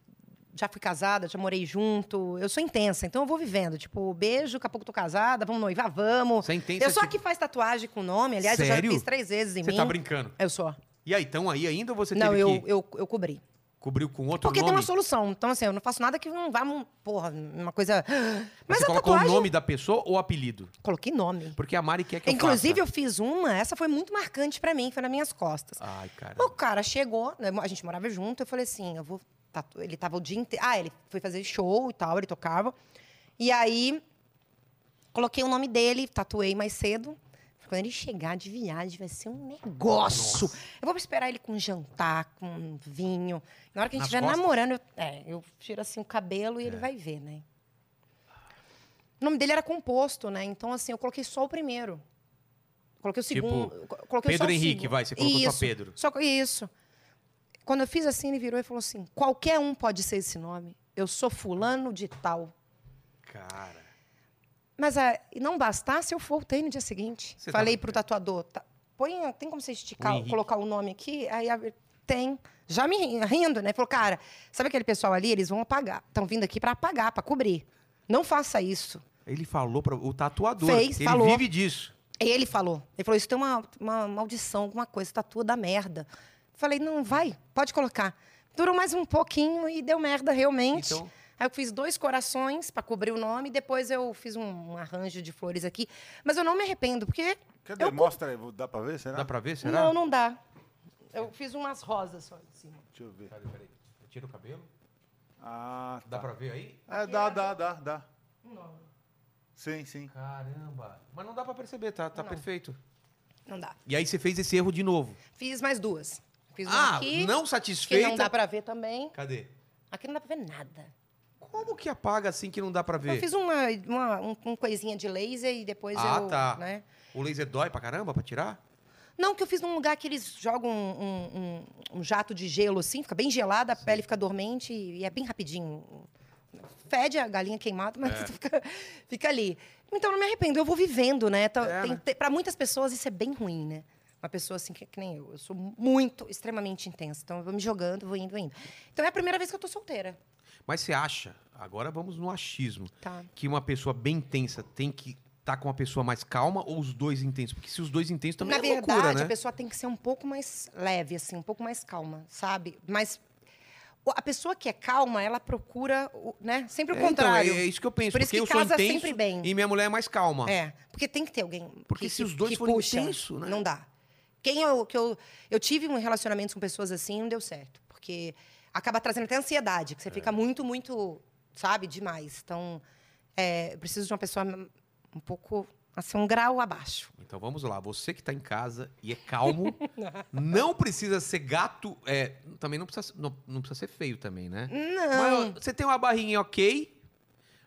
já fui casada, já morei junto. Eu sou intensa, então eu vou vivendo. Tipo, beijo, daqui a pouco tô casada, vamos noivar, vamos. Você é intensa, Eu sou a tipo- que faz tatuagem com nome. Aliás, eu Sério? já fiz três vezes em Você mim. tá brincando. Eu sou. E aí, então aí ainda ou você não, teve eu, que eu, eu cobri. cobriu com outro Porque nome? tem uma solução. Então, assim, eu não faço nada que não vá, um- porra, uma coisa. Mas Mas, você a colocou tatuagem. o nome da pessoa ou o apelido? Coloquei nome. Porque a Mari quer que Inclusive, eu eu fiz uma, essa foi muito marcante pra mim, foi nas minhas costas. faça. Ai, cara. O cara chegou, né, a gente morava junto, eu falei assim, eu vou. tatu- Ele tava o dia inteiro. Ah, ele foi fazer show e tal, ele tocava. E aí, coloquei o nome dele, tatuei mais cedo. Quando ele chegar de viagem, vai ser um negócio. Eu vou esperar ele com jantar, com vinho. Na hora que a gente Nas estiver costas? É. namorando, eu, é, eu tiro assim o cabelo e ele vai ver, né? O nome dele era composto, né? Então, assim, eu coloquei só o primeiro. Coloquei o Tipo, segundo. co- coloquei só Pedro o Henrique, segundo. vai, você colocou só Isso. Pedro. Só, co- isso. Quando eu fiz assim, ele virou e falou assim: qualquer um pode ser esse nome. Eu sou fulano de tal. Cara. Mas ah, e não bastasse, eu voltei no dia seguinte. Você Falei tava- pro tatuador, tá, põe, tem como O você esticar, Henrique. colocar o nome aqui? Aí a- tem. Já me ri- rindo, né? Falou, cara, sabe aquele pessoal ali? Eles vão apagar. Estão vindo aqui para apagar, para cobrir. Não faça isso. Ele falou para o tatuador. Fez, ele falou. vive disso. E ele falou. Ele falou, isso tem uma, uma maldição, alguma coisa, tatua da merda. Falei, não, vai, pode colocar. Durou mais um pouquinho e deu merda, realmente. Então- Aí eu fiz dois corações para cobrir o nome, depois eu fiz um, um arranjo de flores aqui. Mas eu não me arrependo, porque. Cadê? Eu... Mostra aí, vou- dá pra ver, será? Dá pra ver, será? Não, não dá. Eu fiz umas rosas só em cima. Deixa eu ver. Peraí, peraí. Eu tiro o cabelo. Ah, Dá pra ver aí? é, dá, dá, dá, dá. Um Sim, sim. Caramba. Mas não dá pra perceber, tá, tá perfeito. Não dá. E aí você fez esse erro de novo. Fiz mais duas. Fiz uma ah, aqui. não que satisfeita. não dá pra ver também. Cadê? Aqui não dá pra ver nada. Como que apaga assim que não dá pra ver? Eu fiz uma, uma um, um coisinha de laser e depois ah, eu. tá. né? O laser dói pra caramba pra tirar? Não, que eu fiz num lugar que eles jogam um, um- um jato de gelo, assim, fica bem gelada, a pele fica dormente e, e é bem rapidinho. Fede a galinha queimada, mas É. fica, fica ali. Então, não me arrependo, eu vou vivendo, né? Tá, É, tem- né? tem- pra muitas pessoas isso é bem ruim, né? Uma pessoa assim, que, que nem eu, eu sou muito, extremamente intensa. Então, eu vou me jogando, vou indo, vou indo. Então, é a primeira vez que eu tô solteira, Mas você acha, agora vamos no achismo, tá? que uma pessoa bem intensa tem que estar com uma pessoa mais calma ou os dois intensos? Porque se os dois intensos também Na é verdade, loucura, a né? pessoa tem que ser um pouco mais leve, assim, um pouco mais calma, sabe? Mas o- a pessoa que é calma, ela procura, o- né? Sempre o É, contrário. Então, é, é isso que eu penso. Por isso porque que eu sou casa intenso sempre bem. e minha mulher é mais calma. É, porque tem que ter alguém. Porque que, se os dois que forem puxa, intenso, né? Não dá. Quem eu, que eu, eu tive um relacionamento com pessoas assim não deu certo. Porque acaba trazendo até ansiedade, É. que você fica muito, muito, sabe, demais. Então, é, eu preciso de uma pessoa um pouco, assim, um grau abaixo. Então vamos lá, você que tá em casa e é calmo, não precisa ser gato, é, também não precisa, não, não precisa ser feio também, né? Não. Mas, ó, você tem uma barriguinha ok,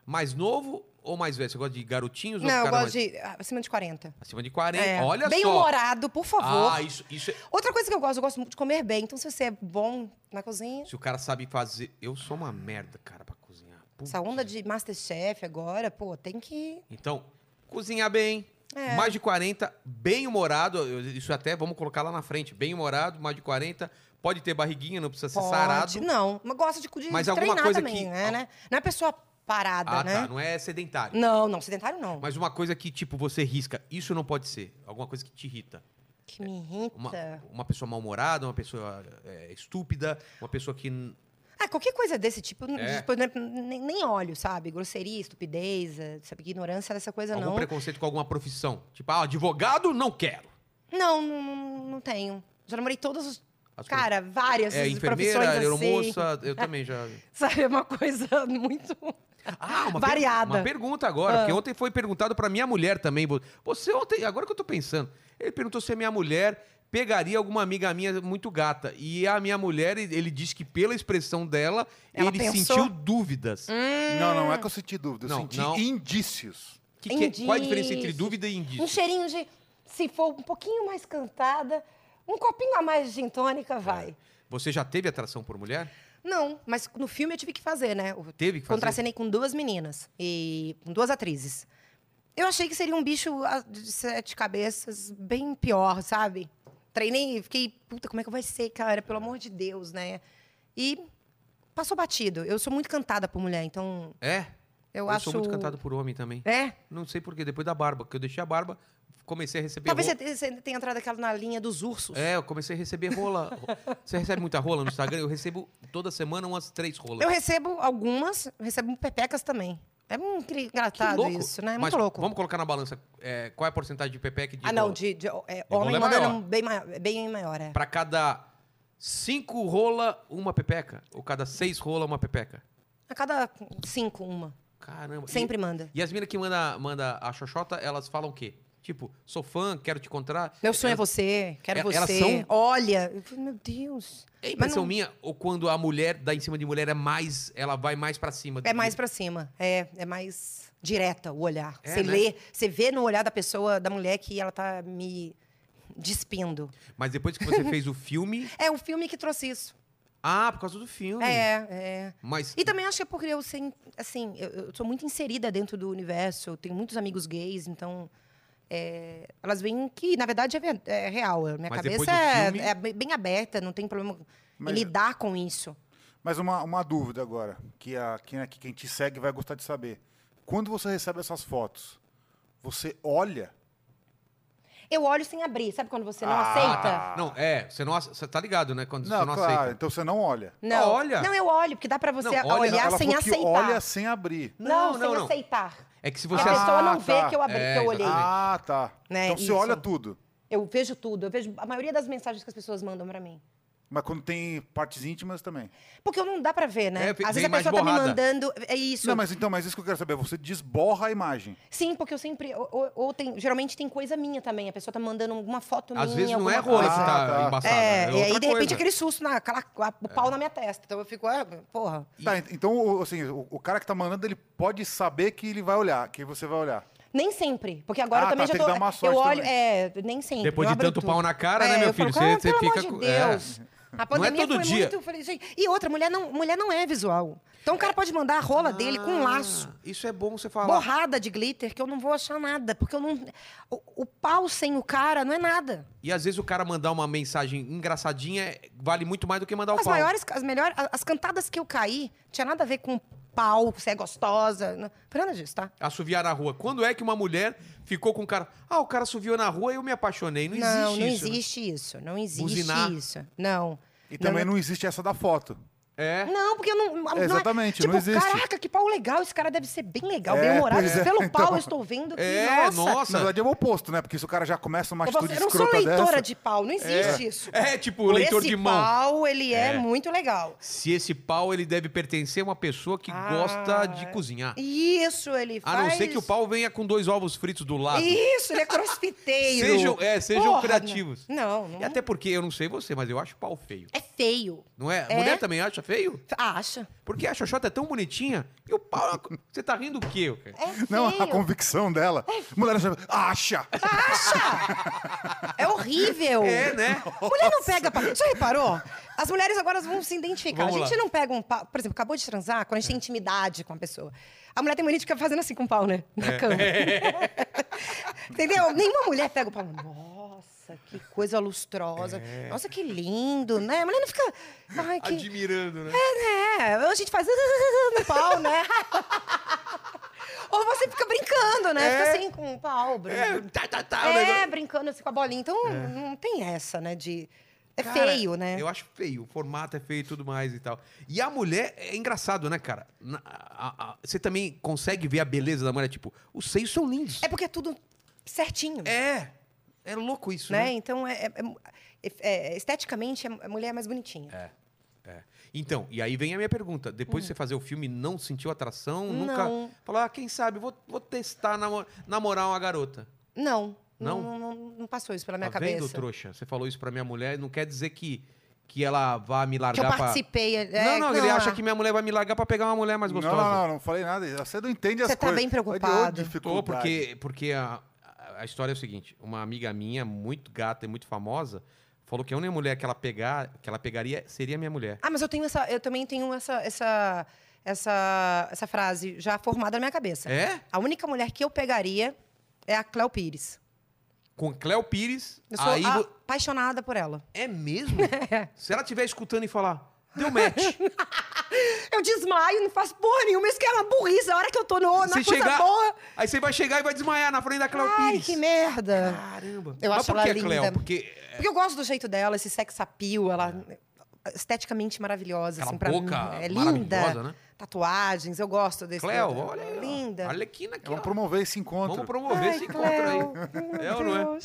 mais novo, ou mais velho? Você gosta de garotinhos ou Não, eu cara gosto mais... de ah, acima de 40. Acima de 40. É. Olha bem só. humorado, por favor. Ah, isso, isso é... Outra coisa que eu gosto, eu gosto muito de comer bem. Então, se você é bom na cozinha, Se o cara sabe fazer... Eu sou uma merda, cara, pra cozinhar. Putz. essa onda de Masterchef agora, pô, tem que. Então, cozinhar bem, É. mais de 40, bem humorado, eu- isso até vamos colocar lá na frente, bem humorado, mais de 40, pode ter barriguinha, não precisa ser Pode. sarado. Não, mas gosta de, de Mas alguma treinar coisa também, que- né, né? Não é pessoa parada, Ah, né? tá, não é sedentário. Não, não, sedentário não. Mas uma coisa que, tipo, você risca, isso não pode ser. Alguma coisa que te irrita. Que me irrita. Uma, uma pessoa mal-humorada, uma pessoa é, estúpida, uma pessoa que. n- Ah, qualquer coisa desse tipo, É. depois, né, nem, nem olho, sabe? Grosseria, estupidez, eh, sabe? Ignorância dessa coisa, Algum não. preconceito com alguma profissão. Tipo, ah, advogado, não quero. não. Não, não, não tenho. Já namorei todas os. As Cara, várias É, enfermeira, profissões assim. aeromoça, eu também já. Sabe, é uma coisa muito. Ah, uma per- Variada. Ah. uma pergunta agora, porque ontem foi perguntado pra minha mulher também. Bo- Você ontem, agora que eu tô pensando, ele perguntou se a minha mulher pegaria alguma amiga minha muito gata. E a minha mulher, ele- ele disse que pela expressão dela, Ela ele pensou? Hum, sentiu dúvidas. Não, não é que eu senti dúvida, eu Não, senti não. indícios. Que que é- qual a diferença entre Indícios. dúvida e indício? Um cheirinho de. Se for um pouquinho mais cantada, um copinho a mais de gin tônica, É. vai. Você já teve atração por mulher? Não, mas no filme eu tive que fazer, né? Eu Teve que fazer? Contracenei com duas meninas e com duas atrizes. Eu achei que seria um bicho ah, de sete cabeças bem pior, sabe? Treinei e fiquei, puta, como é que vai ser, cara? Pelo amor de Deus, né? E passou batido. Eu sou muito cantada por mulher, então É? eu, Eu, acho. sou muito cantado por homem também. É? Não sei por quê, depois da barba, porque eu deixei a barba, comecei a receber Talvez ro- você tenha- você tenha entrado aquela na linha dos ursos. É, eu comecei a receber rola. Você recebe muita rola no Instagram? Eu recebo toda semana umas três rolas. Eu recebo algumas, recebo um pepecas também. É um cri- Que engraçado louco. isso, né? É Mas muito louco. Vamos colocar na balança é, qual é a porcentagem de Pepe que de ah, não, rola? de, de- é, rola homem é mandando maior. bem maior, bem maior é. Pra cada cinco rola, uma pepeca. Ou cada seis rola, uma pepeca. A cada cinco, uma. Caramba. E- Sempre manda. E, as minas que manda, manda a xoxota, elas falam o quê? Tipo, sou fã, quero te encontrar. Meu sonho é Elas- você, quero elas você. são- Olha, eu falei, meu Deus. É Mas impressão não, minha, ou quando a mulher dá em cima de mulher é mais. Ela vai mais pra cima. é mais pra cima, é, é mais direta o olhar. É, você né? lê, você vê no olhar da pessoa, da mulher que ela tá me despindo. Mas depois que você fez o filme. É um filme que trouxe isso. Ah, por causa do filme. É, é. Mas. E também acho que é porque eu sei, assim, eu, eu sou muito inserida dentro do universo, eu tenho muitos amigos gays, então. é, elas veem que, na verdade, é, ver- é real. A minha Mas depois cabeça do é, filme- é bem bem aberta, não tem problema Mas- em lidar com isso. Mas uma, uma dúvida agora, que a, quem, aqui- quem te segue vai gostar de saber. Quando você recebe essas fotos, você olha? Eu olho sem abrir, sabe quando você não Ah, aceita? Não, é, você não ace- você tá ligado, né? Quando Não, você não claro, aceita. então você não olha. Não. olha. Não, eu olho, porque dá pra você Não, olha, olhar ela sem falou que aceitar. olha sem abrir. Não, Não, sem não, não. aceitar. É que se Porque você. Ah, a pessoa não tá. vê que eu abri, É, que eu olhei. exatamente. Ah, tá. Né, então você isso. olha tudo. Eu vejo tudo, eu vejo a maioria das mensagens que as pessoas mandam pra mim. Mas quando tem partes íntimas também. Porque não dá pra ver, né? É, vem Às vezes a mais pessoa tá me borrada. mandando. É isso. Não, mas então, mas isso que eu quero saber, você desborra a imagem. Sim, porque eu sempre. Ou, ou- ou tem, geralmente tem coisa minha também. A pessoa tá mandando alguma foto minha. Às vezes não é alguma rola que coisa. tá, Ah, tá. embaçada. É, é e outra aí de repente coisa. É. aquele susto, na, aquela, a- o pau na minha testa. Então eu fico, ah, porra. Tá, ent- então, o- assim, o, o cara que tá mandando, ele pode saber que ele vai olhar, que você vai olhar. Nem sempre, porque agora Ah, eu também já tá, tem tô. que dar uma sorte eu olho, também. é, nem sempre. Depois de eu abro tanto tudo. pau na cara, né, É, meu eu filho? falo, "Ah, Você- você pelo fica Amor com- de é. Deus. A Não é pandemia todo foi dia. muito. eu falei, gente, e outra, mulher não, mulher não é visual. Então o cara pode mandar a rola dele com um laço. Ah, Isso é bom você falar. Borrada de glitter, que eu não vou achar nada, porque eu não. O, o pau sem o cara não é nada. E às vezes o cara mandar uma mensagem engraçadinha é, vale muito mais do que mandar o As pau. maiores, as melhores, a- as cantadas que eu caí tinha nada a ver com pau, você é gostosa. não- Foi nada disso, tá? Assoviar na rua. Quando é que uma mulher ficou com o cara? Ah, o cara assoviou na rua e eu me apaixonei. Não, não, existe não isso. né? existe isso. Não existe Buzinar. isso. Não. E também não, existe essa da foto. É. Não, porque eu não. não é- Exatamente, tipo, não existe. caraca, que pau legal, esse cara deve ser bem legal, É, bem humorado. pois é, Pelo pau então. eu estou vendo que. É, nossa. nossa. Na verdade é o oposto, né? Porque se o cara já começa uma Eu, vou- atitude eu não sou escrota leitora dessa... de pau, não existe isso. É tipo o Por leitor esse de mão. pau, ele é, É. muito legal. Se esse pau, ele deve pertencer a uma pessoa que Ah, gosta de cozinhar. Isso, ele Ah. A faz. não ser que o pau venha com dois ovos fritos do lado. Isso, ele é crossfiteiro. Sejam- é, sejam Porra, criativos. É, Não, não. E até porque, eu não sei você, mas eu acho pau feio. É feio. Não é? É. Mulher também acha feio? Acha? Porque a Xoxota é tão bonitinha e o pau. é uma co- Você tá rindo o quê, cara? É feio. Não, a convicção dela. É. Mulher acha. Acha! tá Acha? É horrível. É, né? Mulher não pega papel. Você reparou? As mulheres agora vão se identificar. Vamos a gente lá. É. não pega um pau. Por exemplo, acabou de transar, quando a gente tem intimidade com a pessoa. A mulher tem mania de ficar fazendo assim com o pau, né? Na É. cama. Entendeu? Nenhuma mulher pega o pau. Nossa, que coisa lustrosa. É. Nossa, que lindo, né? A mulher não fica. Ai, que. Admirando, né? É, né? A gente faz no pau, né? Ou você fica brincando, né? Fica assim com o pau, brin- É, tá, tá, tá. o é, negócio- É. brincando assim com a bolinha. Então, não tem essa, né? De. É Cara, feio, né? Eu acho feio, o formato é feio e tudo mais e tal. E a mulher, é engraçado, né, cara? Na- a- a- você também consegue ver a beleza da mulher, tipo, os seios são lindos. É porque é tudo certinho. É, é, louco isso, né? né? Então, é, é- é- é- esteticamente, a mulher é mais bonitinha. É. Então, e aí vem a minha pergunta. Depois de você fazer o filme, não sentiu atração? Nunca Hum. Não. falou, ah, quem sabe, vou, vou testar namo- namorar uma garota. Não. Não? Não, não, não passou isso pela minha tá cabeça. vendo, trouxa? Você falou isso pra minha mulher, não quer dizer que, que ela vá me que eu largar pra... participei. é, não, não, ele ah, acha que minha mulher vai me largar pra pegar uma mulher mais Não, gostosa. não, não, não falei nada. Você não entende as Você tá coisas. bem preocupado. Olha de Tô, dificuldade. porque, porque a, a- a história é o seguinte: uma amiga minha, muito gata e muito famosa, falou que a única mulher que ela, pegar, que ela pegaria seria minha mulher. Ah, mas eu tenho essa. Eu também tenho essa, essa, essa, essa frase já formada na minha cabeça. É? A única mulher que eu pegaria é a Cléo Pires. Com Cléo Pires. Eu sou aí vo- apaixonada por ela. É mesmo? É. Se ela estiver escutando e falar, deu match. Eu desmaio, não faço porra nenhuma. Isso que é uma burrice. A hora que eu tô no, na Se coisa boa. Aí você vai chegar e vai desmaiar na frente da Cléo Ai, Pires. que merda. Caramba. Eu Mas acho por ela que linda. Cléo? Porque é, Porque eu gosto do jeito dela, esse sex appeal, ela é esteticamente maravilhosa, Aquela assim, pra boca mim. É maravilhosa, linda. né? Tatuagens, eu gosto desse. Cléo, olha aí. ó. Linda. Arlequina aqui, Vamos ó. promover esse encontro. Vamos promover esse encontro aí. É ou não é?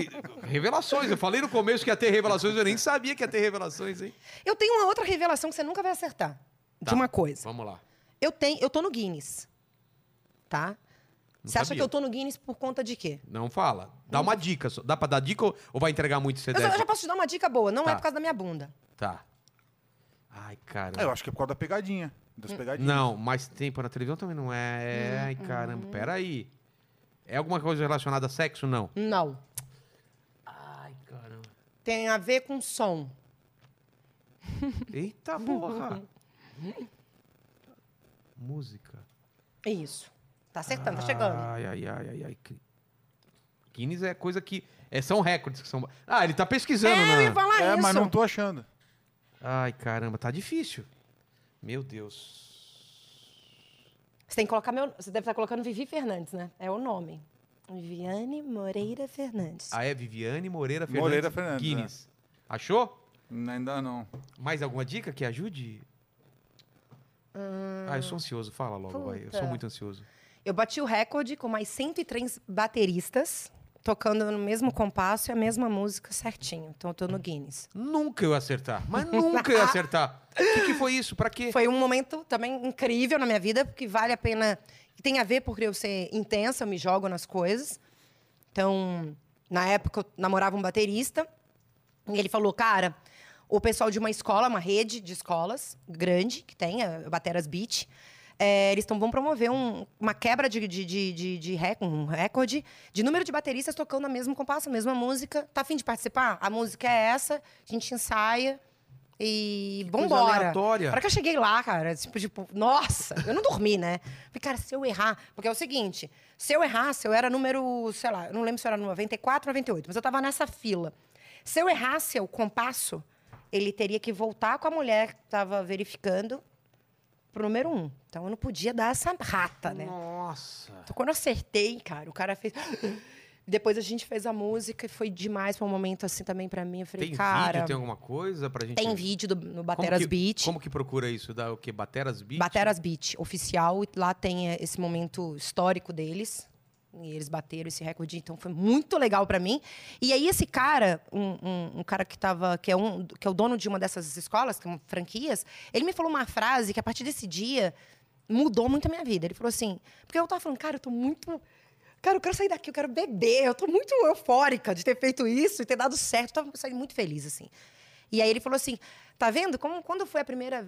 E- Revelações. Eu falei no começo que ia ter revelações, eu nem sabia que ia ter revelações, hein? Eu tenho uma outra revelação que você nunca vai acertar. Tá. De uma coisa. Vamos lá. Eu tenho, eu tô no Guinness. Tá? Não Você acha sabia. que eu tô no Guinness por conta de quê? Não fala. Dá uma dica. só. Dá pra dar dica ou ou vai entregar muito se Eu, só- der? eu já posso te dar uma dica boa, não Tá. é por causa da minha bunda. Tá. Ai, É, eu cara. acho que é por causa da pegadinha. Das É. pegadinhas. Não, mais tempo na televisão também não é. Ai, caramba. Peraí. É alguma coisa relacionada a sexo? Não. Não. Ai, caramba. Tem a ver com som. Eita porra. Música. É isso. Tá acertando, tá chegando. Ai, ai, ai, ai, ai. que- Guinness é coisa que. é, são recordes que são. Ah, ele tá pesquisando, é, eu né? ia falar é, isso. mas não tô achando. Ai, caramba, tá difícil. Meu Deus. Você tem que colocar meu. Você deve estar colocando Vivi Fernandes, né? É o nome. Viviane Moreira Fernandes. Ah, é Viviane Moreira Fernandes. Moreira Fernandes, né? Guinness. Achou? Ainda não. Mais alguma dica que ajude? Ah, eu sou ansioso. Fala logo, vai. Eu sou puta. muito ansioso. Eu bati o recorde com mais 103 bateristas, tocando no mesmo compasso e a mesma música certinho. Então eu tô no Guinness. Nunca eu ia acertar. Mas nunca eu ia acertar. O que, que foi isso? Pra quê? Foi um momento também incrível na minha vida, porque vale a pena. que Tem a ver por eu ser intensa, eu me jogo nas coisas. Então, na época, eu namorava um baterista. E ele falou, cara, o pessoal de uma escola, uma rede de escolas grande, que tem, a Bateras Beach, é, eles tão, vão promover um- uma quebra de, de, de, de- de rec- um recorde de número de bateristas tocando a mesmo compasso, a mesma música. Tá afim de participar? A música é essa, a gente ensaia e coisa vambora. aleatória. A hora que eu cheguei lá, cara, tipo, tipo, nossa, eu não dormi, né? Falei, cara, se eu errar. Porque é o seguinte, se eu errasse, eu era número, sei lá, eu não lembro se eu era 94 ou 98, mas eu tava nessa fila. Se eu errasse o compasso, ele teria que voltar com a mulher que tava verificando pro número um. Então eu não podia dar essa rata, né? Nossa. Então, quando eu acertei, cara, o cara fez. Depois a gente fez a música e foi demais. Foi um momento assim também pra mim. Eu falei, Tem cara. vídeo, tem alguma coisa pra gente. tem vídeo do, no Como Bateras que- Beat. Como que procura isso? Dá o quê? Bateras Beat? Bateras Beat oficial, e lá tem é, esse momento histórico deles. E eles bateram esse recorde, então foi muito legal pra mim. E aí esse cara, um, um- um cara que tava, que é um, que é o dono de uma dessas escolas, que é uma franquias, ele me falou uma frase que a partir desse dia mudou muito a minha vida. Ele falou assim, porque eu tava falando, cara, eu tô muito Cara, eu quero sair daqui, eu quero beber. Eu tô muito eufórica de ter feito isso e ter dado certo. Eu tava saindo muito feliz, assim. E aí ele falou assim: tá vendo? Como, quando foi a primeira.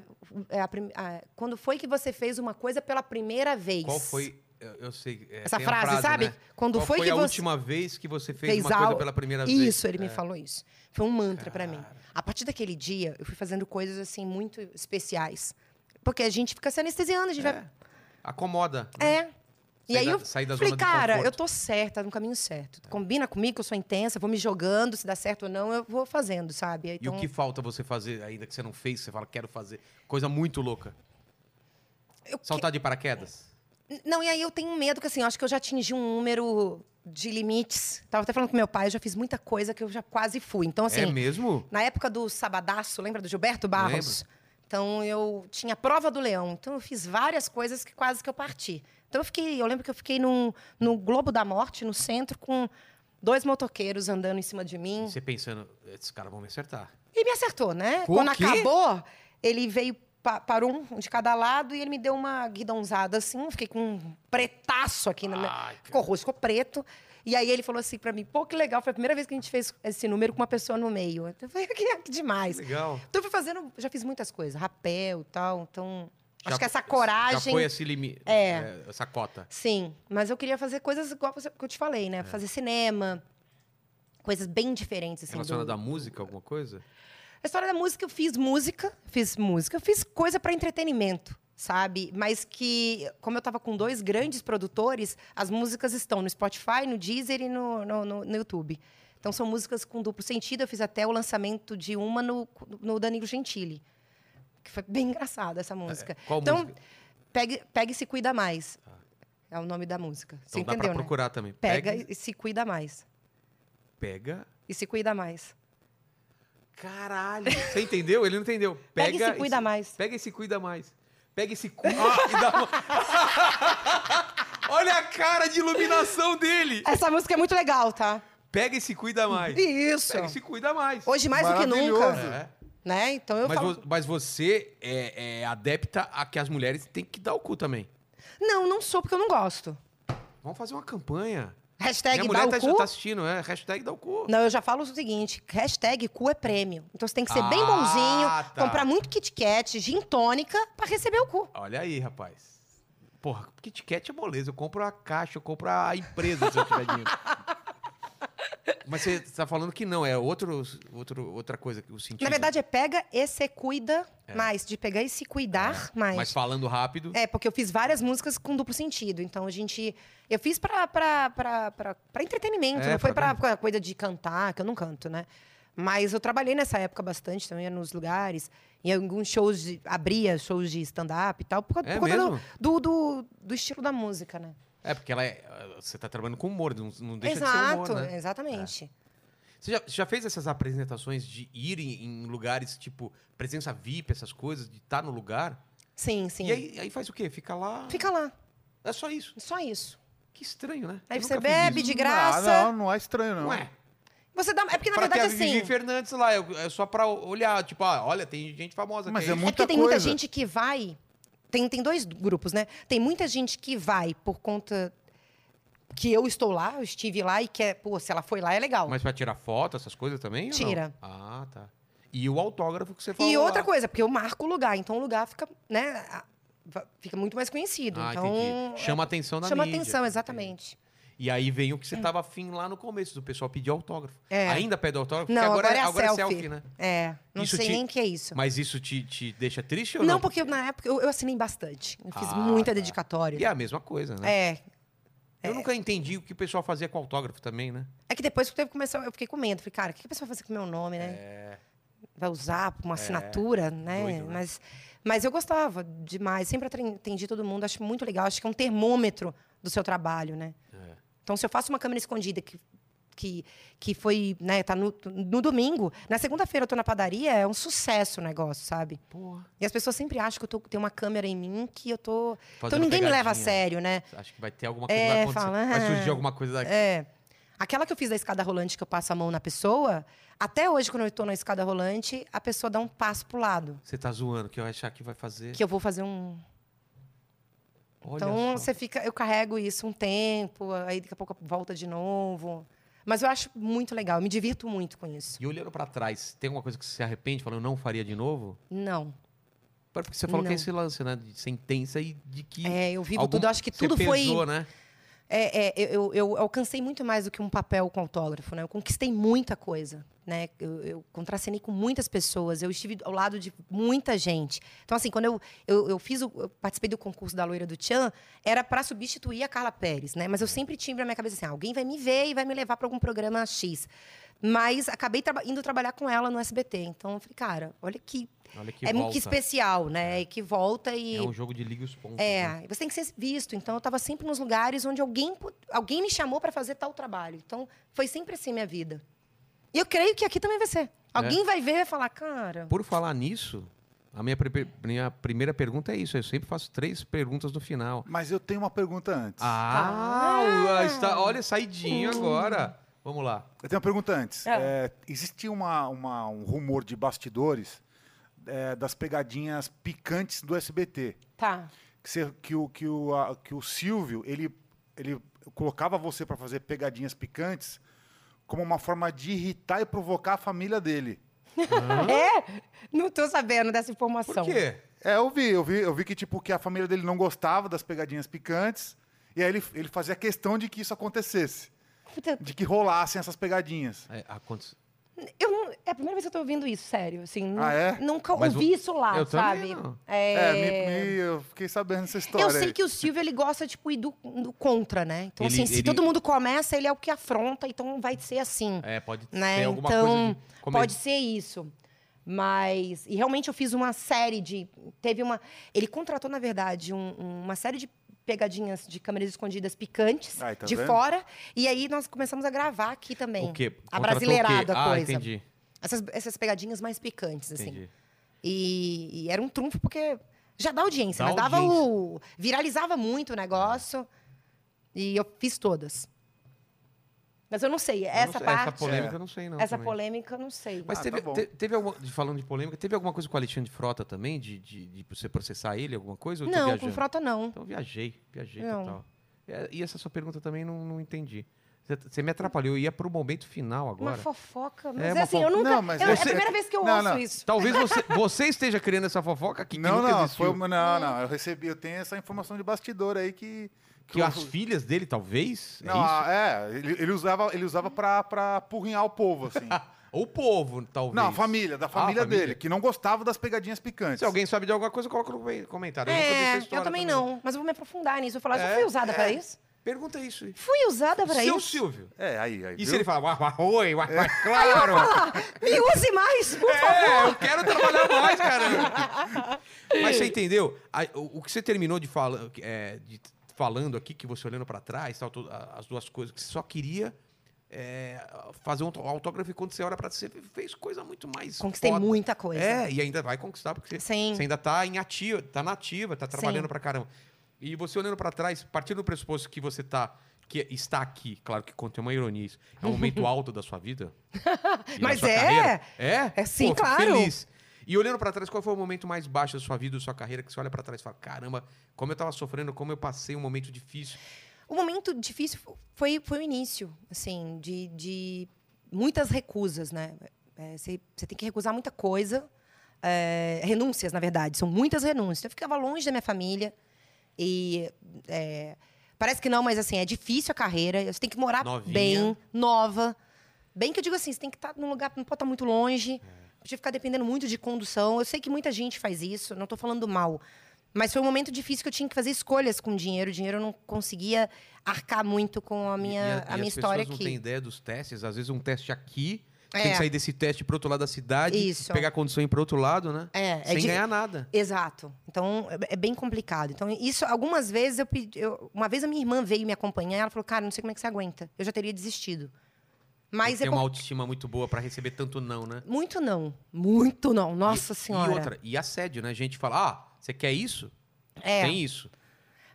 é, a prim- a- quando foi que você fez uma coisa pela primeira vez? Qual foi. Eu, eu sei. é, Essa tem uma frase, sabe? né? Quando Qual foi que a você- última vez que você fez, uma al- coisa pela primeira vez? É. Isso, ele me falou isso. Foi um mantra pra mim. A partir daquele dia, eu fui fazendo coisas assim muito especiais. Porque a gente fica se anestesiando, a gente vai. Acomoda. né? É. É. E Sair aí da- eu sair da falei, zona de cara, conforto." É. eu tô certa, no caminho certo. Combina comigo que eu sou intensa, vou me jogando, se dá certo ou não, eu vou fazendo, sabe? E Então, o que falta você fazer ainda que você não fez? Você fala, quero fazer. Coisa muito louca. eu que- Saltar de paraquedas? Não, e aí eu tenho medo, que assim, eu acho que eu já atingi um número de limites. Tava até falando com meu pai, eu já fiz muita coisa que eu já quase fui. Então, assim, é mesmo? na época do Sabadaço, lembra do Gilberto Barros? Então, eu tinha a prova do leão. Então, eu fiz várias coisas que quase que eu parti. Então, eu fiquei, eu lembro que eu fiquei num, no Globo da Morte, no centro, com dois motoqueiros andando em cima de mim. Você pensando, esses caras vão me acertar. E me acertou, né? O Quando quê? acabou, ele veio, pa- parou um de cada lado e ele me deu uma guidãozada assim. eu Fiquei com um pretaço aqui. Na minha... Ai, cara. Ficou roxo, ficou preto. E aí ele falou assim pra mim, pô, que legal. Foi a primeira vez que a gente fez esse número com uma pessoa no meio. Eu falei, que que demais. Legal. Então eu fui fazendo, já fiz muitas coisas. Rapel e tal, então... Já- acho que essa Já coragem... foi assim? esse limite. É. Essa cota. Sim, mas eu queria fazer coisas igual você- que eu te falei, É. né? Fazer cinema, coisas bem diferentes. Assim, do- Relacionada à música, alguma coisa? a história da música, eu fiz música, fiz música, eu fiz coisa para entretenimento, sabe? Mas que, como eu tava com dois grandes produtores, as músicas estão no Spotify, no Deezer e no, no, no- no YouTube. Então são músicas com duplo sentido. Eu fiz até o lançamento de uma no, no Danilo Gentili. Que foi bem engraçada essa música. É, Qual então, música? Ah. Pegue, pegue e se cuida mais. É o nome da música. Você Então dá entendeu, pra né? procurar também. Pega e se cuida mais. Pega. E se cuida mais. Caralho. Você entendeu? Ele não entendeu. Pega, Pega, e se cuida mais. Pega e se cuida mais. Pega e se cuida e dá uma- Olha a cara de iluminação dele. Essa música é muito legal, tá? Pega e se cuida mais. Isso. Pega e se cuida mais. Hoje mais do que Maravilhoso. nunca, É. né? Então eu Mas, falo, vo- mas você é, é adepta a que as mulheres têm que dar o cu também. não, não sou porque eu não gosto. Vamos fazer uma campanha. Hashtag Minha dá mulher o tá, cu. tá assistindo, é. Hashtag dá o cu. Não, eu já falo o seguinte, hashtag cu é prêmio. Então você tem que ser bem Ah, tá. bonzinho, comprar muito Kit Kat, gin tônica, pra receber o cu. Olha aí, rapaz. Porra, Kit Kat é moleza. Eu compro a caixa, eu compro a empresa se eu tiver dinheiro. Mas você tá falando que não, é outro, outro, outra coisa, que o sentido. Na verdade é pega e se cuida mais, de pegar e se cuidar é mais. É. Mas falando rápido, É, porque eu fiz várias músicas com duplo sentido. Então a gente. Eu fiz pra, pra, pra, pra, pra entretenimento, É, não foi pra pra, pra coisa de cantar, que eu não canto, né? Mas eu trabalhei nessa época bastante, também ia nos lugares. E alguns shows de, abria shows de stand-up e tal, por, É por conta do, mesmo? do, do- do estilo da música, né? é porque ela é, você tá trabalhando com humor, não, não deixa de ser humor, né? exatamente. Você já, já fez essas apresentações de ir em, em lugares, tipo, presença VIP, essas coisas, de estar no lugar? Sim, sim. E aí, aí faz o quê? Fica lá... Fica lá, É só isso. só isso. Que estranho, né? Aí Eu você nunca fiz bebe isso. de graça. Ah, não, não é estranho, não. Ué, Você dá. É porque, na pra verdade, ter a Vivi assim. Fernandes lá, eu- é só pra olhar, tipo, ah, olha, tem gente famosa Mas aqui. é É muita porque tem coisa. muita gente que vai. Tem, tem dois grupos, né? Tem muita gente que vai por conta que eu estou lá, eu estive lá e quer. Pô, se ela foi lá, é legal. Mas pra tirar foto, essas coisas também? ou não? Tira. Ah, tá. E o autógrafo que você falou e lá. outra coisa, porque eu marco o lugar, então o lugar fica, né? a- va- Fica muito mais conhecido. Ah, então, entendi. Chama a atenção é, da chama mídia. atenção, exatamente. E aí vem o que você tava afim lá no começo, do pessoal pedir autógrafo. É. Ainda pede autógrafo? Não, porque agora, agora é a agora selfie. né? É, não Isso sei te- nem o que é isso. Mas isso te, te deixa triste ou Não, não? porque eu, na época eu, eu assinei bastante. Eu fiz Ah, muita tá. dedicatória. E é a mesma coisa, né? É, Eu nunca entendi o que o pessoal fazia com autógrafo também, né? É que depois que teve que começar, eu fiquei com medo. Falei, cara, o que a pessoa vai fazer com o meu nome, né? Vai usar pra uma assinatura, né? É. doido, né? Mas, mas eu gostava demais. Sempre atre- atendi todo mundo. Acho muito legal. Acho que é um termômetro do seu trabalho, né? É. Então, se eu faço uma câmera escondida que, que, que foi, né? Tá no, no domingo. Na segunda-feira eu tô na padaria. É um sucesso o negócio, sabe? Porra. E as pessoas sempre acham que eu tô, tem uma câmera em mim que eu tô... então, Fazendo ninguém me leva a pegadinha. sério, né? Acho que vai ter alguma coisa É, que vai acontecer. fala, Vai surgir "Ah, alguma coisa daqui. É. Aquela que eu fiz da escada rolante, que eu passo a mão na pessoa, até hoje, quando eu tô na escada rolante, a pessoa dá um passo pro lado. Você tá zoando, que eu achar que vai fazer. Que eu vou fazer um. Olha então só. você fica. Eu carrego isso um tempo, aí daqui a pouco volta de novo. Mas eu acho muito legal, eu me divirto muito com isso. E olhando pra trás, tem alguma coisa que você se arrepende, falando não faria de novo? Não. Porque você falou que é Não. esse lance, né? De ser intensa e de que. É, eu vivo algum- tudo, eu acho que você tudo foi. pesou, né? É, é, eu, eu- eu alcancei muito mais do que um papel com autógrafo, né? Eu conquistei muita coisa, né? Eu, eu contracenei com muitas pessoas, eu estive ao lado de muita gente. Então, assim, quando eu, eu, eu fiz o, eu participei do concurso da Loira do Tchan, era para substituir a Carla Pérez, né? Mas eu sempre tive na minha cabeça assim, ah, alguém vai me ver e vai me levar para algum programa X. Mas acabei traba- indo trabalhar com ela no SBT. Então, eu falei, cara, olha que, Olha que é muito volta. que especial, né? E que volta e É um jogo de liga os pontos. né? é, você tem que ser visto. Então, eu estava sempre nos lugares onde alguém, pu- alguém me chamou para fazer tal trabalho. Então, foi sempre assim minha vida. E eu creio que aqui também vai É. ser. Alguém vai ver e vai falar, cara. Por falar nisso, a minha, pre- minha primeira pergunta é isso. Eu sempre faço três perguntas no final. Mas eu tenho uma pergunta antes. Ah, o- está- olha, saidinho agora. Vamos lá. Eu tenho uma pergunta antes. Ah. É, existia uma, uma- um rumor de bastidores é, das pegadinhas picantes do SBT. Tá. Que, você- que o, que, o, a- que o Silvio, ele, ele colocava você para fazer pegadinhas picantes como uma forma de irritar e provocar a família dele. É? Não tô sabendo dessa Por informação. quê? É, eu vi, eu vi, eu vi que, tipo, que a família dele não gostava das pegadinhas picantes. E aí ele, ele fazia questão de que isso acontecesse. Puta, De que rolassem essas pegadinhas. É, aconte- eu não- é a primeira vez que eu tô ouvindo isso, sério. Assim, nu- Ah, é? Nunca Mas ouvi o- isso lá, eu também Ah, sabe? não. É, É, me- me- eu fiquei sabendo dessa história. Eu sei aí. que o Silvio, ele gosta, tipo, ir do, do contra, né? Então, Ele- assim, se ele- todo mundo começa, ele é o que afronta, então vai ser assim. É, pode Né, ter alguma então, coisa de comédia. Pode ser isso. Mas. E realmente eu fiz uma série de. Teve uma. Ele contratou, na verdade, um- um- uma série de pegadinhas de câmeras escondidas picantes Ai, tá de vendo? fora. E aí nós começamos a gravar aqui também. O quê? A Contratou o quê? brasileirada a Ah, coisa. entendi. essas, essas pegadinhas mais picantes, assim. entendi. E, e era um trunfo, porque já dá audiência, Dá mas dava o. Viralizava muito o negócio. E eu fiz todas. Mas eu não Eu sei, não essa sei, Essa parte. polêmica É. eu não sei, não. Essa também. polêmica, eu não sei. Mas Ah, teve, tá bom. te- teve alguma, de- falando de polêmica, teve alguma coisa com o Alexandre Frota também? De, de, de você processar ele, alguma coisa? Ou eu tô Não, com viajando? frota não. Então viajei, viajei Não. total. É, E essa sua pergunta também não, não entendi. Você- Você me atrapalhou, eu ia pro momento final Uma agora. fofoca. É, uma Mas é, assim, fofo- eu nunca. Não, mas eu- É você- a primeira vez que eu Não, ouço não. isso. Talvez você, você esteja criando essa fofoca que, que não, nunca não, existiu. foi uma- não, não. Eu recebi, eu tenho essa informação de bastidor aí que. Que o- as filhas dele, talvez? Não, é isso? ah, é, ele, ele usava, ele usava pra, pra apurrinhar o povo, assim. Ou o povo, talvez. não, a família, da Ah, família, família. dele, que não gostava das pegadinhas picantes. Se alguém sabe de alguma coisa, coloca no comen- comentário. Eu nunca vi essa É, eu história também, não. Mas eu vou me aprofundar nisso. Eu vou falar, É, já fui usada pra isso? Pergunta isso. aí. Fui usada pra Seu isso? Silvio. É, aí, aí. E se viu? É. ele falar, "Uá, uá, oi, uá, uá, claro! Me use mais, por favor. É, eu quero trabalhar mais, cara. Mas você entendeu? A- o, o que você terminou de, fala, é, de falando aqui, que você olhando pra trás, tal, tu- a- as duas coisas, que você só queria é, fazer um auto- autógrafo e quando você olha pra trás, você fez coisa muito mais. Conquistei foda. muita coisa. É, e ainda vai conquistar, porque você- Sim. você ainda tá em ativa, tá na ativa, tá trabalhando Sim. pra caramba. E você olhando pra trás, partindo do pressuposto que você tá. Que está aqui, claro que contém uma ironia isso. É um momento alto da sua vida. e da Mas sua é. carreira. É? É sim, Pô, fico claro. Feliz. E olhando pra trás, qual foi o momento mais baixo da sua vida, da sua carreira, que você olha pra trás e fala: caramba, como eu tava sofrendo, como eu passei um momento difícil. O momento difícil fo- foi, foi o início, assim, de, de muitas recusas, né? É, Você você tem que recusar muita coisa. é, renúncias, na verdade, são muitas renúncias. Eu ficava longe da minha família e... é, parece que não, mas assim, é difícil a carreira. Você tem que morar Novinha. bem, nova. Bem que eu digo assim, você tem que estar num lugar, não pode estar muito longe. Podia ficar dependendo muito de condução. Eu sei que muita gente faz isso, não estou falando mal. Mas foi um momento difícil que eu tinha que fazer escolhas com dinheiro. O dinheiro eu não conseguia arcar muito com a minha, e, e e a, minha as história pessoas não aqui. têm ideia dos testes, às vezes um teste aqui, É. tem que sair desse teste pro outro lado da cidade, Isso. pegar condição e ir pro outro lado, né? É, é Sem di- ganhar nada. Exato. Então, é é bem complicado. Então, isso, algumas vezes eu pedi. eu- uma vez a minha irmã veio me acompanhar, ela falou: Cara, não sei como é que você aguenta. Eu já teria desistido. Mas tem é. uma por- autoestima muito boa pra receber tanto não, né? Muito não. Muito não. Nossa E- Senhora. E outra, e assédio, né? A gente fala, ah, você quer isso? É. Tem isso.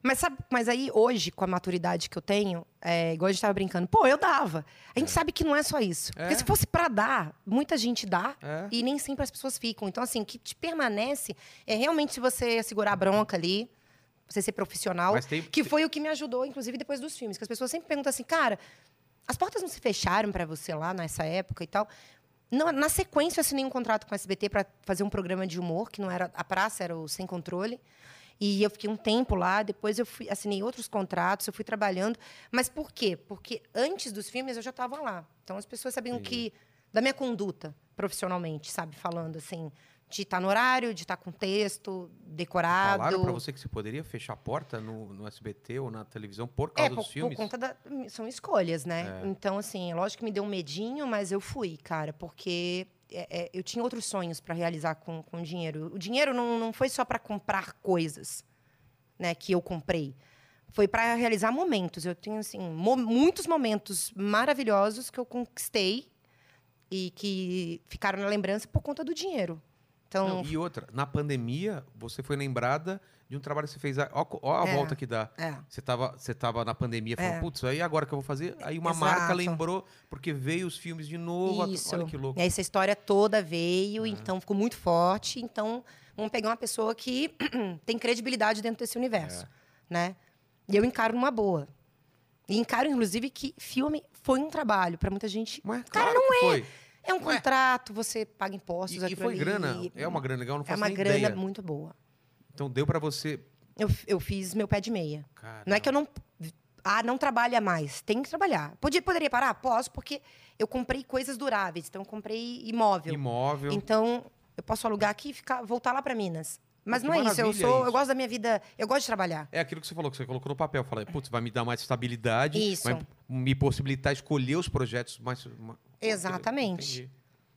Mas sabe, mas aí hoje, com a maturidade que eu tenho, é, igual a gente tava brincando, pô, eu dava. A gente sabe que não é só isso. É. Porque se fosse pra dar, muita gente dá É. e nem sempre as pessoas ficam. Então, assim, o que te permanece é realmente se você segurar a bronca ali, você ser profissional. Mas tem- Que foi o que me ajudou, inclusive, depois dos filmes. Que as pessoas sempre perguntam assim, cara, As portas não se fecharam para você lá nessa época e tal. Não, na sequência, eu assinei um contrato com a SBT para fazer um programa de humor, que não era a praça, era o Sem Controle. E eu fiquei um tempo lá, depois eu fui, assinei outros contratos, eu fui trabalhando. Mas por quê? Porque antes dos filmes eu já estava lá. Então as pessoas sabiam que da minha conduta profissionalmente, sabe? Falando assim, de estar no horário, de estar com texto, decorado. Falaram pra você que você poderia fechar a porta no, no SBT ou na televisão por É, causa por, dos por filmes? É. conta da. hum, São escolhas, né? Então, assim, lógico que me deu um medinho, mas eu fui, cara, porque é, é, eu tinha outros sonhos para realizar com, com o dinheiro. O dinheiro não, não foi só para comprar coisas, né, que eu comprei. Foi para realizar momentos. Eu tenho, assim, mo- muitos momentos maravilhosos que eu conquistei e que ficaram na lembrança por conta do dinheiro. Então, Não, e outra, na pandemia, você foi lembrada de um trabalho que você fez. Ó, co- ó a É. volta que dá. é. Você tava, você tava na pandemia falando, putz, aí agora que eu vou fazer? Aí uma Exato. marca lembrou, porque veio os filmes de novo. a- Isso. Olha que louco. E aí essa história toda veio, Uhum. então ficou muito forte. Então, vamos pegar uma pessoa que tem credibilidade dentro desse É. universo, né? E eu encaro numa boa. E encaro, inclusive, que filme foi um trabalho para muita gente. Mas, Cara, não é. Foi. É um Ué. contrato, você paga impostos, E, e aquilo foi ali. grana. É uma grana legal, não É faço uma nem grana ideia. muito boa. Então deu pra você. Eu, eu fiz meu pé de meia. Cara, Não é que eu não. Ah, não trabalha mais. Tem que trabalhar. Podia, poderia parar? Posso, porque eu comprei coisas duráveis. Então, eu comprei imóvel. Imóvel. Então, eu posso alugar aqui e ficar, voltar lá para Minas. Mas Que não é isso. Eu maravilha sou, isso. eu gosto da minha vida, eu gosto de trabalhar. É aquilo que você falou, que você colocou no papel. Falei, putz, vai me dar mais estabilidade. Isso. Vai me possibilitar escolher os projetos mais. ma- Exatamente. Entendi.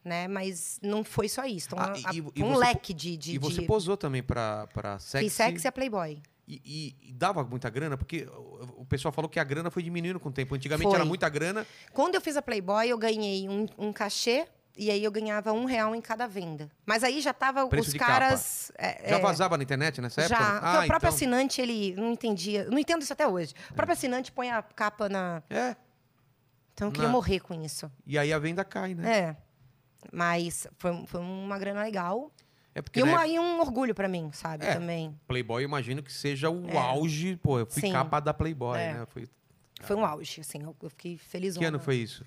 Né? Mas não foi só isso. Então, Ah, a- a- e- e um você- leque de. de, e você de posou também pra, pra sexy. fiz sexy a Playboy. E, e- e dava muita grana, porque o o pessoal falou que a grana foi diminuindo com o tempo. Antigamente Foi. era muita grana. Quando eu fiz a Playboy, eu ganhei um, um cachê e aí eu ganhava um real em cada venda. Mas aí já tava Preço os de caras. é, Já é, vazava na internet nessa época? Já. Porque Ah, o próprio então. assinante, ele não entendia. Não entendo isso até hoje. O próprio assinante põe a capa na. É. Então eu queria Na- morrer com isso. E aí a venda cai, né? É. Mas foi, foi uma grana legal. É, porque e, na uma- época, e um orgulho pra mim, sabe? É. Também. Playboy, eu imagino que seja o auge. Pô, eu fui É. Sim. capa da Playboy, É. né? Foi... Foi um auge, assim. Eu, eu fiquei feliz. Que ano foi isso?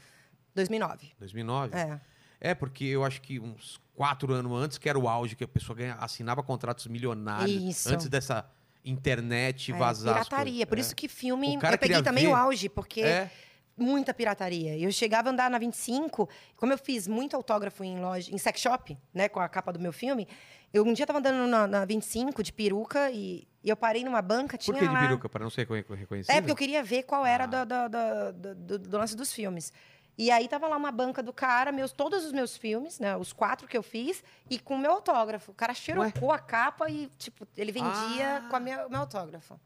2009. 2009? É. É, porque eu acho que uns quatro anos antes, que era o auge, que a pessoa ganha, assinava contratos milionários. Isso. Antes dessa internet É, vazar. as pirataria. coisas. Por É. isso que filme. O cara Eu peguei queria também ver. o auge, porque É. muita pirataria. Eu chegava a andar na 25, como eu fiz muito autógrafo em loja, em sex shop, né, com a capa do meu filme. Eu um dia tava andando na, na 25 de peruca e, e eu parei numa banca, tinha Por que de lá- peruca? Para não ser reconhe- reconhecido? É, porque eu queria ver qual era Ah. da- da- da- da- do, do lance dos filmes. E aí tava lá uma banca do cara, meus, todos os meus filmes, né? Os quatro que eu fiz, e com o meu autógrafo. O cara xerocou a capa e, tipo, ele vendia Ah. com a minha- o meu autógrafo.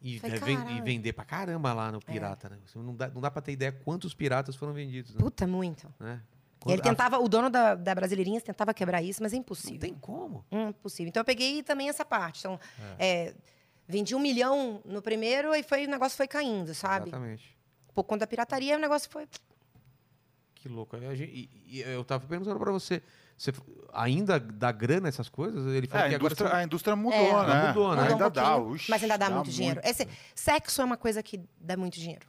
E, Falei, deve- e "Caralho." É. vender pra caramba lá no pirata, né? Você não dá, não dá pra ter ideia quantos piratas foram vendidos, né? Puta, muito. né? E ele Quando- tentava, o dono da, da Brasileirinhas tentava quebrar isso, mas é Ah, Não impossível. tem como. Hum, Impossível. Então eu peguei também essa parte. Então, é, vendi um milhão no primeiro e foi, o negócio foi caindo, sabe? Exatamente. Por conta da pirataria, o negócio foi. Que louco. A gente- e, e eu tava perguntando pra você, você f- ainda dá grana essas coisas? Ele É, falou a, que agora... indústria, você- a indústria mudou, É. Ela né? mudou, né? Ainda Mudou um dá, pouquinho, uxe, mas ainda dá, muito dinheiro. Esse- sexo é uma coisa que dá muito dinheiro.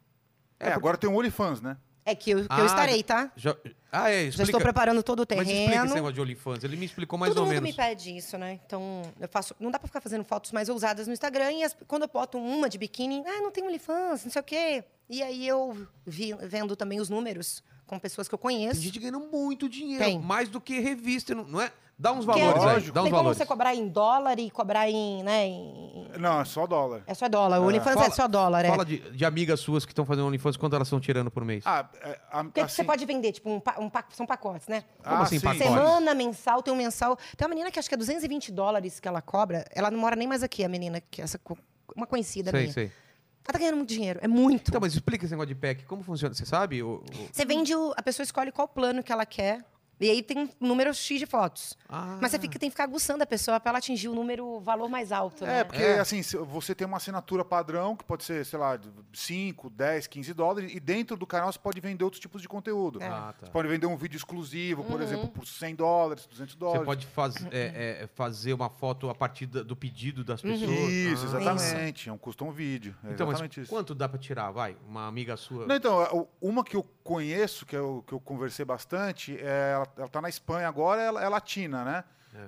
É, agora tem o OnlyFans, né? É que eu, que eu Ah, estarei, tá? Já... Ah, é, Já explica. estou preparando todo o Mas explica esse terreno. negócio de OnlyFans. Ele me explicou mais ou Todo mundo menos. me pede isso, né? Então, eu faço. Não dá pra ficar fazendo fotos mais ousadas no Instagram. E as- quando eu boto uma de biquíni, ah, não tem OnlyFans, não sei o quê. E aí eu vi- vendo também os números com pessoas que eu Tem conheço. gente ganhando muito dinheiro. Tem. Mais do que revista, não- não é? Dá uns Porque valores aí. lógico. Dá uns tem como valores. você cobrar em dólar e cobrar em, né, em- Não, é só dólar. É só dólar. O OnlyFans é Fala- só dólar, é. Fala de, de amigas suas que estão fazendo OnlyFans, quanto elas estão tirando por mês? Ah, é, a- O que, que assim- ah, você pode vender? Tipo, um pa- um pa- são pacotes, né? Como assim, sim. pacote? Semana, mensal, tem um mensal. Tem uma menina que acho que é 220 dólares que ela cobra. Ela não mora nem mais aqui, a menina, que é essa, co- uma conhecida sei, minha. sei. Ela tá ganhando muito dinheiro. É muito. Tá Então, mas explica esse negócio de pack. Como funciona? Você sabe? O- o- Você vende o. A pessoa escolhe qual plano que ela quer. E aí tem um número X de fotos. Ah. Mas você fica- tem que ficar aguçando a pessoa pra ela atingir o número, o valor mais alto, né? É, porque assim, se- você tem uma assinatura padrão que pode ser, sei lá, de 5, 10, 15 dólares, e dentro do canal você pode vender outros tipos de conteúdo. Ah, Você tá. pode vender um vídeo exclusivo, por exemplo, por 100 dólares, 200 dólares. Você pode faz- é, é, fazer uma foto a partir da- do pedido Uhum. das pessoas. Isso, Ah. exatamente. É um custo um vídeo. É Então, mas exatamente isso. quanto dá pra tirar? Vai, uma amiga sua. Não, então, o- uma que eu conheço, que eu, que eu conversei bastante, é, ela, ela tá na Espanha agora, ela é latina, né?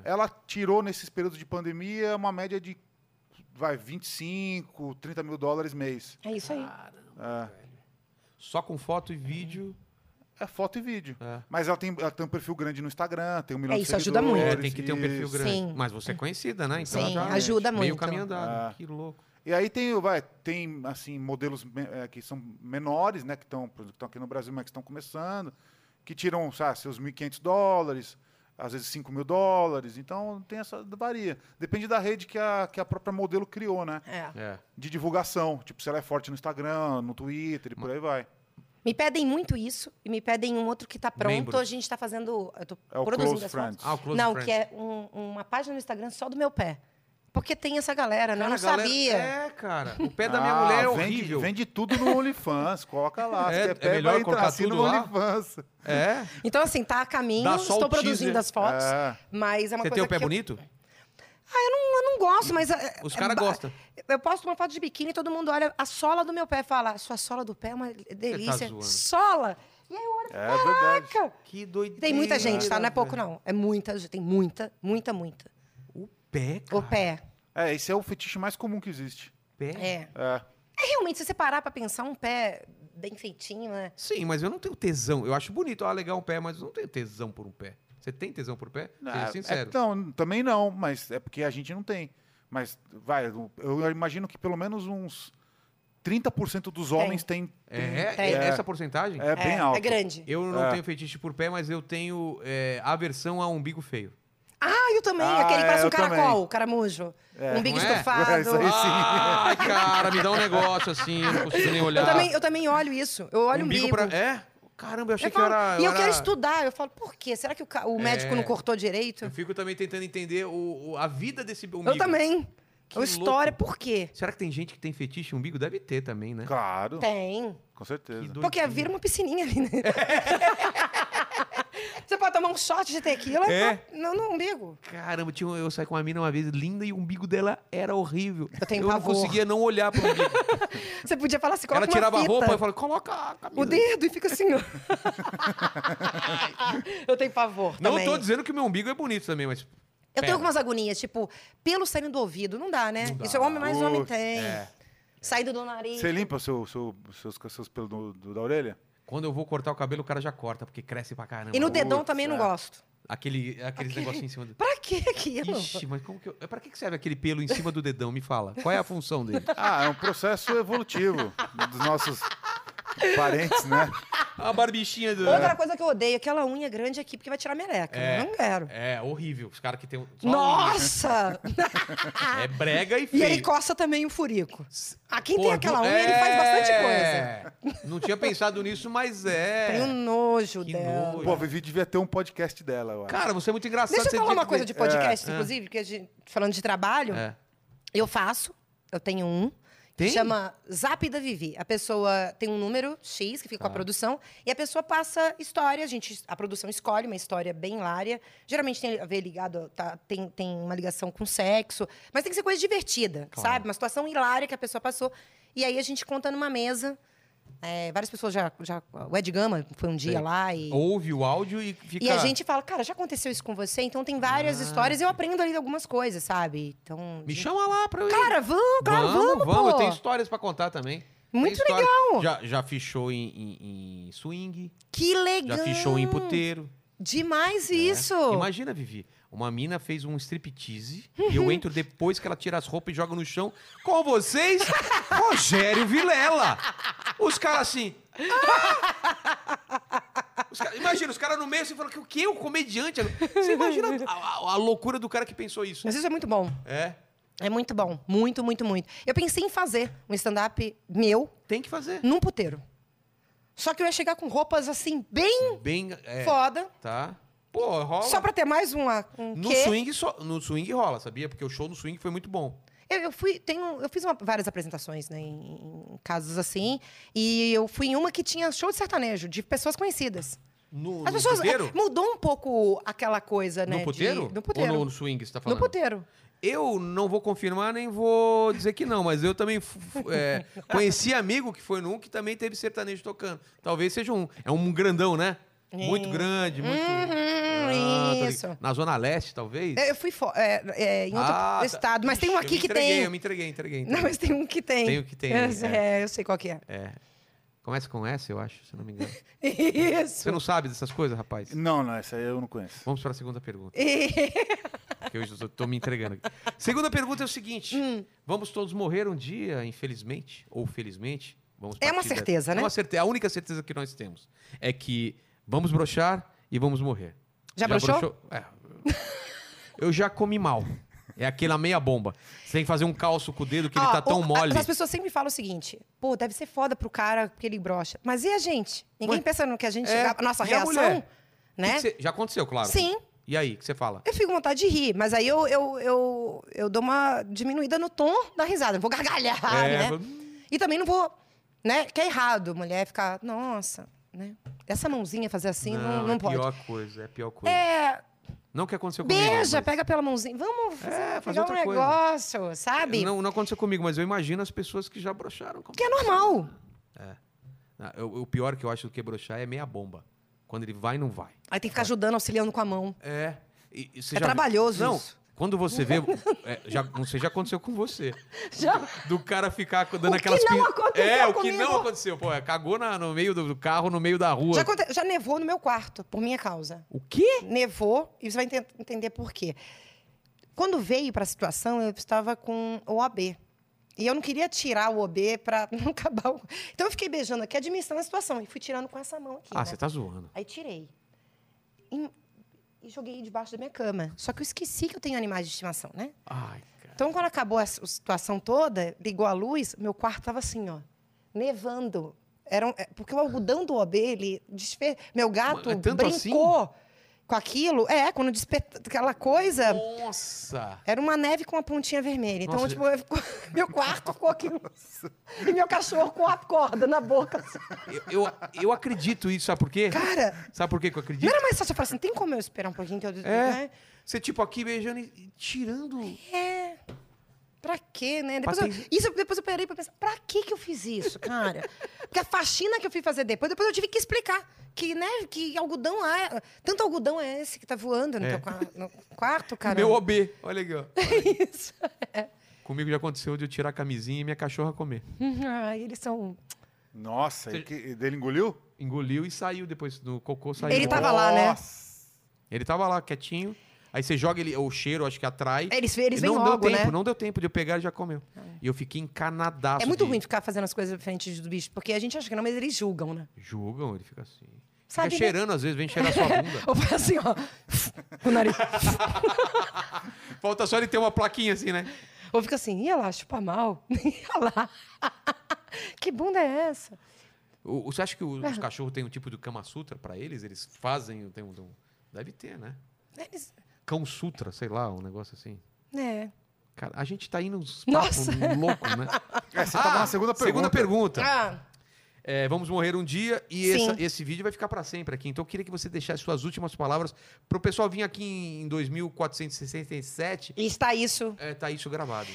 É. Ela tirou nesses períodos de pandemia uma média de vai 25, 30 mil dólares mês. É isso aí. Só com foto e vídeo. É foto e vídeo. É. Mas ela tem, ela tem um perfil grande no Instagram, tem um milhão É, de isso ajuda seguidores, É, muito. tem que ter um perfil isso. grande. Sim. Mas você é conhecida, né? Sim, já é ajuda Meio muito. caminho andado. É. Que louco. E aí tem, vai, tem assim, modelos me- eh, que são menores, né? Que estão aqui no Brasil, mas que estão começando, que tiram sabe, seus 1.500 dólares, às vezes 5 mil dólares. Então tem essa. varia. Depende da rede que a, que a própria modelo criou, né? É. É. De divulgação. Tipo, se ela é forte no Instagram, no Twitter e por aí vai. Me pedem muito isso e me pedem um outro que tá pronto. Membro. A gente tá fazendo. Eu tô É o produzindo Close as fotos. Friends. Ah, o Close não, Friends. que é um- uma página no Instagram só do meu pé. Porque tem essa galera, né? Cara, eu não a galera- sabia. É, cara. O pé da minha Ah, mulher é vende- horrível. Vende tudo no OnlyFans, coloca lá. É- se é quer pé, melhor vai colocar entrar assim no tudo lá? OnlyFans. É. Então, assim, tá a caminho, Dá só estou o teaser. produzindo as fotos. É. Mas é uma Você tem coisa o pé que eu- bonito? Ah, eu não, eu não gosto, mas... é- Os é caras ba- gostam. Eu posto uma foto de biquíni e todo mundo olha a sola do meu pé e fala, sua sola do pé é uma delícia. tá zoando. sola! E aí eu olho, É verdade. caraca! Que doideira. Tem muita gente, tá? Não é velho. pouco, não. É muita, gente, tem muita, muita, muita. O pé, cara. O pé. É, esse é o fetiche mais comum que existe. pé. É. É. É realmente, se você parar pra pensar, um pé bem feitinho, né? Sim, mas eu não tenho tesão. Eu acho bonito, ah, legal um pé, mas eu não tenho tesão por um pé. Você tem tesão por um pé? Seja Ah, sincero. é- não, também não, mas é porque a gente não tem. Mas, vai, eu- eu imagino que pelo menos uns 30% dos homens têm. É, têm- é- Tem. essa porcentagem? É bem alto. É grande. Eu não tenho fetiche por pé, mas eu tenho é, aversão a umbigo feio. Ah, eu também. Ah, aquele que parece é, um eu também. caracol, caramujo. um bico não é? estufado. É, isso aí sim. Ai, cara, me dá um negócio assim, eu não consigo nem olhar. Eu também, eu também olho isso. Eu olho o bico. pra- É? Caramba, eu achei Eu falo, que era... e eu era- É. quero estudar. Eu falo, por quê? Será que o, ca- o médico não cortou direito? Eu fico também tentando entender o, o- a vida desse umbigo. Eu também. Que A história, por quê? Será que tem gente que tem fetiche em umbigo? Deve ter também, né? Claro, Tem. com certeza. Que Porque vira uma piscininha ali, né? Você pode tomar um shot de tequila É. no, no umbigo. Caramba, tinha, um, eu saí com uma mina uma vez linda e o umbigo dela era horrível. Eu tenho não pavor. conseguia não olhar pro umbigo. Você podia falar assim, coloca Ela tirava a uma fita, roupa e eu falava, coloca a camisa. o dedo e fica assim, ó. eu tenho pavor Não também. tô dizendo que o meu umbigo é bonito também, mas. Eu Pera. tenho algumas agonias, tipo, pelo saindo do ouvido. Não dá, né? Não dá. é. Isso é homem mais homem Putz, tem. Saindo do nariz. Você limpa seu, seu, seus, seus pelos do- do- da orelha? Quando eu vou cortar o cabelo, o cara já corta, porque cresce pra caramba. E no dedão Putz, também não é. gosto. Aquele, aqueles negocinhos em cima do. Pra que aquilo? Ixi, mas como que eu... Pra que que serve aquele pelo em cima do dedão? Me fala. Qual é a função dele? Ah, é um processo evolutivo dos nossos parentes, né? A barbichinha do. Outra coisa que eu odeio é aquela unha grande aqui, porque vai tirar meleca. É. Eu Não quero. É, horrível. Os caras que tem. um- só Nossa! um- É brega e feio. e ele coça também o furico. Ah, quem tem Porra, aquela unha, é. ele faz bastante coisa. Não tinha pensado nisso, mas é. Tem um nojo Que dela. nojo. Pô, a Vivi devia ter um podcast dela, eu acho. Cara, você é muito engraçado. Deixa eu você é, falar devia uma coisa ter- de podcast, inclusive, porque a gente, falando de trabalho, É. eu faço, eu tenho um. Tem? Que chama Zap da Vivi. A pessoa tem um número X que fica Tá. com a produção e a pessoa passa história. A gente, a produção escolhe uma história bem hilária. Geralmente tem a ver ligado, tá, tem, tem uma ligação com sexo, mas tem que ser coisa divertida, sabe? Uma situação hilária que a pessoa passou. E aí a gente conta numa mesa. É, várias pessoas já, já. O Ed Gama foi um dia Sei. lá e. Ouve o áudio e fica. Ah. E a gente fala, cara, já aconteceu isso com você? Então tem várias histórias e eu aprendo ali algumas coisas, sabe? Então. Me chama lá pra eu ir. Cara, vamos, claro, vamos, vamos. Eu pô. tenho histórias pra contar também. Muito Tem história- legal. Já, já fiz show em, em- em swing, Que já legal. fiz show em puteiro. Demais isso. né? Imagina, Vivi, uma mina fez um striptease e eu entro depois que ela tira as roupas e joga no chão. Com vocês, Rogério Vilela. Os caras assim... "Ah!" Os cara- imagina, os caras no meio assim falando que o quê? O comediante? Você imagina a, a- a loucura do cara que pensou isso. Mas isso é muito bom. É, É muito bom. Muito, muito, muito. Eu pensei em fazer um stand-up meu tem que fazer. num puteiro. Só que eu ia chegar com roupas assim, bem Bem... é, foda. Tá. Pô, rola. Só pra ter mais uma, um No quê? swing, só- no swing rola, sabia? Porque o show no swing foi muito bom. Eu, eu fui, tenho, eu fiz uma- várias apresentações né, em, em casos assim, e eu fui em uma que tinha show de sertanejo, de pessoas conhecidas. No, As no pessoas. puteiro? é, mudou um pouco aquela coisa, né? no puteiro? De, no puteiro. Ou no, no swing, você tá No falando? puteiro. Eu não vou confirmar nem vou dizer que não, mas eu também f- f- é, conheci amigo que foi num que também teve sertanejo tocando. Talvez seja um. É um grandão, né? Muito É. grande, muito. Uhum, tô ligado. isso. Na Zona Leste, talvez? É, Eu fui fo- é, é, em outro Ah, tá. estado, mas Ixi, tem um eu aqui me que entreguei, tem. Eu me entreguei, entreguei. Não, entreguei. mas tem um que tem. Tem o que tem, Eu, é. é, eu sei qual que é. Começa com S, eu acho, se não me engano. Isso. É. Você não sabe dessas coisas, rapaz? Não, não, essa aí eu não conheço. Vamos para a segunda pergunta, E- porque eu estou tô me entregando aqui. Segunda pergunta é o seguinte: Hum. vamos todos morrer um dia, infelizmente ou felizmente? Vamos É uma partir da- certeza, né? É uma certeza. A única certeza que nós temos é que vamos brochar e vamos morrer. Já broxou? É. Eu já comi mal. É aquela meia bomba. Você tem que fazer um calço com o dedo que ele Ó, tá tão o- mole. As pessoas sempre falam o seguinte: pô, deve ser foda pro cara porque ele brocha. Mas e a gente? Ninguém Ué? pensa no que a gente. É, A nossa e a reação. mulher? Né? Que que você- Já aconteceu, claro. Sim. E aí, o que você fala? Eu fico com vontade de rir, mas aí eu, eu, eu, eu dou uma diminuída no tom da risada. Não vou gargalhar, É, né? E também não vou, né? Que é errado, mulher ficar, nossa, né? Essa mãozinha fazer assim não, não, é pode. pior coisa, é pior coisa. É, Não que aconteceu comigo. beija, mas- pega pela mãozinha. Vamos fazer, É, fazer pegar um outra coisa. negócio, sabe? Não, não aconteceu comigo, mas eu imagino as pessoas que já broxaram. Que é normal. Ah, eu- o pior que eu acho do que broxar é meia bomba. Quando ele vai, não vai. Aí tem que ficar ajudando, auxiliando com a mão. É. e- e você É já viu- trabalhoso Não, isso. quando você vê... é, já, não sei, já aconteceu com você. Já. Do cara ficar dando O que aquelas... não pin- aconteceu É, o que comigo. não aconteceu. Pô, é, cagou na- no meio do do carro, no meio da rua. Já, aconte- já nevou no meu quarto, por minha causa. O quê? Nevou, e você vai enten- entender por quê. Quando veio para a situação, eu estava com o OB. E eu não queria tirar o OB para não acabar o. Então eu fiquei beijando aqui, administrando a situação. E fui tirando com essa mão aqui. Ah, né? você tá zoando. Aí tirei. E, e joguei debaixo da minha cama. Só que eu esqueci que eu tenho animais de estimação, né? Ai, cara. Então, quando acabou a situação toda, ligou a luz, meu quarto estava assim, ó, nevando. Era um- é, porque o algodão do OB, ele desfez. Meu gato Mas é tanto brincou com aquilo. É, quando despertou aquela coisa. Nossa! Era uma neve com uma pontinha vermelha. Então, Nossa, tipo, eu fico- meu quarto ficou aqui. E meu cachorro com a corda na boca. assim. Eu, eu, eu acredito isso, sabe por quê? Cara, Sabe por quê que eu não acredito? era mais só você falar assim, tem como eu esperar um pouquinho que eu. É. Né? Você, tipo, aqui beijando e e tirando. É. Pra quê, né? Depois, Mas eu, isso, depois eu parei pra pensar, pra que que eu fiz isso, cara? Porque a faxina que eu fui fazer depois, depois eu tive que explicar que, né, que algodão é... Tanto algodão é esse que tá voando no, É. teu qua- no quarto, cara. Meu OB. Olha aqui, ó. Isso. Comigo já aconteceu de eu tirar a camisinha e minha cachorra comer. Ai, eles são... Nossa, Você- e que- dele engoliu? Engoliu e saiu depois do cocô, saiu. Ele o tava ó. lá, né? Nossa. Ele tava lá, quietinho. Aí você joga ele, o cheiro, acho que atrai. Eles, É, eles E vêm não logo, deu tempo, né? não deu tempo de eu pegar e já comeu. E eu fiquei encanadaço. É muito de- ruim ficar fazendo as coisas frente do bicho, porque a gente acha que não, mas eles julgam, né? Julgam, ele fica assim. Sabe, né? fica cheirando, às vezes, vem cheirar sua bunda. Ou faz assim, ó, com o nariz. Falta só ele ter uma plaquinha assim, né? Ou fica assim, ia lá, chupa mal. Ia lá. que bunda é essa? O- o- você acha que o- Uhum. os cachorros têm um tipo de Kama Sutra pra eles? Eles fazem. Tem um, tem um- deve ter, né? Eles... Cão Sutra, sei lá, um negócio assim. É. Cara, a gente tá indo uns papos Nossa. tá loucos, né? É, você tava na segunda pergunta. Segunda pergunta. Ah, É, vamos morrer um dia e Sim. essa- esse vídeo vai ficar pra sempre aqui. Então eu queria que você deixasse suas últimas palavras pro pessoal vir aqui em 2467. e está isso. É, tá isso gravado.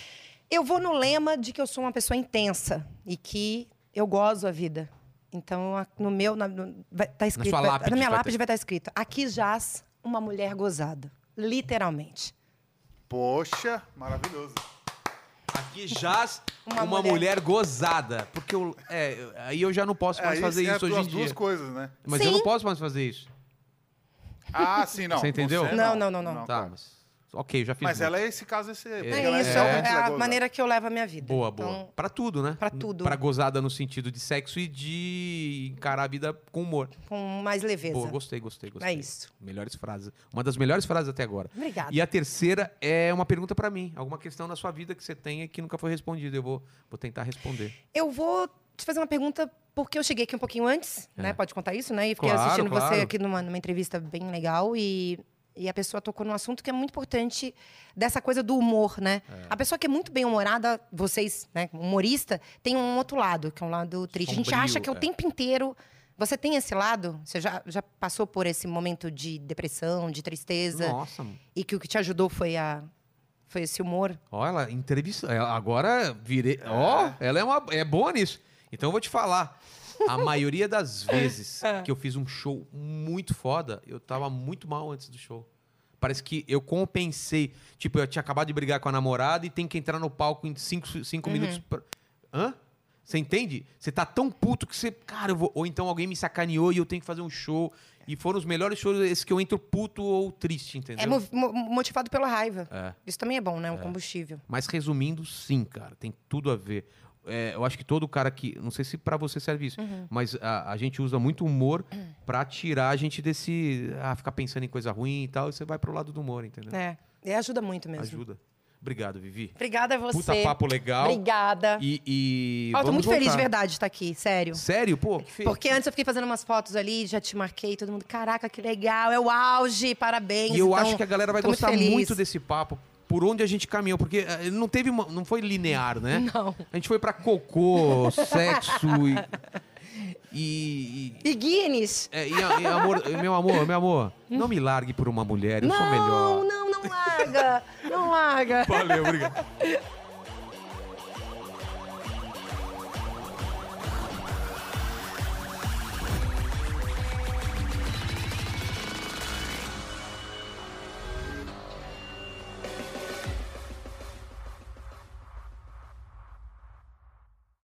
Eu vou no lema de que eu sou uma pessoa intensa e que eu gozo a vida. Então, a- no meu, na, no- vai, tá escrito, sua vai- lápide na minha vai lápide ter- vai estar escrito: aqui jaz uma mulher gozada, literalmente. Poxa, maravilhoso. Aqui jaz uma, Uma mulher. mulher. gozada. Porque eu- é, eu- aí eu já não posso mais É, fazer é isso hoje as em duas dia. coisas, né? Mas eu Sim. não posso mais fazer isso. Ah, sim, não. Você entendeu? Não, não, não, não. tá, mas. Ok, eu já fiz. Mas muito. ela é esse caso, esse. porque É, ela isso, ela é, muito a legal, né? maneira que eu levo a minha vida. Boa, Então, boa. Pra tudo, né? pra tudo. Pra gozada no sentido de sexo e de encarar a vida com humor. Com mais leveza. Boa, gostei, gostei, gostei. É isso. Melhores frases. Uma das melhores frases até agora. Obrigada. E a terceira é uma pergunta pra mim. Alguma questão na sua vida que você tenha que nunca foi respondida. Eu vou, vou tentar responder. Eu vou te fazer uma pergunta, porque eu cheguei aqui um pouquinho antes, É. né? Pode contar isso, né? E fiquei Claro, assistindo claro. você aqui numa, numa entrevista bem legal e, e a pessoa tocou num assunto que é muito importante dessa coisa do humor, né? A pessoa que é muito bem-humorada, vocês, né? Humorista, tem um outro lado, que é um lado triste. a Sombrio, gente acha que é. o tempo inteiro. Você tem esse lado? Você já, já passou por esse momento de depressão, de tristeza? Nossa, mano. E que o que te ajudou foi a foi esse humor? Ó, ela entrevista. ela- Agora virei. Ó, ela é, uma, é boa nisso. Então eu vou te falar. A maioria das vezes que eu fiz um show muito foda, eu tava muito mal antes do show. Parece que eu compensei. Tipo, eu tinha acabado de brigar com a namorada e tem que entrar no palco em cinco, cinco minutos. pra- Hã? Você entende? Você tá tão puto que você. Cara, eu vou... ou então alguém me sacaneou e eu tenho que fazer um show. E foram os melhores shows, esses que eu entro puto ou triste, entendeu? É mov- mo- motivado pela raiva. É. Isso também é bom, né? Um combustível. Mas resumindo, sim, cara, tem tudo a ver. É, eu acho que todo cara que. Não sei se pra você serve isso, Uhum. mas a, a gente usa muito humor pra tirar a gente desse. Ah, ficar pensando em coisa ruim e tal, e você vai pro lado do humor, entendeu? É. E ajuda muito mesmo. Ajuda. Obrigado, Vivi. Obrigada a você. Puta papo legal. Obrigada. E. e Ó, eu tô vamos muito feliz de voltar. verdade de estar aqui, sério. Sério? Pô, que fe- Porque antes eu fiquei fazendo umas fotos ali, já te marquei, todo mundo, caraca, que legal, é o auge, parabéns. E eu Então, acho que é a galera vai tô gostar feliz. muito, desse papo. Por onde a gente caminhou, porque eh, não teve uma- não foi linear, né? Não. A gente foi pra cocô, sexo e- e- e E Guinness? É, e a- e amor- meu amor, meu amor, não me largue por uma mulher, eu sou não, melhor. não, não larga, não larga. Valeu, obrigado.